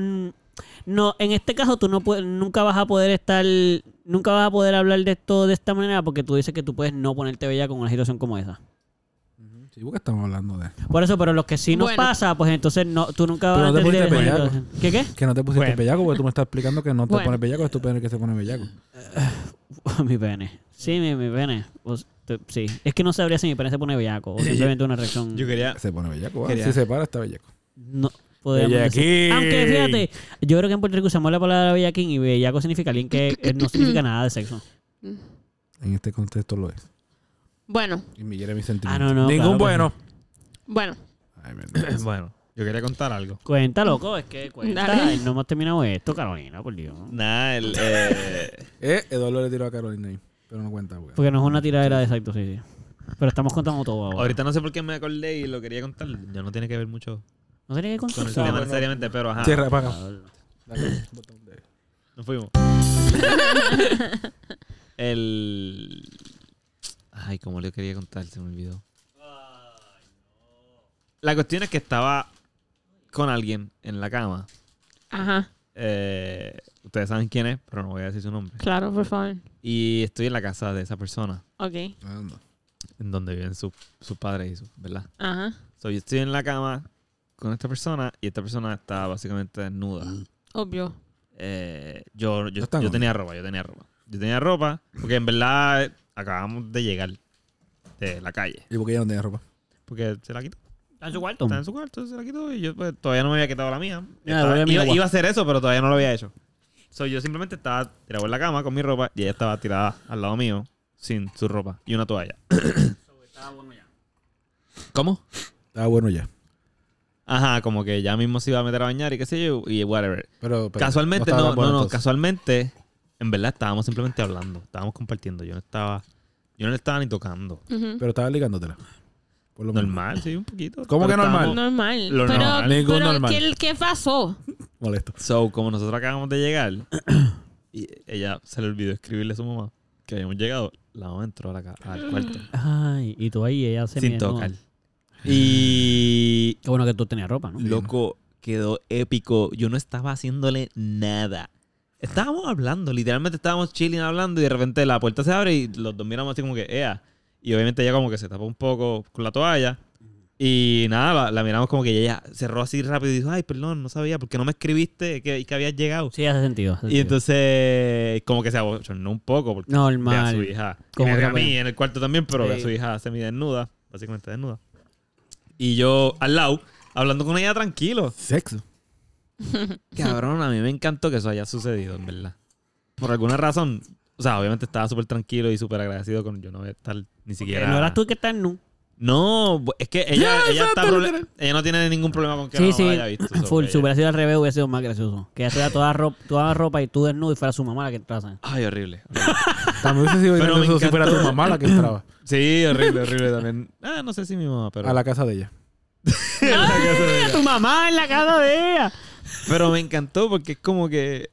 S2: no en este caso tú no puedes nunca vas a poder estar nunca vas a poder hablar de esto de esta manera porque tú dices que tú puedes no ponerte bella con una situación como esa.
S4: Sí, porque estamos hablando de.
S2: Por eso, pero los que sí nos
S3: Bueno.
S2: pasa, pues entonces no tú nunca vas
S4: Pero
S2: a
S4: no te
S2: tener
S4: pusiste
S2: esa
S4: bellaco.
S2: situación. ¿Qué qué?
S4: Que no te pusiste
S1: Bueno.
S4: bellaco porque tú me estás explicando que no te
S3: Bueno.
S4: pones bellaco, es tu pene que se pone bellaco.
S2: mi pene. Sí, mi, mi pene. Pues, te- sí, es que no sabría si mi pene se pone bellaco o simplemente una reacción.
S1: Yo quería.
S4: Se pone bellaco, ah,
S1: Quería-
S4: si se para está bellaco.
S2: No podríamos
S4: Bellaquín.
S2: decir. Aunque fíjate, yo creo que en Puerto Rico usamos la palabra bellaquín y bellaco significa alguien que eh, no significa nada de sexo.
S4: En este contexto lo es.
S3: Bueno,
S4: Y me hiere mi sentimiento.
S2: Ah, no, no,
S4: Ningún
S2: claro,
S4: bueno.
S3: bueno.
S4: Ay, verdad.
S1: Bueno, yo quería contar algo.
S2: Cuenta, loco, es que cuenta.
S3: Dale.
S2: Ay, No hemos terminado esto, Carolina, por Dios.
S1: Nada, el. eh,
S4: Eh, Eduardo le tiró a Carolina ahí. Pero no cuenta, güey.
S2: Porque no es una tiradera de exacto, sí, sí. Pero estamos contando todo ahora.
S1: ahorita no sé por qué me acordé y lo quería contar. Ya no tiene que ver mucho
S2: No tenía que
S1: con
S2: contar.
S1: el tema necesariamente, pero ajá.
S4: Cierra, apaga. Dale, botón de-
S1: Nos fuimos. el. Ay, como le quería contar, se me olvidó. La cuestión es que estaba con alguien en la cama.
S3: Ajá,
S1: Eh, ustedes saben quién es, pero no voy a decir su nombre.
S3: claro, por favor.
S1: Y estoy en la casa de esa persona,
S3: Ok,
S4: Anda.
S1: en donde viven sus sus padres y sus, ¿verdad?
S3: ajá,
S1: So, yo estoy en la cama con esta persona y esta persona está básicamente desnuda.
S3: obvio.
S1: Eh, yo, yo,
S4: No está
S1: yo
S4: mal.
S1: tenía ropa, yo tenía ropa. Yo tenía ropa porque en verdad eh, acabamos de llegar de la calle.
S4: ¿Y por qué ella no tenía ropa?
S1: Porque se la quitó.
S2: Está en su cuarto.
S1: Está en su cuarto, se la quitó y yo pues, todavía no me había quitado Ah, la mía. pues.
S2: Mira,
S1: Estaba-
S2: voy a mi
S1: iba,
S2: agua.
S1: iba a hacer eso, pero todavía no lo había hecho. So, yo simplemente estaba tirado en la cama con mi ropa y ella estaba tirada al lado mío sin su ropa y una toalla. ¿Cómo?
S4: Estaba Ah, bueno ya.
S1: Ajá, como que ya mismo se iba a meter a bañar y qué sé yo y whatever.
S4: Pero, pero
S1: casualmente,
S4: estaba
S1: no,
S4: tan
S1: no,
S4: bueno
S1: no,
S4: entonces.
S1: casualmente, en verdad estábamos simplemente hablando, estábamos compartiendo. Yo no estaba, yo no le estaba ni tocando.
S3: Ujú.
S4: Pero estaba ligándotela. Por lo menos.
S1: Normal, sí, un poquito.
S4: ¿Cómo
S1: Pero
S4: que normal?
S1: estábamos-
S3: Normal.
S1: Lo
S3: pero,
S1: normal.
S4: Ningún
S3: pero
S4: normal.
S3: ¿qué, qué pasó?
S4: Molesto.
S1: So, como nosotros acabamos de llegar, y ella se le olvidó escribirle a su mamá que habíamos llegado, la mamá entró a la ca- al cuarto
S2: Ay, y tú ahí, ella se
S1: sin
S2: me- no.
S1: tocar. Y
S2: Qué bueno que tú tenías ropa, ¿no?
S1: loco, quedó épico. Yo no estaba haciéndole nada. Estábamos hablando, literalmente estábamos chilling hablando y de repente la puerta se abre y los dos miramos así como que, ea. Y obviamente ella como que se tapó un poco con la toalla. Y nada, la, la miramos como que ella cerró así rápido y dijo, ay, perdón, no sabía, porque no me escribiste que, que habías llegado?
S2: Sí, hace sentido. hace
S1: Y
S2: sentido.
S1: entonces, como que se abochornó un poco porque ve a su
S2: Normal.
S1: hija. Y
S2: Como
S1: me ve
S2: que
S1: a mí
S2: ve.
S1: en el cuarto también, pero ve a
S2: Sí.
S1: su hija semidesnuda, básicamente desnuda. Y yo al lado, hablando con ella tranquilo.
S4: Sexo.
S1: Cabrón, a mí me encantó que eso haya sucedido, en verdad. Por alguna razón, o sea, obviamente estaba súper tranquilo y súper agradecido con yo no voy a estar ni siquiera.
S2: Eh, No eras tú que estás nu.
S1: No, es que ella, ella, está proble- ella no tiene ningún problema con que
S2: Sí,
S1: la mamá
S2: sí.
S1: la haya visto. so,
S2: Full,
S1: ella-
S2: si hubiera sido al revés, hubiera sido más gracioso. Que ella tuviera toda ropa, toda ropa y tú desnudo y fuera su mamá la que entrase.
S1: Ay, horrible.
S4: También hubiese sido
S1: Pero me
S4: gracioso si fuera tu
S1: encantó.
S4: mamá la que entraba
S1: Sí, horrible, horrible también. Ah, no sé si mi mamá, pero.
S4: a la casa de ella.
S2: tu mamá en la casa de ella!
S1: Pero me encantó porque es como que.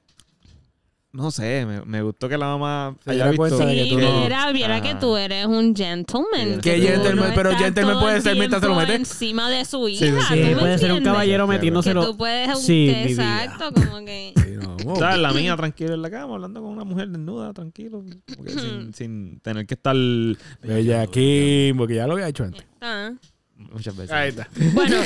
S1: No sé, me, me gustó que la mamá
S4: Se
S1: haya
S4: diera
S1: visto.
S4: cuenta de
S1: que
S3: Sí,
S4: tú no-
S3: viera, viera
S1: Ah.
S3: que tú eres un
S1: Sí,
S3: gentleman.
S1: que
S3: Tú
S1: gentleman,
S4: pero
S3: estás
S4: gentleman
S3: todo
S4: puede
S3: el
S4: ser mientras se lo
S3: tiempo
S4: mete.
S3: Encima de su hija.
S1: Sí, sí,
S3: ¿tú
S2: Sí,
S1: me
S2: puede ser un
S3: entiendes?
S2: caballero
S3: Que
S2: metiéndoselo.
S3: tú puedes...
S2: Sí, mi vida.
S3: exacto, como que...
S4: Sí, no,
S1: O
S4: wow.
S1: sea, La mía tranquilo en la cama, hablando con una mujer desnuda, tranquilo. como que sin, sin tener que estar
S4: Bella aquí, porque ya lo había hecho antes.
S3: Ah.
S1: muchas veces.
S3: Bueno,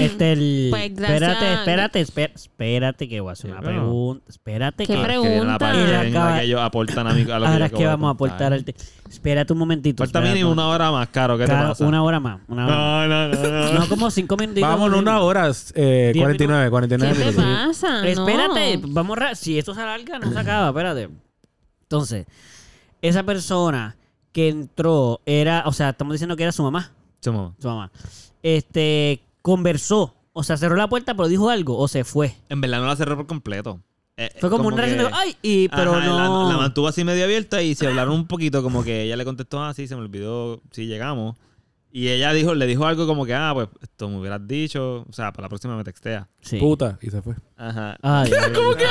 S2: Este el...
S3: Pues, gracias.
S2: espérate, espérate, espérate, espérate que voy a hacer
S1: Sí,
S2: una
S1: pero-
S2: pregunta. Espérate
S3: ¿Qué
S2: que...
S3: pre-
S1: Que viene la
S3: Pregunta.
S1: parte
S2: Y la
S1: en la
S2: acaba-
S1: que ellos aportan a, mí, a lo que yo
S2: Ahora es
S1: acabo
S2: que
S1: de
S2: vamos a
S1: contar.
S2: aportar al... te- Espérate un momentito.
S1: Falta
S2: espérate.
S1: mínimo una hora más, Caro. ¿Qué te
S2: Cada-
S1: pasa?
S2: Una hora más. Una hora
S1: No,
S2: más.
S1: no, no. no.
S2: No, como cinco minutitos.
S4: Vamos, una hora. Eh,
S2: Diez
S4: 49,
S3: ¿qué
S4: 49
S3: te
S4: minutos.
S3: pasa?
S2: Espérate,
S3: No.
S2: vamos ra- Si esto se alarga, no se acaba, espérate. Entonces, esa persona que entró era, o sea, estamos diciendo que era su mamá.
S1: Su mamá.
S2: Su mamá. Este, conversó. O sea, cerró la puerta, pero dijo algo, o se fue.
S1: En verdad no la cerró por completo. Eh,
S2: Fue como, una
S1: que-
S2: reacción de, ay, y, pero
S1: Ajá,
S2: no.
S1: La, la mantuvo así medio abierta y se hablaron un poquito, como que ella le contestó, ah, sí, se me olvidó si llegamos. Y ella dijo, le dijo algo como que, ah, pues esto me hubieras dicho, o sea, para la próxima me textea.
S2: Sí.
S4: Puta. Y se fue.
S1: Ajá.
S2: Ay, ¿Cómo que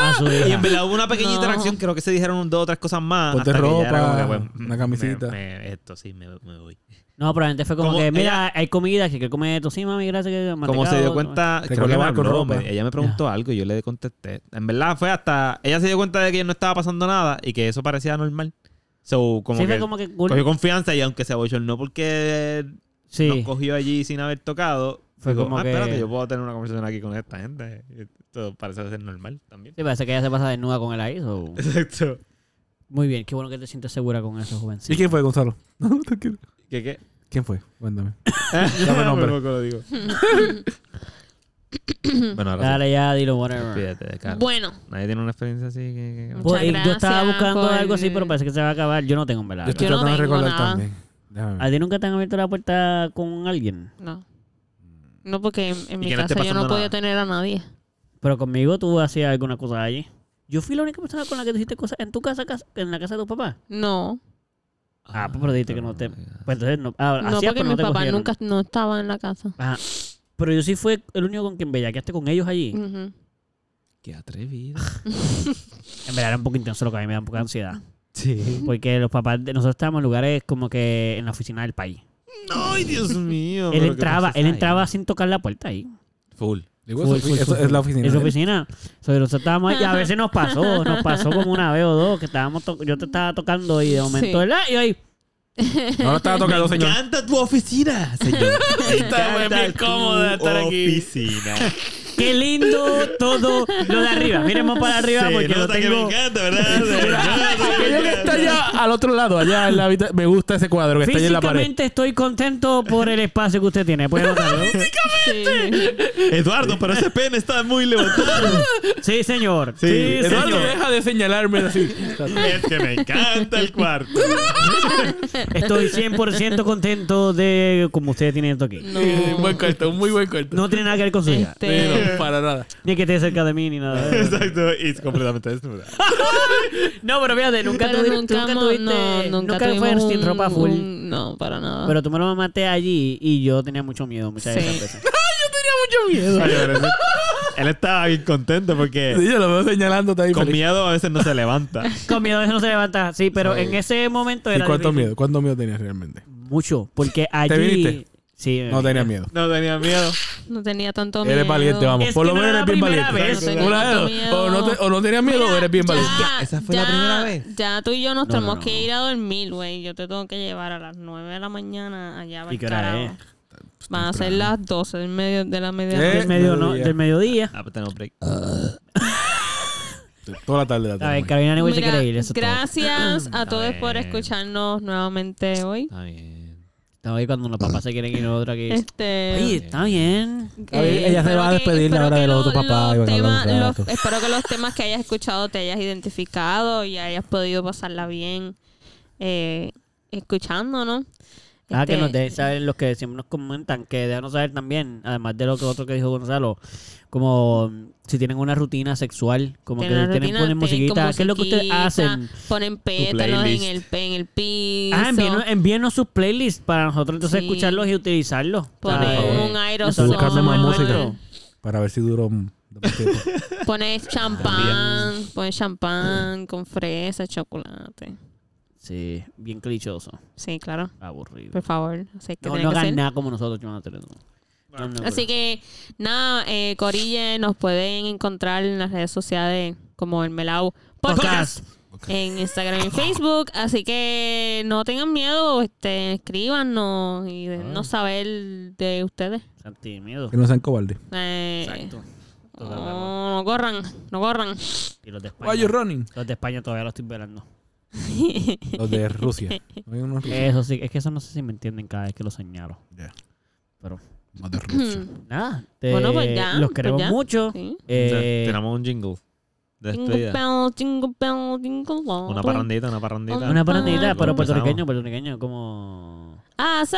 S2: A su hija.
S1: Y en verdad hubo una pequeña
S3: No.
S1: interacción, creo que se dijeron dos o tres cosas más.
S4: Ponte
S1: hasta que ella era
S4: ropa,
S1: como que, pues,
S4: una camisita.
S1: me- me- esto sí, me, me voy.
S2: No, probablemente fue como,
S1: Como
S2: que, mira,
S1: ella-
S2: hay comida, que quiero comer esto. Sí, mami, gracias. Que
S1: Como se dio
S2: mantecado,
S1: cuenta, creo que
S4: colgaba
S1: me
S4: con
S1: habló,
S4: ropa.
S1: me- ella me preguntó algo y yo le contesté. En verdad fue hasta, ella se dio cuenta de que no estaba pasando nada y que eso parecía normal. So, como
S2: sí,
S1: que
S2: fue como que.
S1: cogió confianza y aunque se abochornó porque
S2: sí.
S1: nos cogió allí sin haber tocado.
S2: Fue
S1: digo,
S2: como
S1: "Ah,
S2: que-
S1: espérate, yo puedo tener una conversación aquí con esta gente. Esto parece ser normal también.
S2: Sí, parece que ella se pasa desnuda con él ahí. so-
S1: Exacto.
S2: Muy bien, qué bueno que te sientes segura con eso, jovencito.
S4: ¿Y quién fue, Gonzalo? No, tranquilo.
S1: ¿Qué qué?
S4: ¿Quién fue? Cuéntame.
S1: Dame
S4: nombre.
S1: lo digo. bueno, ahora
S2: Dale ya, dilo,
S1: sí.
S2: whatever.
S1: Fíjate, Carlos.
S3: Bueno,
S1: Nadie tiene una experiencia así que... que-
S3: Muchas
S2: Pues, eh, yo estaba
S3: gracias
S2: buscando
S3: por-
S2: algo así, pero parece que se va a acabar. Yo no tengo, en
S4: Yo
S2: ¿verdad?
S4: estoy
S3: Yo no
S4: tratando de
S3: tengo
S4: recordar
S3: nada.
S4: también. Déjame ver.
S2: ¿A ti nunca te han abierto la puerta con alguien?
S3: no. No, porque en, en
S1: Y
S3: mi
S1: que no esté
S3: casa yo no
S1: pasando
S3: podía
S1: nada.
S3: tener a nadie.
S2: Pero conmigo tú hacías alguna cosa allí. Yo fui la única persona con la que te hiciste cosas en tu casa, casa- en la casa de tu papá.
S3: No.
S2: Ah, pues, pero dijiste que no te... Pues entonces no... Ah,
S3: No,
S2: hacías,
S3: porque
S2: pero no
S3: mi
S2: te
S3: papá
S2: cogieron.
S3: nunca no estaba en la casa.
S2: Ajá. Pero yo sí fui el único con quien bellaqueaste con ellos allí.
S3: Ujú.
S1: Qué atrevido.
S2: En verdad era un poco intenso lo que a mí me da un poco de ansiedad.
S1: Sí.
S2: Porque los papás de nosotros estábamos en lugares como que en la oficina del país.
S1: ¡Ay, Dios mío!
S2: Él
S1: pero qué
S2: entraba,
S1: pasa
S2: él
S1: ahí.
S2: entraba sin tocar la puerta ahí.
S4: Full. Digo,
S2: Full,
S4: eso,
S2: full,
S4: eso
S2: full,
S4: es la
S2: full.
S4: oficina.
S2: Es su
S4: de él.
S2: oficina. So, nosotros estábamos ahí, y a veces nos pasó, nos pasó como una vez o dos, que estábamos to- yo te estaba tocando y de momento
S3: Sí.
S2: él, ¡ay! y yo ahí,
S4: No lo estaba
S1: Me
S4: tocando, señor.
S1: encanta tu oficina, señor. Me encanta
S2: bien
S1: tu
S2: cómoda estar aquí.
S1: Oficina.
S2: qué lindo todo lo de arriba. Miremos para arriba
S1: Se
S2: porque lo
S1: nota que
S2: tengo.
S1: me encanta, ¿verdad? Se nota que me
S4: Aquello que
S1: encanta.
S4: está allá al otro lado, allá en la habita- Me gusta ese cuadro que está allá en la pared.
S2: Físicamente estoy contento por el espacio que usted tiene. Puede notarlo.
S3: Sí.
S1: Eduardo, pero ese pene está muy levantado.
S2: Sí, señor.
S1: Sí,
S2: pues Sí,
S1: Eduardo,
S2: señor.
S4: deja de señalarme así.
S1: es que me encanta el cuarto.
S2: Estoy 100% contento de como ustedes tienen esto aquí.
S3: No.
S4: buen corto, un muy buen corto.
S2: No tiene nada que ver con su vida.
S3: Este,
S2: Eh,
S4: Pero para nada.
S2: Ni que esté cerca de mí ni nada. de eso.
S1: Exacto, y es completamente desnuda.
S2: No, pero fíjate, nunca
S3: pero
S2: tuviste.
S3: nunca,
S2: nunca
S3: mo-
S2: tuviste-
S3: no, nunca,
S2: nunca
S3: tuvimos
S2: fuiste
S3: un-
S2: sin ropa full.
S3: un- no, para nada.
S2: Pero tú me lo mamaste allí y yo tenía mucho miedo muchas
S3: Sí.
S2: de esas veces.
S1: Él estaba bien contento
S4: Sí,
S1: porque
S4: yo lo veo señalándote ahí.
S1: con
S4: feliz.
S1: miedo a veces no se levanta.
S2: Con miedo eso no se levanta. Sí, pero en ese momento
S4: ¿Y
S2: era.
S4: cuánto
S2: difícil.
S4: miedo? ¿Cuánto miedo tenías realmente?
S2: Mucho. Porque allí.
S4: viniste?
S2: Sí. me
S4: No
S2: vine.
S4: tenía miedo.
S1: No tenía miedo.
S3: no tenía tanto miedo.
S4: Eres valiente, vamos.
S2: Es
S4: Por
S2: que
S4: lo
S2: no
S4: menos
S2: era
S4: eres bien
S2: la primera
S4: valiente.
S3: vez. No
S4: Una de
S3: tenía
S4: dos.
S3: tanto
S4: O no, te-
S3: miedo.
S4: o no tenías miedo o eres bien valiente.
S3: Esa fue la primera vez. Ya tú y yo nos tenemos que ir a dormir, güey. Yo te tengo que llevar a las 9 de la mañana allá a
S2: ¿Y qué hora
S3: Carajo.
S2: es? Pues
S3: Van a ser las 12 del medio, de la
S4: ¿Qué?
S3: medianoche.
S2: Del, medio, no,
S4: Mediodía.
S2: del mediodía.
S1: Ah, pues tenemos break.
S4: Toda la tarde la
S2: A ver,
S4: tarde.
S2: Carolina Newell se
S3: Mira,
S2: quiere ir. Eso es todo.
S3: gracias a todos por
S1: bien.
S3: escucharnos nuevamente hoy.
S1: Está bien.
S2: Está bien cuando los papás se quieren ir otro aquí.
S3: Este,
S2: Oye, está bien.
S4: A ver, ella se
S3: espero
S4: va a despedir
S3: espero
S4: la hora
S3: que
S4: de los
S3: lo-
S4: otros papás y van a hablar
S3: temas-
S4: un
S3: los-
S4: rato.
S3: espero que los temas que hayas escuchado te hayas identificado y hayas podido pasarla bien eh, escuchándonos.
S2: Ah, que
S3: Este,
S2: nos dejen saber los que siempre nos comentan, que déjanos saber también, además de lo que otro que dijo Gonzalo, como mm, si tienen una rutina sexual, como que
S3: tienen una
S2: tienen,
S3: rutina,
S2: ponen
S3: tienen
S2: musiquita,
S3: con
S2: ¿qué es lo que ustedes
S3: musiquita,
S2: hacen?
S3: Ponen pétalos en
S1: playlist.
S3: el, en el piso.
S2: Ah, envíenos, envíenos sus playlists para nosotros entonces
S3: Sí.
S2: escucharlos y utilizarlos.
S3: Ponen
S2: Ah, por favor.
S3: un
S4: Estoy
S3: aerosol.
S4: buscando más música
S2: Bueno.
S4: para ver si duró un- más tiempo.
S3: Pones champán, pones champán con fresa, chocolate.
S2: Sí, bien clichoso,
S3: Sí, claro.
S2: aburrido.
S3: Por favor, así que
S2: No,
S3: tienen
S2: no
S3: que
S2: hagan
S3: hacer.
S2: nada como nosotros, yo no tengo. No, no,
S3: Así que nada, eh, Corille nos pueden encontrar en las redes sociales como el Melau Podcast, en Instagram y en Facebook. Así que no tengan miedo, este, escríbanos y no
S2: Ah.
S3: saber de ustedes.
S2: Santi, miedo.
S4: Que no sean cobardes.
S3: Eh,
S2: Exacto.
S3: No, no corran, no corran.
S2: Y los de España.
S4: Why you running?
S2: Los de España todavía los estoy velando.
S4: Los de Rusia. No hay unos rusos.
S2: Eso sí, es que eso no sé si me entienden cada vez que lo señalo.
S4: Ya.
S2: Pero
S4: Los de Rusia.
S2: nada. te-
S3: Bueno, pues ya,
S2: Los
S3: pues
S2: queremos
S3: ya.
S2: mucho.
S3: Sí.
S2: Eh,
S1: Tenemos un jingle. De
S3: Jingle
S1: despedida.
S3: bell, jingle bell, jingle bell.
S1: Una parrandita, una parrandita.
S2: pues.
S1: Ah,
S2: una partidita,
S3: Empezamos.
S2: pero puertorriqueño, puertorriqueño, como.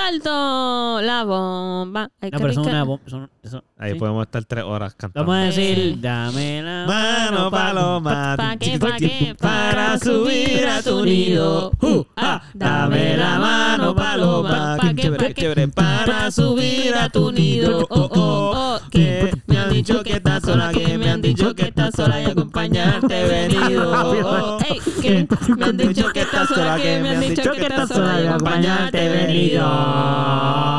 S3: Asalto la bomba. Ay,
S2: No,
S3: qué
S2: pero eso es
S3: rica.
S2: una. bom- Son, eso-
S1: Ahí
S2: sí.
S1: podemos estar tres horas
S2: Vamos a
S1: cantando.
S2: decir,
S3: Sí.
S2: dame la
S1: Mano paloma.
S3: Pa' que, pa' que, para subir a tu nido. Uh, ah. Dame la mano, paloma, pa' que, pa' que, para subir a tu nido. Oh, oh, oh, que me han dicho que estás sola, que me han dicho que estás sola y acompañarte he venido. Oh, oh, ey, que me han dicho que estás sola, que me han dicho que estás sola y acompañarte he venido.